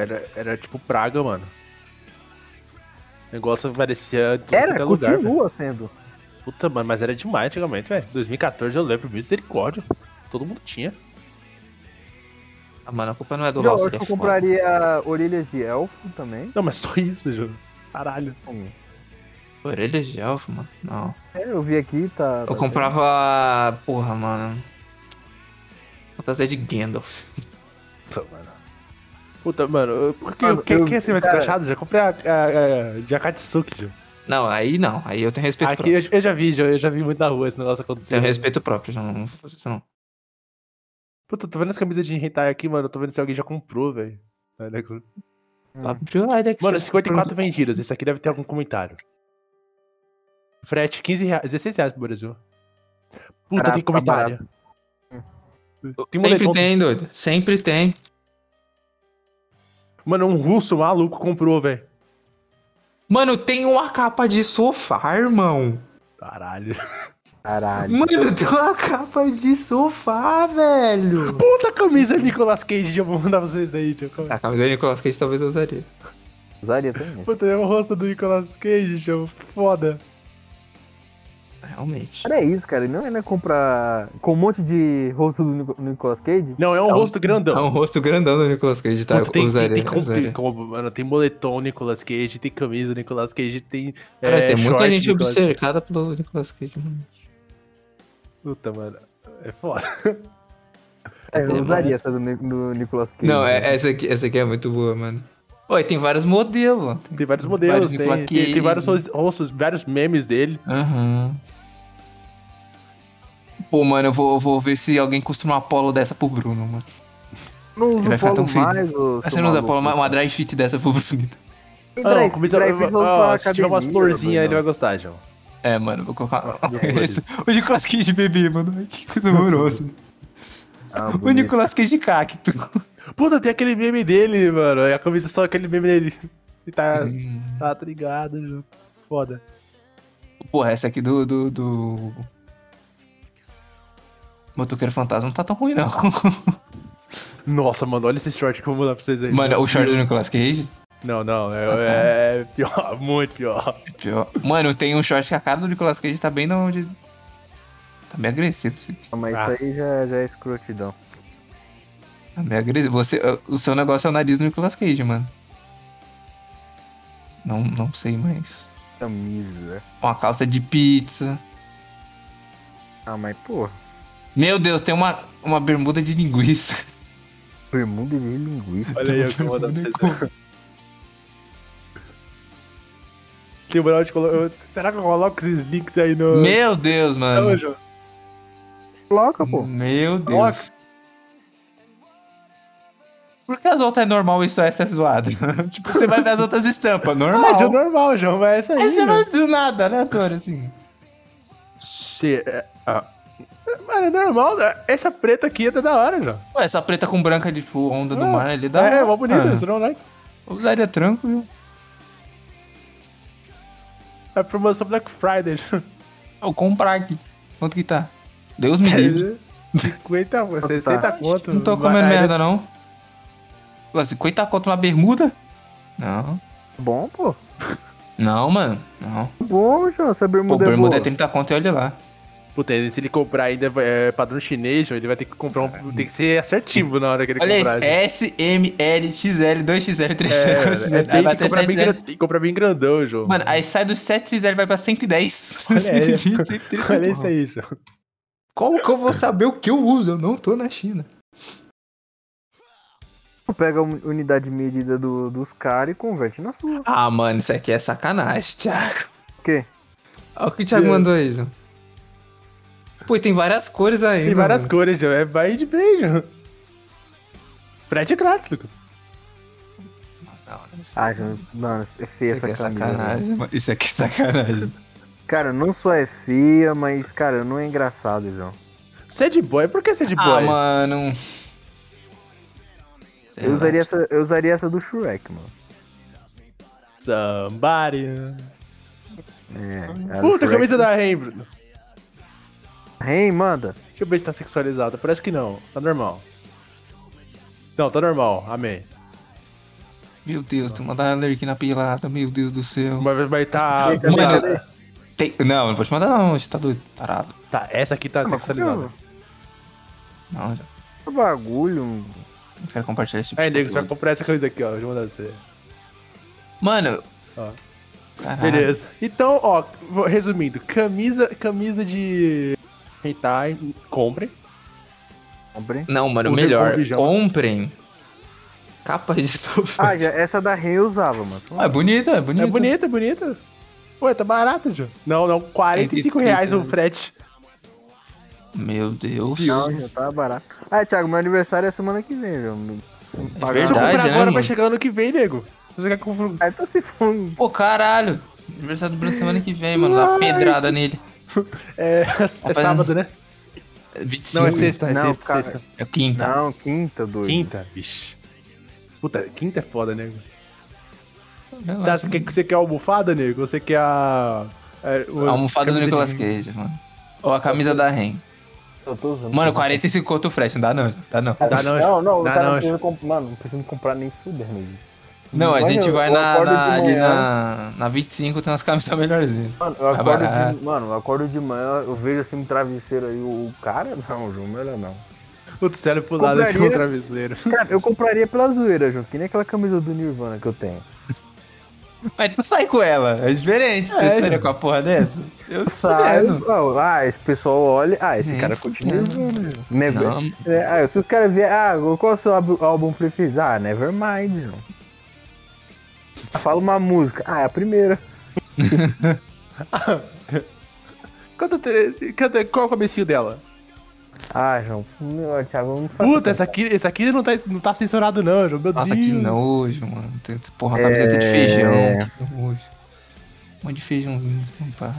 Speaker 4: Era, era tipo praga, mano. O negócio aparecia em todo quanto
Speaker 3: Era,
Speaker 4: é
Speaker 2: né?
Speaker 4: lugar, velho.
Speaker 3: continua sendo.
Speaker 4: Puta, mano, mas era demais antigamente, velho. 2014 eu lembro, misericórdia. Todo mundo tinha.
Speaker 2: Ah, mano, a culpa não é do
Speaker 3: Eu,
Speaker 2: Raul,
Speaker 3: acho
Speaker 2: ele
Speaker 3: que
Speaker 2: é
Speaker 3: eu
Speaker 2: foda.
Speaker 3: compraria orelhas de elfo também.
Speaker 4: Não, mas só isso, Ju. Caralho.
Speaker 2: Orelhas de elfo, mano. Não.
Speaker 3: É, eu vi aqui, tá.
Speaker 2: Eu comprava. Porra, mano. Fantasia de Gandalf.
Speaker 4: Puta, mano. Puta, mano, eu- por que,
Speaker 3: Mano,
Speaker 4: que,
Speaker 3: eu-
Speaker 4: que assim mais
Speaker 3: cara-
Speaker 4: crachado? Já comprei a, a, a de Akatsuki, Ju.
Speaker 2: Não, aí não. Aí eu tenho respeito
Speaker 4: Aqui é
Speaker 2: próprio.
Speaker 4: eu, eu já vi, Ju, eu já vi muito na rua esse negócio
Speaker 2: Tenho
Speaker 4: acontecendo.
Speaker 2: respeito próprio, não, não vou fazer isso não.
Speaker 4: Puta, tô vendo as camisas de hentai aqui, mano. Eu tô vendo se alguém já comprou, velho.
Speaker 2: Abriu a Dex.
Speaker 4: Mano, 54 vendidas. Esse aqui deve ter algum comentário. Frete, 15 reais, 16 reais pro Brasil. Puta,
Speaker 3: Caraca,
Speaker 4: tem
Speaker 3: tá
Speaker 4: comentário. Tem
Speaker 2: Sempre
Speaker 4: moletom.
Speaker 2: tem, doido. Sempre tem.
Speaker 4: Mano, um russo maluco comprou, velho.
Speaker 2: Mano, tem uma capa de sofá, irmão.
Speaker 4: Caralho.
Speaker 3: Caralho.
Speaker 2: Mano, tem uma capa de sofá, velho.
Speaker 4: Puta camisa Nicolas Cage, eu vou mandar pra vocês aí, tio.
Speaker 2: A camisa do Nicolas Cage talvez eu usaria.
Speaker 3: Usaria também.
Speaker 4: Puta, é o rosto do Nicolas Cage, tio. Foda.
Speaker 2: Realmente.
Speaker 3: Cara, é isso, cara. Não é né, comprar com um monte de rosto do Nico- Nicolas Cage.
Speaker 4: Não, é um rosto grandão.
Speaker 2: É um rosto grandão do Nicolas Cage, tá?
Speaker 4: Puta, tem,
Speaker 2: eu usaria.
Speaker 4: tem, tem,
Speaker 2: eu
Speaker 4: como-
Speaker 2: usaria.
Speaker 4: tem como, mano, tem moletom Nicolas Cage, tem camisa Nicolas Cage, tem.
Speaker 2: Cara,
Speaker 4: é,
Speaker 2: tem muita
Speaker 4: short
Speaker 2: gente
Speaker 4: Nicolas-
Speaker 2: obcecada pelo Nicolas Cage. mano.
Speaker 4: Puta, mano. É foda.
Speaker 3: É, eu
Speaker 2: Tem
Speaker 3: usaria
Speaker 2: mais.
Speaker 3: essa do, Ni- do Nicolas Cage.
Speaker 2: Não, é- essa, aqui, essa aqui é muito boa, mano. Oi, tem vários modelos.
Speaker 4: Tem vários modelos, tem,
Speaker 2: Nicolas
Speaker 4: tem- tem
Speaker 2: Cage.
Speaker 4: vários ros- rostos, vários memes dele.
Speaker 2: Aham. Pô, mano, eu vou, eu vou ver se alguém costuma uma polo dessa pro Bruno, mano.
Speaker 3: Não uso
Speaker 2: vai ficar
Speaker 3: polo
Speaker 2: tão feio.
Speaker 3: mais, ô,
Speaker 2: Você
Speaker 3: seu
Speaker 2: não usa
Speaker 3: maluco.
Speaker 2: polo, uma, uma dry fit dessa pro Bruno.
Speaker 4: Ah,
Speaker 3: Dry-
Speaker 4: não, camisa,
Speaker 3: dry fit não
Speaker 4: ah,
Speaker 3: usa
Speaker 4: se tiver umas
Speaker 3: academia,
Speaker 4: florzinhas, ele
Speaker 3: Bruno.
Speaker 4: vai gostar, João.
Speaker 2: É, mano, vou colocar. Esse- o Nicolas Cage bebê, mano. Ai, que coisa horrorosa.
Speaker 3: Ah,
Speaker 2: né? *laughs* o
Speaker 3: bonito.
Speaker 2: Nicolas Cage *laughs* cacto.
Speaker 4: Puta, tem aquele meme dele, mano. E a camisa só aquele meme dele. *laughs*
Speaker 2: *laughs*
Speaker 4: E tá, tá trigado, João. Foda.
Speaker 2: Porra, essa aqui do. do, do... Motoqueiro Fantasma não tá tão *laughs* ruim, não.
Speaker 4: Nossa, mano, olha esse short que eu vou mandar pra vocês aí.
Speaker 2: Mano, o short do Ah, tá. Nicolas Cage.
Speaker 4: Não, não, é, é pior, *laughs* muito pior.
Speaker 2: é Pior. Mano, tem um short que a cara do Nicolas Cage tá bem não onde. Tá meio agressivo isso aqui.
Speaker 3: Ah, Mas
Speaker 4: Ah.
Speaker 3: isso aí já, já é escrotidão.
Speaker 2: Tá meio agressivo. Você, o seu negócio é o nariz do Nicolas Cage, mano. Não, não sei mais.
Speaker 3: Camisa.
Speaker 2: Uma calça de pizza.
Speaker 3: Ah, mas porra.
Speaker 2: Meu Deus, tem uma, uma bermuda de
Speaker 4: *laughs*
Speaker 2: linguiça.
Speaker 3: Bermuda de linguiça.
Speaker 4: Olha aí eu que eu vou mandar pra vocês aí. Tem um moral de colo- eu- Será que eu coloco esses links aí no.
Speaker 2: Meu Deus,
Speaker 4: Não,
Speaker 2: mano.
Speaker 4: João.
Speaker 3: Coloca,
Speaker 2: Hum.
Speaker 3: pô.
Speaker 2: Meu
Speaker 4: Coloca.
Speaker 2: Deus. Por que as outras é normal e só essa é zoada? *laughs* tipo, você vai ver as outras estampas,
Speaker 4: Ah, João,
Speaker 2: normal.
Speaker 4: normal, João, mas é isso aí.
Speaker 2: Aí você
Speaker 4: João.
Speaker 2: vai do nada, né, ator, assim.
Speaker 4: Se- é, ah. Mano, é normal. né? Essa preta aqui é da hora, João.
Speaker 2: Ué, essa preta com branca de tipo, onda do
Speaker 4: Ah,
Speaker 2: mar ali dá.
Speaker 4: é, é mó bonita,
Speaker 2: Ah,
Speaker 4: isso não, né?
Speaker 2: eu usaria tranquilo.
Speaker 4: É promoção Black Friday,
Speaker 2: *laughs*
Speaker 4: João.
Speaker 2: Eu vou comprar aqui. Quanto que
Speaker 4: É,
Speaker 2: tá? Deus me livre.
Speaker 4: 50, 60 conto.
Speaker 2: Não tô
Speaker 4: Vai-
Speaker 2: comendo
Speaker 4: aí-
Speaker 2: merda, não. Pô, 50 conto uma bermuda? Não.
Speaker 3: Bom, pô.
Speaker 2: Não, mano. Não.
Speaker 3: Bom, João, essa
Speaker 2: Pô,
Speaker 3: bermuda,
Speaker 2: bermuda
Speaker 3: é
Speaker 2: é
Speaker 3: boa.
Speaker 2: 30 conto e olha lá.
Speaker 4: Puta, e se ele comprar ainda é, padrão chinês, ele vai ter que comprar um. Tem que ser assertivo na hora que ele
Speaker 2: Olha é,
Speaker 4: comprar.
Speaker 2: isso. S, M, L, XL, 2XL, *laughs* 3XL.
Speaker 4: É, é,
Speaker 2: assim, né? aí
Speaker 4: tem,
Speaker 2: vai
Speaker 4: que
Speaker 2: até
Speaker 4: comprar bem,
Speaker 2: 7XL.
Speaker 4: gran- tem que comprar bem grandão, João.
Speaker 2: Mano, aí sai dos 7XL vai pra *laughs* 110.
Speaker 4: Olha aí.
Speaker 2: 120, 130.
Speaker 4: Olha isso aí, João.
Speaker 2: Como que eu vou saber o que eu uso? Eu não tô na China.
Speaker 3: Tu pega a un- unidade de medida do- dos caras e converte na sua.
Speaker 2: Ah, mano, isso aqui é sacanagem, Thiago.
Speaker 3: O quê?
Speaker 2: Olha o que o Thiago mandou aí, João. Pô, e tem várias cores ainda.
Speaker 4: Tem várias
Speaker 2: mano.
Speaker 4: cores, João. É vai de bem, João. Frete grátis, Lucas.
Speaker 2: Não, isso
Speaker 3: Ah, João, mano, é feia
Speaker 2: isso
Speaker 3: essa
Speaker 2: aqui é
Speaker 3: camisa. velho.
Speaker 2: sacanagem. mano. Isso aqui é sacanagem.
Speaker 3: Cara, não só é feia, mas, cara, não é engraçado, João.
Speaker 4: Sad é boy, por que sad boy?
Speaker 2: Ah, mano. Sei
Speaker 3: Eu
Speaker 2: lá,
Speaker 3: usaria,
Speaker 2: tipo,
Speaker 3: essa, eu usaria essa do Shrek, mano.
Speaker 4: Somebody.
Speaker 3: É, a do
Speaker 4: Puta, a
Speaker 3: Shrek.
Speaker 4: camisa da Rain, Bruno.
Speaker 3: Hein, manda.
Speaker 4: Deixa eu ver se tá sexualizada. Parece que não. Tá normal. Não, tá normal. Amém.
Speaker 2: Meu Deus, tu mandar alerquim na pilada, meu Deus do céu.
Speaker 4: Mas vai tá.
Speaker 2: Mano, tem- não, não vou te mandar não, você tá doido, parado.
Speaker 4: Tá, essa aqui tá
Speaker 3: Ah, mas
Speaker 4: sexualizada.
Speaker 3: como
Speaker 2: Não,
Speaker 3: que
Speaker 2: já.
Speaker 3: é o bagulho? mano?
Speaker 2: Não quero compartilhar esse tipo
Speaker 4: Aí,
Speaker 2: de
Speaker 4: É, nego, você vai
Speaker 2: conteúdo.
Speaker 4: comprar essa camisa aqui, ó. Deixa eu mandar pra você.
Speaker 2: Mano,
Speaker 4: Ó.
Speaker 2: caralho.
Speaker 4: Ah. Beleza. Então, ó, vou- resumindo, camisa, camisa de hentai, compre.
Speaker 3: Compre.
Speaker 2: Não, mano,
Speaker 4: O
Speaker 2: melhor,
Speaker 4: Recombijão.
Speaker 2: comprem capas de
Speaker 3: Ah,
Speaker 2: estofante.
Speaker 3: já, essa da Ren eu usava, mano.
Speaker 2: Ah, é bonita, é bonita.
Speaker 4: É bonita, é bonita. Ué, tá barata, João. Não, não, 45
Speaker 2: Entre
Speaker 4: reais o
Speaker 2: três, né?
Speaker 4: frete.
Speaker 2: Meu Deus.
Speaker 3: Não, já tá barato. Ah, Thiago, meu aniversário é semana que vem, João. Me- me paga-
Speaker 4: Se
Speaker 2: verdade.
Speaker 4: eu comprar
Speaker 2: né,
Speaker 4: agora, vai
Speaker 2: mano?
Speaker 4: chegar ano que vem, nego. Se Você quer comprar...
Speaker 3: Ah, então se for um-
Speaker 2: Pô, caralho. Aniversário do Bruno semana que vem, mano. Dá uma pedrada nele.
Speaker 4: *laughs* É, é sábado, né?
Speaker 2: É 25.
Speaker 4: Não, é sexta, é
Speaker 3: Não,
Speaker 4: sexta,
Speaker 3: cara.
Speaker 4: sexta.
Speaker 2: É quinta.
Speaker 3: Não, quinta, doido.
Speaker 4: Quinta, vixe. Puta, quinta é foda, nego.
Speaker 2: Relaxa.
Speaker 4: Tá, você quer, você quer a almofada, nego? Ou Você quer a... é, o-
Speaker 2: A almofada do
Speaker 4: camisa de-
Speaker 2: Nicolas Cage, mano. Ou a camisa da Ren.
Speaker 6: Eu tô usando.
Speaker 2: Mano, 45 conto o frete, não dá não, dá não.
Speaker 4: Dá não,
Speaker 6: não, não, o
Speaker 4: dá
Speaker 6: cara
Speaker 4: não,
Speaker 6: não precisa comprar. Mano, não precisa comprar nem fuder mesmo.
Speaker 2: Não, a
Speaker 6: Mas
Speaker 2: gente
Speaker 6: eu-
Speaker 2: vai
Speaker 6: eu
Speaker 2: na,
Speaker 6: acordo
Speaker 2: na,
Speaker 6: de
Speaker 2: ali
Speaker 6: manhã.
Speaker 2: na, na 25, tem umas camisas melhorzinhas.
Speaker 3: Mano, eu
Speaker 2: Tá
Speaker 3: acordo,
Speaker 2: barato.
Speaker 3: de, mano, eu acordo de manhã, eu vejo assim um travesseiro aí, o o cara *laughs* não, João, melhor não.
Speaker 4: O Célio pulado de um
Speaker 3: Compraria.
Speaker 4: *laughs* travesseiro.
Speaker 3: Cara, eu compraria pela zoeira, João, que nem aquela camisa do Nirvana que eu tenho.
Speaker 2: Mas tu sai com ela, é diferente. Você sairia com a porra dessa? Eu tô
Speaker 3: Sai,
Speaker 2: fudendo.
Speaker 3: ó, Tá ah, esse pessoal olha, ah, esse
Speaker 2: Gente,
Speaker 3: cara continua usando, João. Never-
Speaker 2: Não.
Speaker 3: É, ah, se os caras verem, ah, qual é o seu álbum- álbum preferido? Ah, Nevermind, João. Fala uma música, ah, é a primeira.
Speaker 4: Canta, te- canta- qual é o comecinho dela?
Speaker 3: Ah, João, meu, Thiago, não faço
Speaker 4: Puta, essa aqui, essa aqui não, tá, não tá censurado não, João. Meu
Speaker 2: Nossa,
Speaker 4: Deus.
Speaker 2: que nojo, mano. Tem- tem- Porra, a camiseta de feijão, que nojo. Um monte de feijãozinho estampado.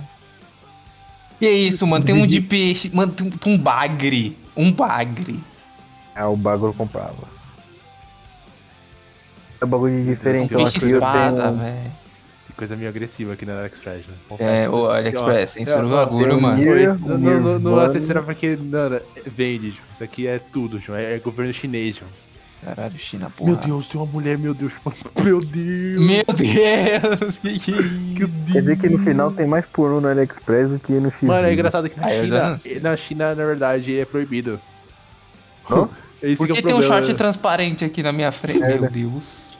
Speaker 2: E é isso, mano. Tem um de peixe. Mano, tem um, tem um bagre. Um bagre.
Speaker 3: Ah, o bagulho eu comprava. É um bagulho de diferente.
Speaker 4: Então,
Speaker 2: peixe
Speaker 4: acho que eu
Speaker 2: espada,
Speaker 3: um.
Speaker 2: velho.
Speaker 4: Que coisa meio agressiva aqui na AliExpress, né?
Speaker 2: É, ô, AliExpress, censura o bagulho,
Speaker 3: eu-
Speaker 2: mano.
Speaker 3: eu-
Speaker 4: Pois, Não, não, não, não
Speaker 3: Nirvana.
Speaker 4: acessora porque não, não, vende, João. Isso aqui é tudo, João. É, é governo chinês, João.
Speaker 2: Caralho, China, porra.
Speaker 4: Meu Deus, tem uma mulher, meu Deus. *laughs* Meu Deus.
Speaker 2: Meu Deus, *laughs* que que é isso?
Speaker 3: Quer dizer que no final tem mais pornô no AliExpress do que no X.
Speaker 4: Mano, é engraçado que na
Speaker 2: Aí eu já não sei.
Speaker 4: China, na China, na verdade, é proibido. *laughs*
Speaker 3: Hã?
Speaker 4: É isso
Speaker 2: Por
Speaker 4: que
Speaker 2: que
Speaker 4: é o
Speaker 2: tem um
Speaker 4: problema.
Speaker 2: short transparente aqui na minha frente? Meu Deus.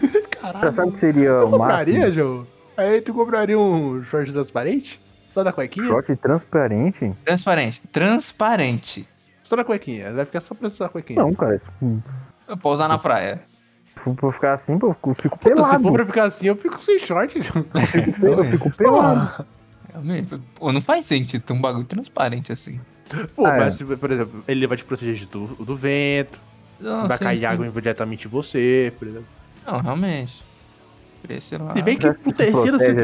Speaker 3: Você sabe o que seria
Speaker 4: Tu
Speaker 3: É o máximo?
Speaker 4: compraria, João? Aí tu compraria um short transparente? Só da cuequinha?
Speaker 3: Short transparente?
Speaker 2: Transparente, transparente.
Speaker 4: Só da cuequinha. Vai ficar só preso da cuequinha.
Speaker 3: Não, cara. Se
Speaker 2: Eu posso usar na praia.
Speaker 3: for pra ficar assim, pô, eu fico
Speaker 4: Puta, se
Speaker 3: pelado.
Speaker 4: for pra ficar assim, eu fico sem short,
Speaker 3: *laughs*
Speaker 4: João.
Speaker 3: Eu fico pelado.
Speaker 2: Realmente, Pô, não faz sentido ter um bagulho transparente assim.
Speaker 4: Pô,
Speaker 3: Ah, é.
Speaker 4: mas, por exemplo, ele vai te proteger de do, do vento,
Speaker 2: Não,
Speaker 4: vai
Speaker 2: Ah, sim,
Speaker 4: cair
Speaker 2: sim.
Speaker 4: água diretamente em você, por exemplo.
Speaker 2: Não, realmente. Por esse lado.
Speaker 4: Se bem que
Speaker 3: já
Speaker 4: o
Speaker 3: se
Speaker 4: tecido
Speaker 3: protege,
Speaker 4: ser
Speaker 3: é
Speaker 4: transparente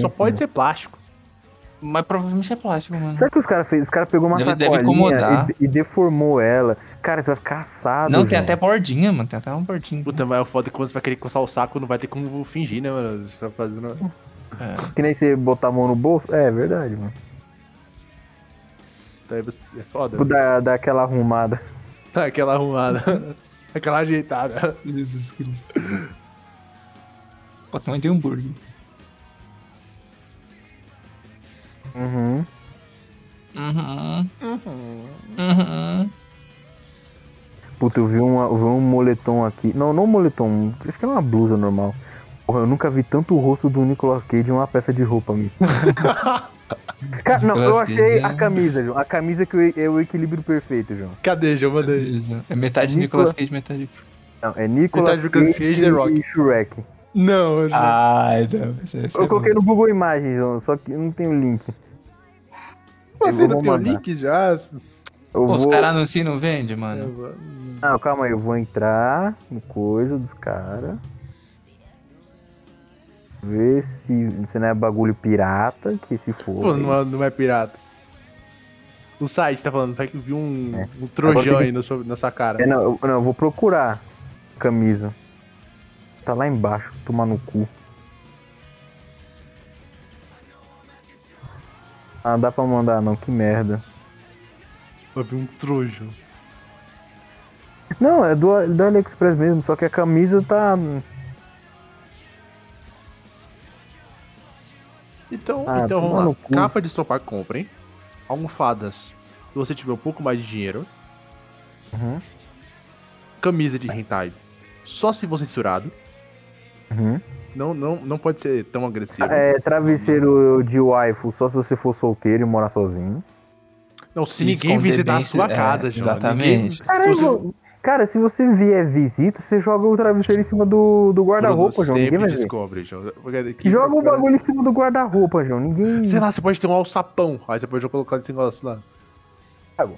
Speaker 4: só
Speaker 3: transparente,
Speaker 4: pode
Speaker 3: né?
Speaker 4: ser plástico.
Speaker 2: Mas provavelmente é plástico, mano.
Speaker 4: Tá
Speaker 3: Será que os caras fez? Os caras pegou uma
Speaker 2: Deve- deve
Speaker 3: sacolinha
Speaker 2: incomodar.
Speaker 3: e, e deformou ela. Cara, você vai ficar assado.
Speaker 2: Não, tem
Speaker 3: João.
Speaker 2: até bordinha, mano. Tem até um uma bordinha.
Speaker 4: Puta, mas o foda é que quando você vai querer coçar o saco, não vai ter como fingir, né, mano? Você tá fazendo...
Speaker 3: Que nem você botar a mão no bolso. É, é verdade, mano.
Speaker 4: Daí você- É foda.
Speaker 3: Tipo, dar dar aquela arrumada.
Speaker 4: *laughs* Tá aquela arrumada. Aquela ajeitada. *laughs*
Speaker 2: Jesus Cristo. Pô, um tamanho de hambúrguer.
Speaker 3: Uhum.
Speaker 2: Uhum. Uhum.
Speaker 3: Puta, eu vi, uma, eu vi um moletom aqui. Não, não um moletom. Acho que é uma blusa normal. Porra, eu nunca vi tanto o rosto do Nicolas Cage em uma peça de roupa,
Speaker 4: *laughs*
Speaker 3: amigo. Ca- não, eu
Speaker 2: Nicolas Cage,
Speaker 3: achei a
Speaker 2: né?
Speaker 3: camisa, João. A camisa que eu- é o equilíbrio perfeito, João.
Speaker 4: Cadê, João? Manda aí.
Speaker 2: Beleza. É metade Nicolas Cage, metade.
Speaker 3: Não, é Nicolas
Speaker 4: Metade do Nicolas Cage, tá The Rock.
Speaker 3: e Shrek.
Speaker 4: Não, João.
Speaker 2: Ah, então. Essa, essa
Speaker 3: Eu
Speaker 2: é
Speaker 3: coloquei
Speaker 2: boa.
Speaker 3: no Google Imagens, João, só que não tem o link.
Speaker 4: Você
Speaker 3: eu
Speaker 4: não
Speaker 3: vou
Speaker 4: tem o
Speaker 3: mandar. É.
Speaker 4: link já?
Speaker 3: Eu
Speaker 2: Pô, Os
Speaker 3: vou...
Speaker 2: caras anunciam e não vende, mano.
Speaker 3: Não, calma aí, eu vou entrar no coisa dos caras. Ver se, se não é bagulho pirata, que se for.
Speaker 4: Pô,
Speaker 3: aí.
Speaker 4: não é, não é pirata. O site tá falando, vai que viu um, um
Speaker 3: É. Agora
Speaker 4: trojão
Speaker 3: tem
Speaker 4: aí na sua, na sua cara.
Speaker 3: É, não, eu, não, eu vou procurar camisa. Tá lá embaixo, tomar no cu. Ah, dá pra mandar não, que merda.
Speaker 4: Eu vi um trojo.
Speaker 3: Não, é do, do AliExpress mesmo, só que a camisa tá.
Speaker 4: Então,
Speaker 3: Ah, toma
Speaker 4: então vamos
Speaker 3: no
Speaker 4: lá.
Speaker 3: cu.
Speaker 4: Capa de estopar, comprem. Almofadas, se você tiver um pouco mais de dinheiro.
Speaker 3: Uhum.
Speaker 4: Camisa de hentai, só se você censurado.
Speaker 3: Uhum.
Speaker 4: Não, não, não pode ser tão agressivo.
Speaker 3: É travesseiro de waifu, só se você for solteiro e morar sozinho.
Speaker 4: Não, se
Speaker 2: Isso,
Speaker 4: ninguém
Speaker 2: com
Speaker 4: visitar a
Speaker 2: tendência-
Speaker 4: sua
Speaker 2: é,
Speaker 4: casa, João. ninguém-
Speaker 2: Exatamente.
Speaker 3: Caralho, mano, cara, se você vier visita, você joga o travesseiro em cima do, do guarda-roupa,
Speaker 4: Bruno
Speaker 3: João. Ninguém
Speaker 4: Sempre
Speaker 3: vai ver.
Speaker 4: descobre, João. é
Speaker 3: Joga o bagulho em cima do guarda-roupa, João. Ninguém.
Speaker 4: né? Sei lá, você pode ter um alçapão. Aí você pode colocar esse negócio lá.
Speaker 2: Coloca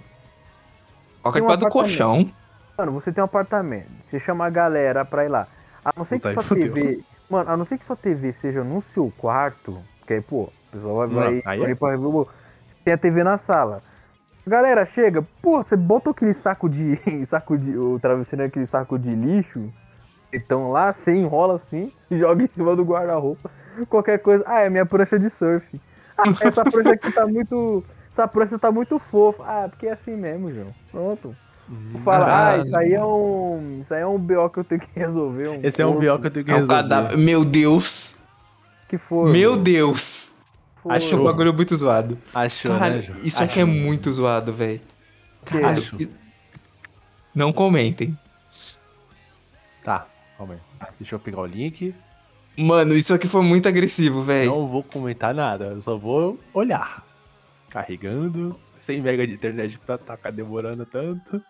Speaker 3: Tem um
Speaker 2: debaixo do
Speaker 3: apartamento.
Speaker 2: colchão.
Speaker 3: Mano, você tem um apartamento, você chama a galera pra ir lá. A não ser
Speaker 4: Puta,
Speaker 3: que
Speaker 4: aí
Speaker 3: sua
Speaker 4: fudeu.
Speaker 3: TV. Mano, a não ser que sua TV seja no seu quarto, que aí, pô, o pessoal vai,
Speaker 4: Não,
Speaker 3: vai
Speaker 4: aí
Speaker 3: vai
Speaker 4: é-
Speaker 3: pra Globo, tem a TV na sala. Galera, chega, pô, você bota aquele saco de. *laughs* saco de. O travesseiro aquele saco de lixo. Então lá, você enrola assim, *laughs* joga em cima do guarda-roupa. Qualquer coisa. Ah, é minha prancha de surf.
Speaker 4: *laughs*
Speaker 3: Ah, essa prancha aqui tá muito. Essa prancha tá muito fofa. Ah, porque é assim mesmo, João. Pronto.
Speaker 4: Hum,
Speaker 3: Fala, ah,
Speaker 2: Caralho.
Speaker 3: isso aí é um. Isso aí é um BO que eu tenho que resolver. Um
Speaker 4: Esse é um
Speaker 3: ponto,
Speaker 4: B.O. que eu tenho que
Speaker 2: É um
Speaker 4: resolver.
Speaker 2: cadáver. Meu Deus.
Speaker 3: Que foi?
Speaker 2: Meu Deus.
Speaker 3: Foi.
Speaker 2: Achei o bagulho muito zoado.
Speaker 4: Achou, né,
Speaker 2: Caralho,
Speaker 4: João?
Speaker 2: isso aqui é
Speaker 4: Achou.
Speaker 2: muito zoado, velho. Caralho.
Speaker 4: Acho.
Speaker 2: isso- Não comentem. é-
Speaker 4: Tá, calma aí. Deixa eu pegar o link.
Speaker 2: Mano, isso aqui foi muito agressivo, velho.
Speaker 4: Não vou comentar nada, eu só vou olhar. Carregando. 100 mega de internet pra tacar demorando tanto.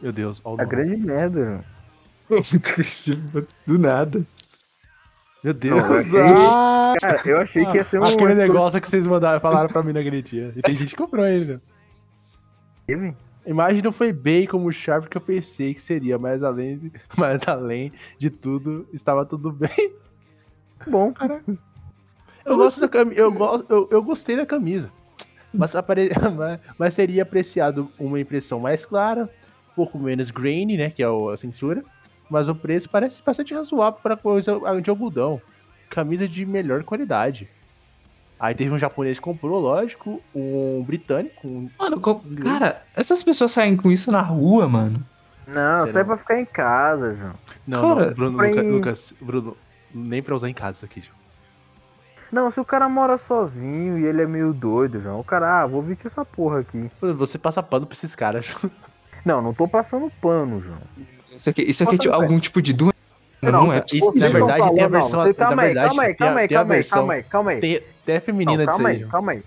Speaker 4: Meu Deus, olha o
Speaker 3: A
Speaker 4: nome.
Speaker 3: É grande merda, João.
Speaker 2: Foi muito agressivo do nada.
Speaker 4: Meu Deus,
Speaker 3: é
Speaker 4: ah,
Speaker 3: Cara, eu achei que ia ser um.
Speaker 4: é aquele negócio que vocês mandaram, falaram pra mim naquele dia. E tem gente que comprou ele. né?
Speaker 3: Teve?
Speaker 4: A imagem não foi bem como o Sharp que eu pensei que seria, mas além, de- *laughs* mas além de tudo, estava tudo bem.
Speaker 3: Bom,
Speaker 4: Eu, gosto da Hum. cami- eu, gosto, eu, eu gostei da camisa. Mas, apare- *laughs* mas- mas seria apreciado uma impressão mais clara, um pouco menos grainy, né? Que é o- a censura. Mas o preço parece bastante razoável para coisa de algodão. Camisa de melhor qualidade. Aí teve um japonês que comprou, lógico, um britânico, um
Speaker 2: Mano, co- cara, essas pessoas saem com isso na rua, mano.
Speaker 3: não,
Speaker 4: Será?
Speaker 3: sai pra ficar em casa, João.
Speaker 4: Não,
Speaker 2: Cara,
Speaker 4: não, Bruno,
Speaker 3: pra
Speaker 4: Luca-
Speaker 3: em-
Speaker 4: Lucas, Bruno, nem pra usar em casa isso aqui, tipo. João.
Speaker 3: Não, se o cara mora sozinho e ele é meio doido, João. O cara, ah, vou vestir essa porra aqui.
Speaker 4: Bruno, Você passa pano pra esses caras, *laughs* João.
Speaker 3: Não, não tô passando pano, João.
Speaker 2: Isso aqui, isso aqui é
Speaker 3: Nossa,
Speaker 2: tipo,
Speaker 3: velho.
Speaker 2: algum tipo de doença. Não, é
Speaker 4: isso
Speaker 2: possível.
Speaker 4: na
Speaker 3: Vocês
Speaker 4: verdade,
Speaker 3: estão
Speaker 4: tem a
Speaker 3: falando, não,
Speaker 4: versão-
Speaker 3: você-
Speaker 4: na
Speaker 3: Calma aí,
Speaker 4: verdade,
Speaker 3: calma aí,
Speaker 4: tem a-
Speaker 3: calma aí,
Speaker 4: tem a
Speaker 3: calma aí,
Speaker 4: versão-
Speaker 3: calma aí, calma aí.
Speaker 4: Tem até
Speaker 3: Não,
Speaker 4: feminina disso
Speaker 3: calma
Speaker 4: aí,
Speaker 3: aí,
Speaker 4: João.
Speaker 3: calma aí.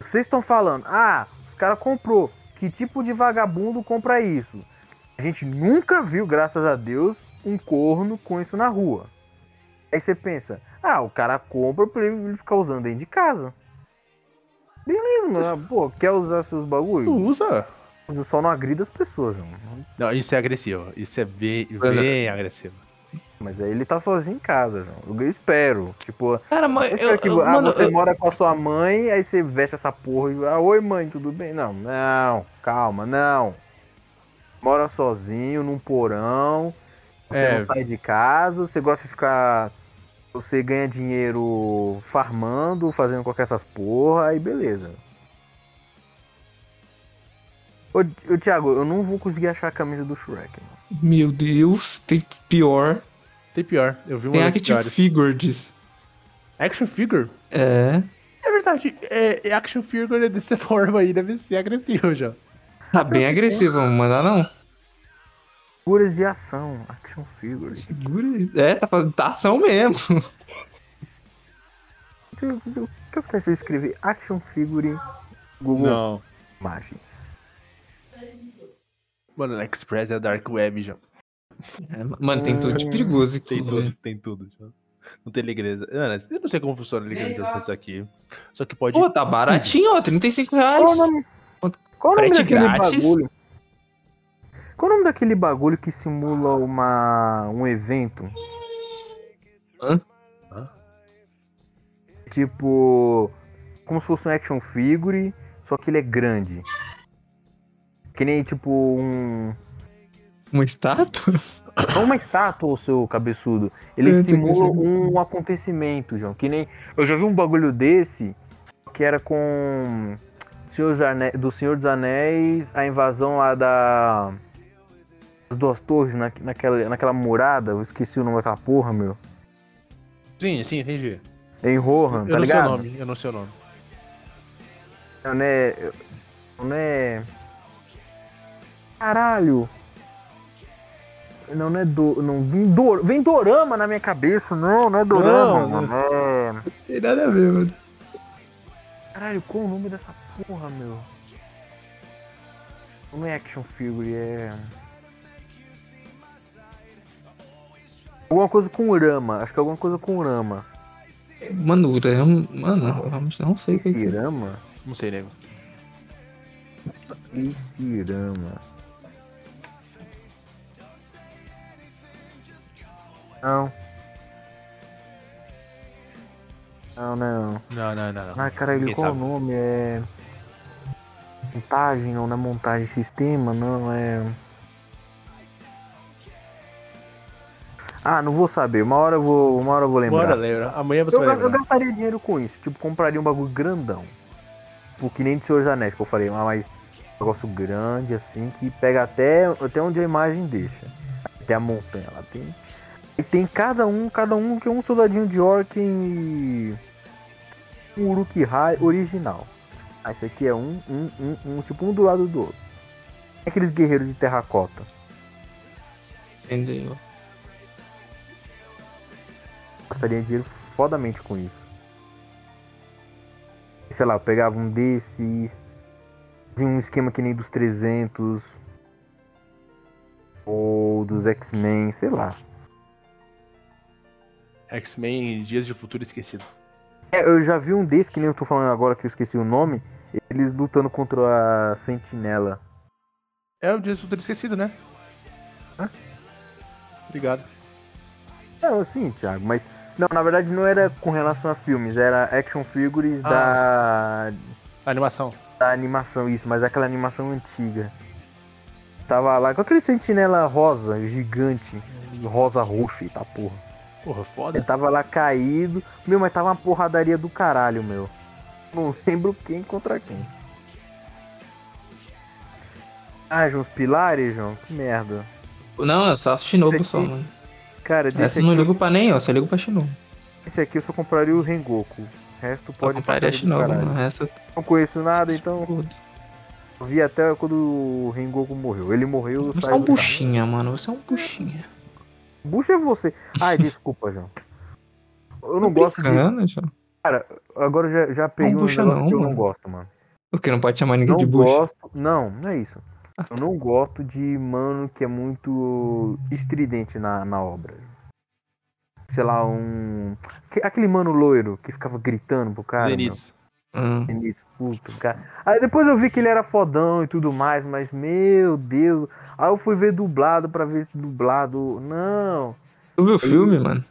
Speaker 3: Vocês estão falando, ah, os caras comprou. Que tipo de vagabundo compra isso? A gente nunca viu, graças a Deus, um corno com isso na rua. Aí você pensa, ah, o cara compra pra ele ficar usando dentro de casa. Beleza, né? pô, quer usar seus
Speaker 4: Não
Speaker 3: bagulhos?
Speaker 4: usa. Uhum.
Speaker 3: Só não agrida as pessoas, João.
Speaker 4: Não, isso é agressivo. Isso é bem,
Speaker 2: Bruno.
Speaker 4: bem agressivo.
Speaker 3: Mas aí ele tá sozinho em casa, João. Eu espero. Tipo,
Speaker 2: Cara, mas
Speaker 3: Eu
Speaker 2: eu,
Speaker 3: espero que
Speaker 2: eu-
Speaker 3: ah,
Speaker 2: mano,
Speaker 3: você
Speaker 2: eu-
Speaker 3: mora com a sua mãe, aí você veste essa porra e ah, oi mãe, tudo bem? Não, não, calma, não. Mora sozinho, num porão, você
Speaker 4: É.
Speaker 3: não sai de casa, você gosta de ficar. Você ganha dinheiro farmando, fazendo qualquer essas porra, aí beleza. Ô, ô, Thiago, eu não vou conseguir achar a camisa do Shrek. mano.
Speaker 2: Meu Deus, tem pior.
Speaker 4: Tem pior. Eu vi uma
Speaker 2: Tem
Speaker 4: das
Speaker 2: Action
Speaker 4: piores.
Speaker 2: Figures.
Speaker 4: Action Figure?
Speaker 2: É.
Speaker 4: É verdade. É, é action Figure dessa *laughs* forma aí deve ser agressivo já.
Speaker 2: Tá bem agressivo, vamos mandar não.
Speaker 3: Figuras de ação, action figures.
Speaker 2: Segura isso. É, tá fazendo tá ação mesmo.
Speaker 3: O que, o que acontece se eu escrever action figure Google
Speaker 4: Não.
Speaker 3: Imagens?
Speaker 4: Mano, no Express é Dark Web já.
Speaker 2: É, *laughs* mano, tem tudo de perigoso aqui.
Speaker 4: Tem
Speaker 2: velho.
Speaker 4: tudo, tem tudo. já. Não tem legalização. Mano, eu não sei como funciona a legalização disso aqui. Só que pode.
Speaker 2: Pô, tá baratinho, ó, 35 reais.
Speaker 3: Qual o nome? Qual o nome
Speaker 2: Frete
Speaker 3: daquele
Speaker 2: grátis?
Speaker 3: bagulho? Qual o nome daquele bagulho que simula uma um evento?
Speaker 2: Hã?
Speaker 4: Hã?
Speaker 3: Tipo, como se fosse um action figure, só que ele é grande. Que nem tipo um,
Speaker 2: Uma estátua?
Speaker 3: não uma estátua, seu cabeçudo.
Speaker 2: É,
Speaker 3: Ele
Speaker 2: eu tô
Speaker 3: simula
Speaker 2: pensando.
Speaker 3: um acontecimento, João. Que nem. Eu já vi um bagulho desse que era com. Senhor dos Ane- do Senhor dos Anéis, a invasão lá da. Das duas torres, na, naquela, naquela murada. Eu esqueci o nome daquela porra, meu.
Speaker 4: Sim, sim, entendi.
Speaker 3: Em Rohan, tá
Speaker 4: eu não sei o
Speaker 3: ligado?
Speaker 4: nome, eu não sei o nome.
Speaker 3: Não é. Não é. Caralho! Não, não é do. Não, vem, do, vem dorama na minha cabeça, não, não é dorama,
Speaker 4: Não,
Speaker 3: mano. É-
Speaker 2: Tem nada a ver, mano.
Speaker 3: Caralho, qual o nome dessa porra, meu? Não é action figure, é. Alguma coisa com rama, acho que é alguma coisa com rama.
Speaker 2: Mano, eu, mano, eu não sei o que é isso.
Speaker 3: Irama?
Speaker 4: Não sei, nego.
Speaker 3: Irama. Não. Não, não.
Speaker 4: Não, não, não. não.
Speaker 3: Ah, caralho,
Speaker 4: Ninguém
Speaker 3: qual o
Speaker 4: sabe.
Speaker 3: nome? É. Montagem, não, não é montagem, sistema, não, é. Ah, não vou saber, uma hora eu vou, uma hora eu vou lembrar.
Speaker 4: Bora, lembra. Amanhã você
Speaker 3: eu,
Speaker 4: vai
Speaker 3: ga- eu
Speaker 4: lembrar.
Speaker 3: gastaria dinheiro com isso, tipo, compraria um bagulho grandão. Tipo, que nem de Senhor dos Anéis, que eu falei, mas um negócio grande assim, que pega até, até onde a imagem deixa. Até a montanha lá tem. E tem cada um, cada um que é um soldadinho de orc e um Uruk-hai original. Ah, esse aqui é um, um, um, um, tipo um do lado do outro. Aqueles guerreiros de terracota.
Speaker 2: Entendi.
Speaker 3: gastaria dinheiro fodamente com isso. Sei lá, eu pegava um desse, fazia um esquema que nem dos 300, ou dos X-Men, sei lá.
Speaker 4: X-Men Dias de Futuro Esquecido.
Speaker 3: É, eu já vi um desse, que nem eu tô falando agora que eu esqueci o nome, eles lutando contra a Sentinela.
Speaker 4: É o Dias de Futuro Esquecido, né?
Speaker 3: Hã?
Speaker 4: Obrigado.
Speaker 3: É, sim, Thiago, mas... Não, na verdade não era com relação a filmes, era action figures da...
Speaker 4: animação.
Speaker 3: da animação, isso, mas é aquela animação antiga. Tava lá com aquele sentinela rosa, gigante, rosa roxo, eita porra.
Speaker 4: Porra,
Speaker 3: Ele
Speaker 4: foda.
Speaker 3: tava lá caído, meu, mas tava uma porradaria do caralho, meu. Não lembro quem contra quem. Ah, João, os pilares, João? Que merda.
Speaker 2: Não, eu só Shinobu
Speaker 3: Esse
Speaker 2: só,
Speaker 3: aqui-
Speaker 2: mano.
Speaker 3: Cara,
Speaker 2: Essa
Speaker 3: desse
Speaker 2: eu não
Speaker 3: aqui,
Speaker 2: ligo pra nem, ó, só ligo pra Shinobu.
Speaker 3: esse aqui eu só compraria o Rengoku. O resto
Speaker 2: Pode
Speaker 3: pode
Speaker 2: comprar a
Speaker 3: pra todo
Speaker 2: Shinobu,
Speaker 3: caralho.
Speaker 2: mano. Essa
Speaker 3: Não conheço nada, então
Speaker 2: Foda.
Speaker 3: eu vi até quando o Rengoku morreu. Ele morreu,
Speaker 2: Você é
Speaker 3: saiu
Speaker 2: um
Speaker 3: do
Speaker 2: buchinha, mano. Você é um buchinha.
Speaker 3: Bucha é você.
Speaker 2: *laughs*
Speaker 3: Ai, desculpa, João. Eu não gosto de.
Speaker 2: Brincando, João.
Speaker 3: Agora eu já, já peguei
Speaker 2: Não
Speaker 3: um
Speaker 2: bucha
Speaker 3: negócio
Speaker 2: não,
Speaker 3: que eu não
Speaker 2: mano.
Speaker 3: gosto, mano.
Speaker 2: Porque não pode chamar ninguém
Speaker 3: Não
Speaker 2: de Ah. bucha.
Speaker 3: gosto. Não, não é isso. Eu não gosto de mano que é muito estridente na, na obra. Sei lá, um. que- Aquele mano loiro que ficava gritando pro cara. meu.
Speaker 4: Zenith.
Speaker 2: Hum.
Speaker 3: Zenith, puto, cara. Aí depois eu vi que ele era fodão e tudo mais, mas meu Deus. Aí eu fui ver dublado pra ver se dublado. Não.
Speaker 2: Tu viu o filme, mano?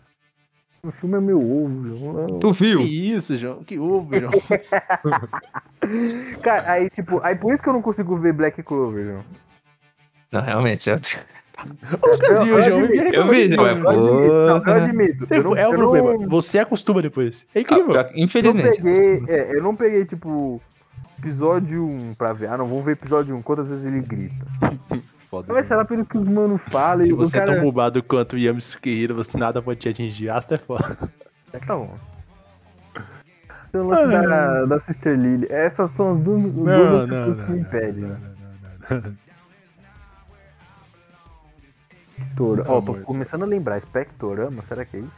Speaker 3: O filme é meu ovo, João. Não.
Speaker 2: Tu
Speaker 4: Que
Speaker 2: viu?
Speaker 4: isso, João? Que ovo,
Speaker 3: *laughs*
Speaker 4: João?
Speaker 3: Cara, aí tipo, aí por isso que eu não consigo ver Black Clover, João.
Speaker 2: Não, realmente. Eu,
Speaker 4: Lucas viu, João?
Speaker 2: eu vi, é mas
Speaker 3: Não, eu
Speaker 2: porra.
Speaker 3: admito.
Speaker 4: É
Speaker 3: eu não-
Speaker 4: o
Speaker 3: eu
Speaker 4: problema.
Speaker 3: Não,
Speaker 4: Você acostuma depois. É
Speaker 2: Ah, *laughs*
Speaker 4: incrível.
Speaker 2: pior que-
Speaker 3: eu não
Speaker 2: Infelizmente.
Speaker 3: peguei, é, eu não peguei, tipo, episódio 1 pra ver. Ah, não, vamos ver episódio 1, quantas vezes ele grita.
Speaker 4: Foda.
Speaker 3: Vai ser lá pelo que os mano falam.
Speaker 4: Se
Speaker 3: e o
Speaker 4: você é
Speaker 3: cara...
Speaker 4: tão bobado quanto o Yami Sukihiro, você nada pode te atingir. Asta é foda.
Speaker 3: Tá bom. Tem o lance
Speaker 4: Ah.
Speaker 3: da, da Sister Lily. Essas são as duas, os dois outros que me impedem, né? Spector. Ó, tô
Speaker 4: Amor.
Speaker 3: começando a lembrar. Spectorama, será que é isso?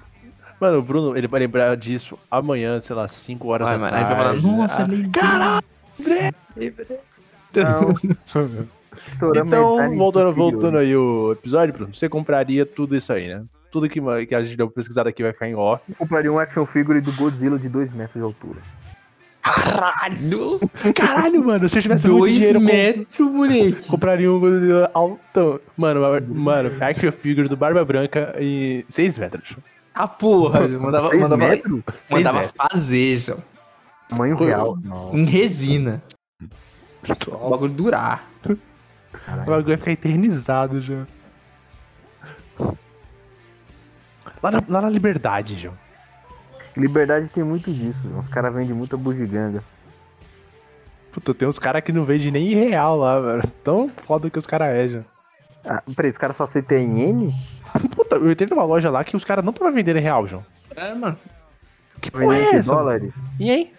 Speaker 4: Mano, o Bruno, ele vai lembrar disso amanhã, sei lá, 5 horas
Speaker 2: Vai,
Speaker 4: da
Speaker 2: mano. Aí
Speaker 4: tarde.
Speaker 2: vai falar, nossa, lembrei. Caralho! tá."
Speaker 3: Spectorama
Speaker 4: Então,
Speaker 3: Design
Speaker 4: voltando,
Speaker 3: Superior.
Speaker 4: voltando aí o episódio, Bruno, você compraria tudo isso aí, né? Tudo que, que a gente deu pesquisada aqui vai ficar em off.
Speaker 3: Eu compraria um action figure do Godzilla de 2 metros de altura.
Speaker 2: *laughs* Caralho!
Speaker 4: Caralho, mano, se eu tivesse muito
Speaker 2: Dois
Speaker 4: dinheiro, eu
Speaker 2: metros, moleque!
Speaker 4: com- compraria um Godzilla altão. Mano, ma- mano, action figure do Barba Branca em 6 metros.
Speaker 2: A porra! eu Mandava,
Speaker 3: Seis
Speaker 2: mandava,
Speaker 3: metros?
Speaker 4: Seis
Speaker 2: mandava
Speaker 4: metros.
Speaker 2: fazer, João.
Speaker 3: Tamanho real.
Speaker 2: Em resina. O
Speaker 4: Nossa,
Speaker 2: bagulho durar.
Speaker 4: o bagulho vai ficar eternizado já. Lá na, lá na Liberdade, João.
Speaker 3: Liberdade tem muito disso. Os caras vendem muita bugiganga.
Speaker 4: Puta, tem uns caras que não vende nem em real lá, velho. Tão foda que os caras é, já.
Speaker 3: Ah, peraí, os caras só aceitam em N?
Speaker 4: Puta, eu entrei numa loja lá que os caras não estavam vendendo em real, João.
Speaker 2: É, mano.
Speaker 4: Que porra é
Speaker 3: Vendendo em
Speaker 4: essa? mano?
Speaker 3: dólares?
Speaker 4: E aí?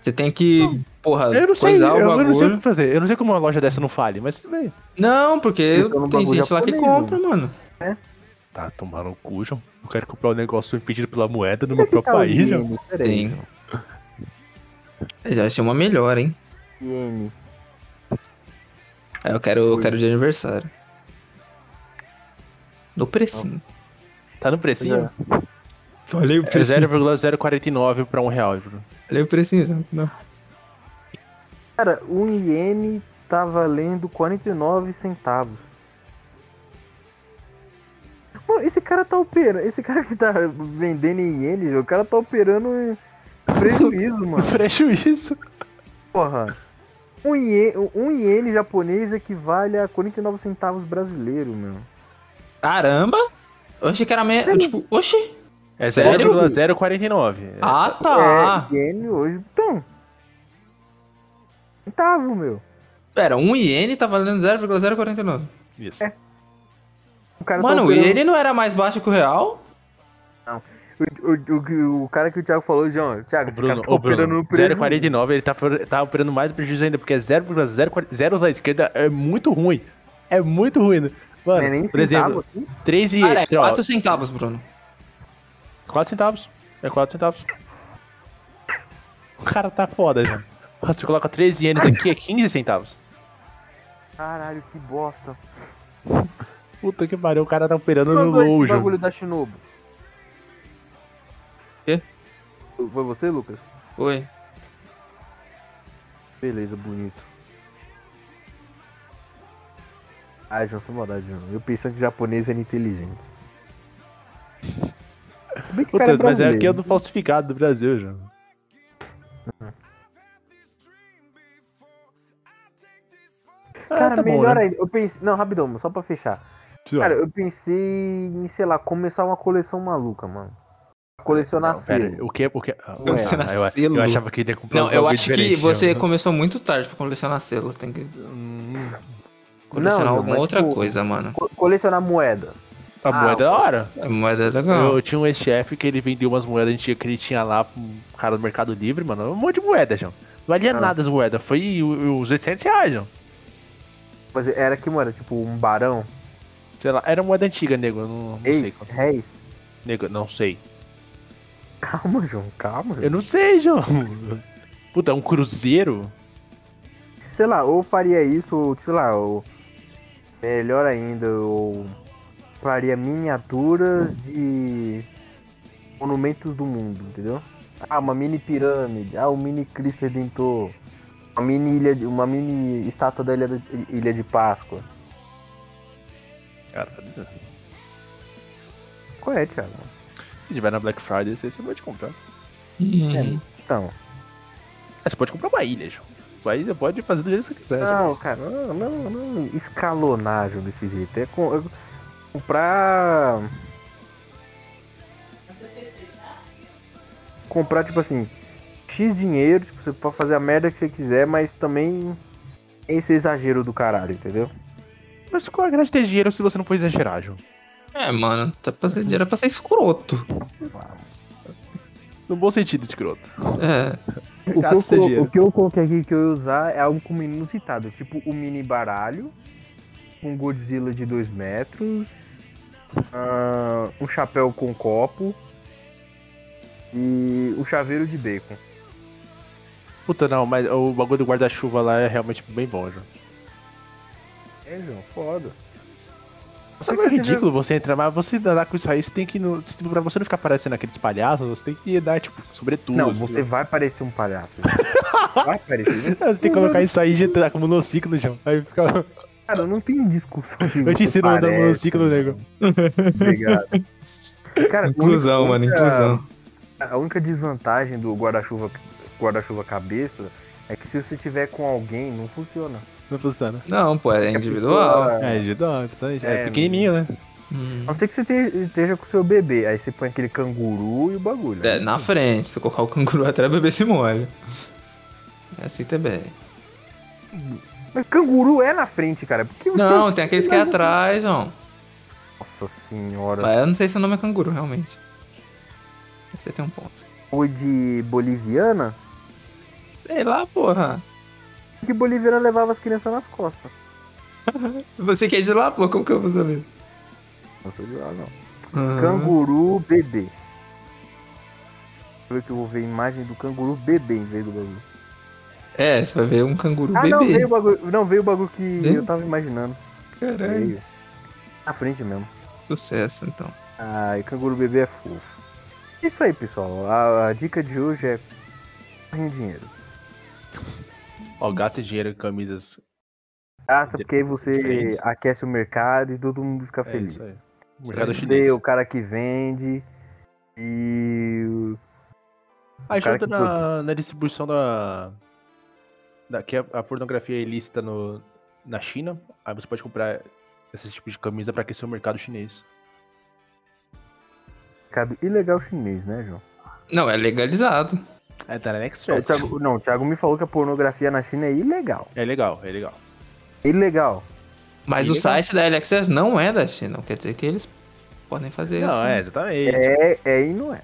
Speaker 2: Você tem que, porra,
Speaker 4: Eu não sei,
Speaker 2: coisar
Speaker 4: eu,
Speaker 2: o
Speaker 4: eu não sei o
Speaker 2: bagulho.
Speaker 4: que fazer. Eu não sei como uma loja dessa não fale, mas tudo bem.
Speaker 2: Não, porque
Speaker 3: Fica no
Speaker 2: tem
Speaker 3: bagulho
Speaker 2: gente lá que
Speaker 3: japonês,
Speaker 2: compra, mano.
Speaker 4: Tá tomando o cu, João. Eu quero comprar um negócio impedido pela moeda
Speaker 3: Onde
Speaker 4: no
Speaker 3: é
Speaker 4: meu
Speaker 3: que
Speaker 4: próprio
Speaker 3: tá o
Speaker 4: país, João.
Speaker 3: iene? Peraí.
Speaker 2: Tem. Mas eu achei uma melhor, hein?
Speaker 3: Iene.
Speaker 2: Aí Ah, eu quero, eu quero de aniversário. No precinho.
Speaker 4: Tá no precinho?
Speaker 2: Olha o
Speaker 4: É 0,049 pra um real, *laughs* João.
Speaker 2: Olha o precinho, já. Não.
Speaker 3: Cara, um iene tá valendo 49 centavos. Mano, esse cara tá operando. Esse cara que tá vendendo em iene, o cara tá operando em prejuízo, mano.
Speaker 4: Prejuízo.
Speaker 3: Porra. Um iene, um iene japonês equivale a 49 centavos brasileiro, meu.
Speaker 2: Caramba! Eu achei que era meio. Tipo, oxi!
Speaker 4: É
Speaker 2: Sério?
Speaker 4: 0,049. É.
Speaker 2: Ah, tá!
Speaker 3: É, iene hoje. Então. Centavo, meu.
Speaker 2: Pera, um iene tá valendo 0,049.
Speaker 4: Isso.
Speaker 3: O cara tá
Speaker 2: Mano, o
Speaker 3: operando-
Speaker 2: iene não era mais baixo que o real?
Speaker 3: O, o- o- o cara que o Thiago falou, João. Thiago,
Speaker 4: Ô,
Speaker 3: esse
Speaker 4: Bruno,
Speaker 3: cara tá
Speaker 4: ô, Bruno
Speaker 3: operando no prejuízo.
Speaker 4: 0,49, ele tá, tá operando mais prejuízo ainda, porque é 0,0 à esquerda é muito ruim. É muito ruim, né?
Speaker 3: Não
Speaker 4: Mano,
Speaker 3: é nem
Speaker 4: por exemplo,
Speaker 3: centavo aqui.
Speaker 4: 3 e...
Speaker 2: Cara, é 4
Speaker 4: 4...
Speaker 2: centavos, Bruno.
Speaker 4: centavos. É 4 centavos. O cara tá foda, já. Você coloca 3 ienes aqui, é 15 centavos.
Speaker 3: Caralho, que bosta.
Speaker 4: Puta que pariu, o cara tá operando no
Speaker 3: Mandou
Speaker 4: low,
Speaker 3: é esse
Speaker 4: João.
Speaker 3: bagulho da Shinobu.
Speaker 2: Quê?
Speaker 3: Foi você, Lucas?
Speaker 2: Oi.
Speaker 3: Beleza, bonito. Ah, João, sem maldade, João. Eu pensando que japonês era inteligente. Se bem que o
Speaker 4: Puta,
Speaker 3: cara é
Speaker 4: mas é
Speaker 3: brasileiro.
Speaker 4: aqui é do falsificado do Brasil, João. Ah,
Speaker 3: Cara,
Speaker 4: tá bom,
Speaker 3: melhor
Speaker 4: né?
Speaker 3: ainda. Eu pensei... Não, rapidão, só pra fechar. Cara, eu pensei em, sei lá, começar uma coleção maluca, mano. Colecionar
Speaker 4: Não, pera,
Speaker 3: selo.
Speaker 4: o que? O que? Ah,
Speaker 3: Não,
Speaker 4: ué,
Speaker 2: você
Speaker 4: ah, eu- eu,
Speaker 2: nasceu.
Speaker 4: achava que ele ia comprar
Speaker 2: Não,
Speaker 4: um
Speaker 2: eu
Speaker 4: bagulho
Speaker 2: acho que
Speaker 4: diferente,
Speaker 2: você
Speaker 4: né?
Speaker 2: começou muito tarde pra colecionar selos. Tem que
Speaker 4: Hum,
Speaker 2: colecionar
Speaker 3: Não,
Speaker 2: alguma
Speaker 3: mas,
Speaker 2: outra
Speaker 3: tipo,
Speaker 2: coisa, mano.
Speaker 3: Co- colecionar moeda.
Speaker 4: A
Speaker 3: Ah,
Speaker 4: moeda é da hora.
Speaker 2: A moeda é legal.
Speaker 4: Eu tinha um ex-chefe que ele vendia umas moedas antigas que ele tinha lá pro cara do Mercado Livre, mano. Um monte de moeda, João. Não valia
Speaker 3: Ah.
Speaker 4: nada as moedas. Foi o- os 800 reais, João.
Speaker 3: Mas era que, mano, tipo um barão.
Speaker 4: Sei lá, era moeda antiga, nego. eu Não, não sei.
Speaker 3: Reis,
Speaker 4: qual-
Speaker 3: réis.
Speaker 4: Nego, não sei.
Speaker 3: Calma, João, calma.
Speaker 4: Eu não sei, João. Puta, um cruzeiro?
Speaker 3: Sei lá, ou faria isso, ou sei lá, ou. Melhor ainda, ou. Faria miniaturas de. Monumentos do mundo, entendeu? Ah, uma mini pirâmide. Ah, um mini Cristo Redentor. Uma mini ilha. de- Uma mini estátua da Ilha de, ilha de Páscoa.
Speaker 4: Cara,
Speaker 3: Qual é, Thiago?
Speaker 4: se tiver na Black Friday, você, você pode comprar.
Speaker 2: Hum.
Speaker 3: Então.
Speaker 4: Ah, você pode comprar uma ilha, João. Aí você pode fazer do jeito que você quiser. João.
Speaker 3: Não, cara, não, não, não escalonar João, desse jeito. É, com, é comprar. Comprar, tipo assim, X dinheiro, tipo, você pode fazer a merda que você quiser, mas também esse é exagero do caralho, entendeu?
Speaker 4: Mas qual é a graça de ter dinheiro se você não for exagerar, João?
Speaker 2: É, mano, tá pra ser, era pra ser escroto.
Speaker 4: No bom sentido, escroto.
Speaker 2: É.
Speaker 3: O que,
Speaker 4: Gasta
Speaker 3: eu,
Speaker 4: seu
Speaker 3: colo-
Speaker 4: dinheiro.
Speaker 3: o que eu coloquei aqui que eu ia usar é algo com mínimo citado, tipo o mini baralho, um Godzilla de 2 metros, ah, um chapéu com copo e o chaveiro de bacon.
Speaker 4: Puta, não, mas o bagulho do guarda-chuva lá é realmente bem bom, João.
Speaker 3: É, João, foda.
Speaker 4: Sabe, é ridículo você entrar, mas você andar com isso aí, você tem que. ir No, se- pra você não ficar parecendo aqueles palhaços, você tem que dar, tipo, sobretudo.
Speaker 3: Não, você vai parecer um
Speaker 4: *laughs*
Speaker 3: palhaço. João. vai parecer. um
Speaker 4: Ah, Você tem que colocar isso aí e entrar com monociclo, João. Aí fica. *laughs*
Speaker 3: Cara, não tem discurso.
Speaker 4: Eu te ensino a andar
Speaker 3: Parece,
Speaker 4: monociclo, nego.
Speaker 3: Obrigado.
Speaker 4: *laughs*
Speaker 3: Cara, a
Speaker 2: Inclusão,
Speaker 3: única-
Speaker 2: mano, inclusão.
Speaker 3: A única desvantagem do guarda-chuva guarda-chuva cabeça é que se você tiver com alguém, não funciona.
Speaker 4: Não funciona.
Speaker 2: Não, pô, é individual.
Speaker 4: É, ajuda, ajuda. é
Speaker 3: É,
Speaker 4: pequenininho, né?
Speaker 2: Hum.
Speaker 3: A não ser que você te- esteja com o seu bebê. Aí você põe aquele canguru e o bagulho.
Speaker 2: É, na frente. Se eu colocar o canguru *laughs* atrás, o bebê se molha. É assim também.
Speaker 3: Mas canguru é na frente, cara. Porque o
Speaker 2: Não,
Speaker 3: seu-
Speaker 2: tem aqueles que é atrás, João.
Speaker 3: Nossa senhora.
Speaker 2: Mas eu não sei se o nome é canguru, realmente. Você tem um ponto.
Speaker 3: O de boliviana?
Speaker 2: Sei lá, porra.
Speaker 3: Que boliviana levava as crianças nas costas.
Speaker 2: Você quer ir de lá, pô? Como que eu vou saber?
Speaker 3: Não sei lá, não.
Speaker 2: Ah,
Speaker 3: Canguru bebê. Deixa eu ver que eu vou ver a imagem do canguru bebê em vez do bagulho.
Speaker 2: É, você vai ver um canguru
Speaker 3: Ah, não, veio
Speaker 2: bebê.
Speaker 3: o bagulho, não, veio o bagulho que
Speaker 2: Veio?
Speaker 3: eu tava imaginando.
Speaker 4: É.
Speaker 2: Caralho.
Speaker 3: Veio. Na frente mesmo.
Speaker 2: Sucesso, então.
Speaker 3: Ai, canguru bebê é fofo. Isso aí, pessoal. A, a dica de hoje é. Tem dinheiro.
Speaker 4: Ó, gasta dinheiro em camisas.
Speaker 3: Gasta, tá? porque aí você
Speaker 4: Diferente.
Speaker 3: aquece o mercado e todo mundo fica
Speaker 4: É
Speaker 3: Tá feliz.
Speaker 4: isso aí. Mercado
Speaker 3: Você, é
Speaker 4: chinês.
Speaker 3: o cara que vende. E. o-
Speaker 4: Ajuda
Speaker 3: cara que
Speaker 4: na, na distribuição da. da que a, a pornografia é ilícita no, na China. Aí você pode comprar esse tipo de camisa pra aquecer o mercado chinês.
Speaker 3: Mercado ilegal chinês, né, João?
Speaker 2: Não, é legalizado.
Speaker 4: É, tá na Next
Speaker 3: É, o Thiago- não, o Thiago me falou que a pornografia na China é ilegal.
Speaker 4: É legal, é legal.
Speaker 3: É ilegal.
Speaker 2: Mas o
Speaker 4: Legal.
Speaker 2: site da AliExpress não é da China. Quer dizer que eles podem fazer isso. né?
Speaker 4: Não, é, exatamente. É,
Speaker 3: É, é e não é.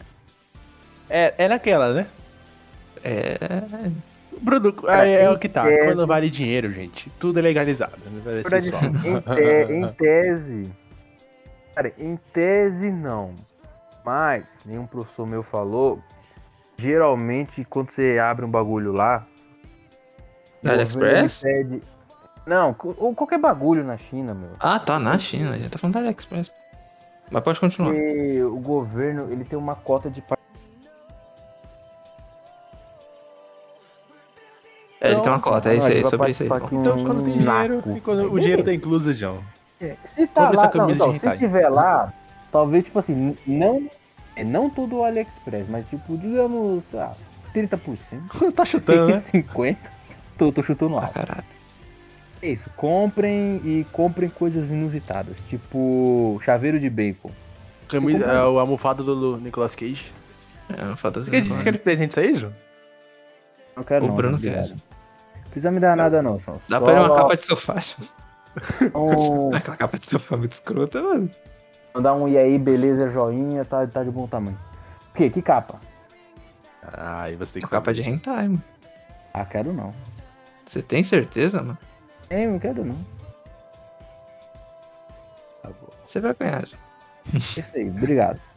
Speaker 4: é, naquela, né?
Speaker 2: É.
Speaker 4: Bruno,
Speaker 3: Cara,
Speaker 4: é, é
Speaker 3: em
Speaker 4: o que tá.
Speaker 3: tese-
Speaker 4: Quando vale dinheiro, gente, tudo é legalizado. Não
Speaker 3: Na verdade,
Speaker 4: parece pessoal.
Speaker 3: assim, em, te- em tese. Cara, em tese não. Mas, nenhum professor meu falou. Geralmente, quando você abre um bagulho lá.
Speaker 2: Da
Speaker 3: o
Speaker 2: AliExpress?
Speaker 3: governo pede- Não, co- ou qualquer bagulho na China, meu.
Speaker 2: Ah, tá, na China. A gente tá falando da AliExpress. Mas pode continuar.
Speaker 3: Porque o governo, ele tem uma cota de. par-
Speaker 2: É, ele tem uma cota, é isso aí,
Speaker 3: Então, Vai
Speaker 2: sobre isso aí.
Speaker 3: participar
Speaker 2: João.
Speaker 3: com
Speaker 4: Então, quando tem
Speaker 3: um
Speaker 4: dinheiro,
Speaker 3: naco.
Speaker 4: e quando o dinheiro tá incluso, João. *laughs*
Speaker 6: Se tá
Speaker 4: Compre
Speaker 6: lá,
Speaker 4: essa camisa
Speaker 6: não, então,
Speaker 4: de hentai.
Speaker 6: se tiver lá, talvez, tipo assim, não, é, não todo o AliExpress, mas tipo, digamos, sei lá, 30%,
Speaker 4: Você tá
Speaker 3: *laughs*
Speaker 4: chutando, né?
Speaker 6: 50%, tô, tô chutando
Speaker 2: Ah,
Speaker 6: alto.
Speaker 2: caralho.
Speaker 6: É isso, comprem e comprem coisas inusitadas, tipo chaveiro de bacon.
Speaker 4: Camisa, é, o almofado do, do Nicolas Cage.
Speaker 2: É, não falta assim.
Speaker 4: Você disse que ele presente isso aí, João?
Speaker 6: Não quero
Speaker 2: O
Speaker 6: não,
Speaker 2: Bruno
Speaker 6: obrigado.
Speaker 2: quer.
Speaker 6: Não precisa me dar nada não, Só
Speaker 2: Dá pra ele uma
Speaker 6: só
Speaker 2: capa de sofá. *laughs*
Speaker 6: um-
Speaker 2: Aquela capa de sofá muito escrota, mano.
Speaker 6: Mandar um e aí, beleza, joinha, tá, tá de bom tamanho. O quê? Que capa?
Speaker 4: Ah, e você tem que
Speaker 2: Uma capa de hentai, mano.
Speaker 6: Ah, quero não.
Speaker 2: Você tem certeza, mano?
Speaker 6: É, não quero não.
Speaker 2: Você vai ganhar, já.
Speaker 6: Isso aí, obrigado.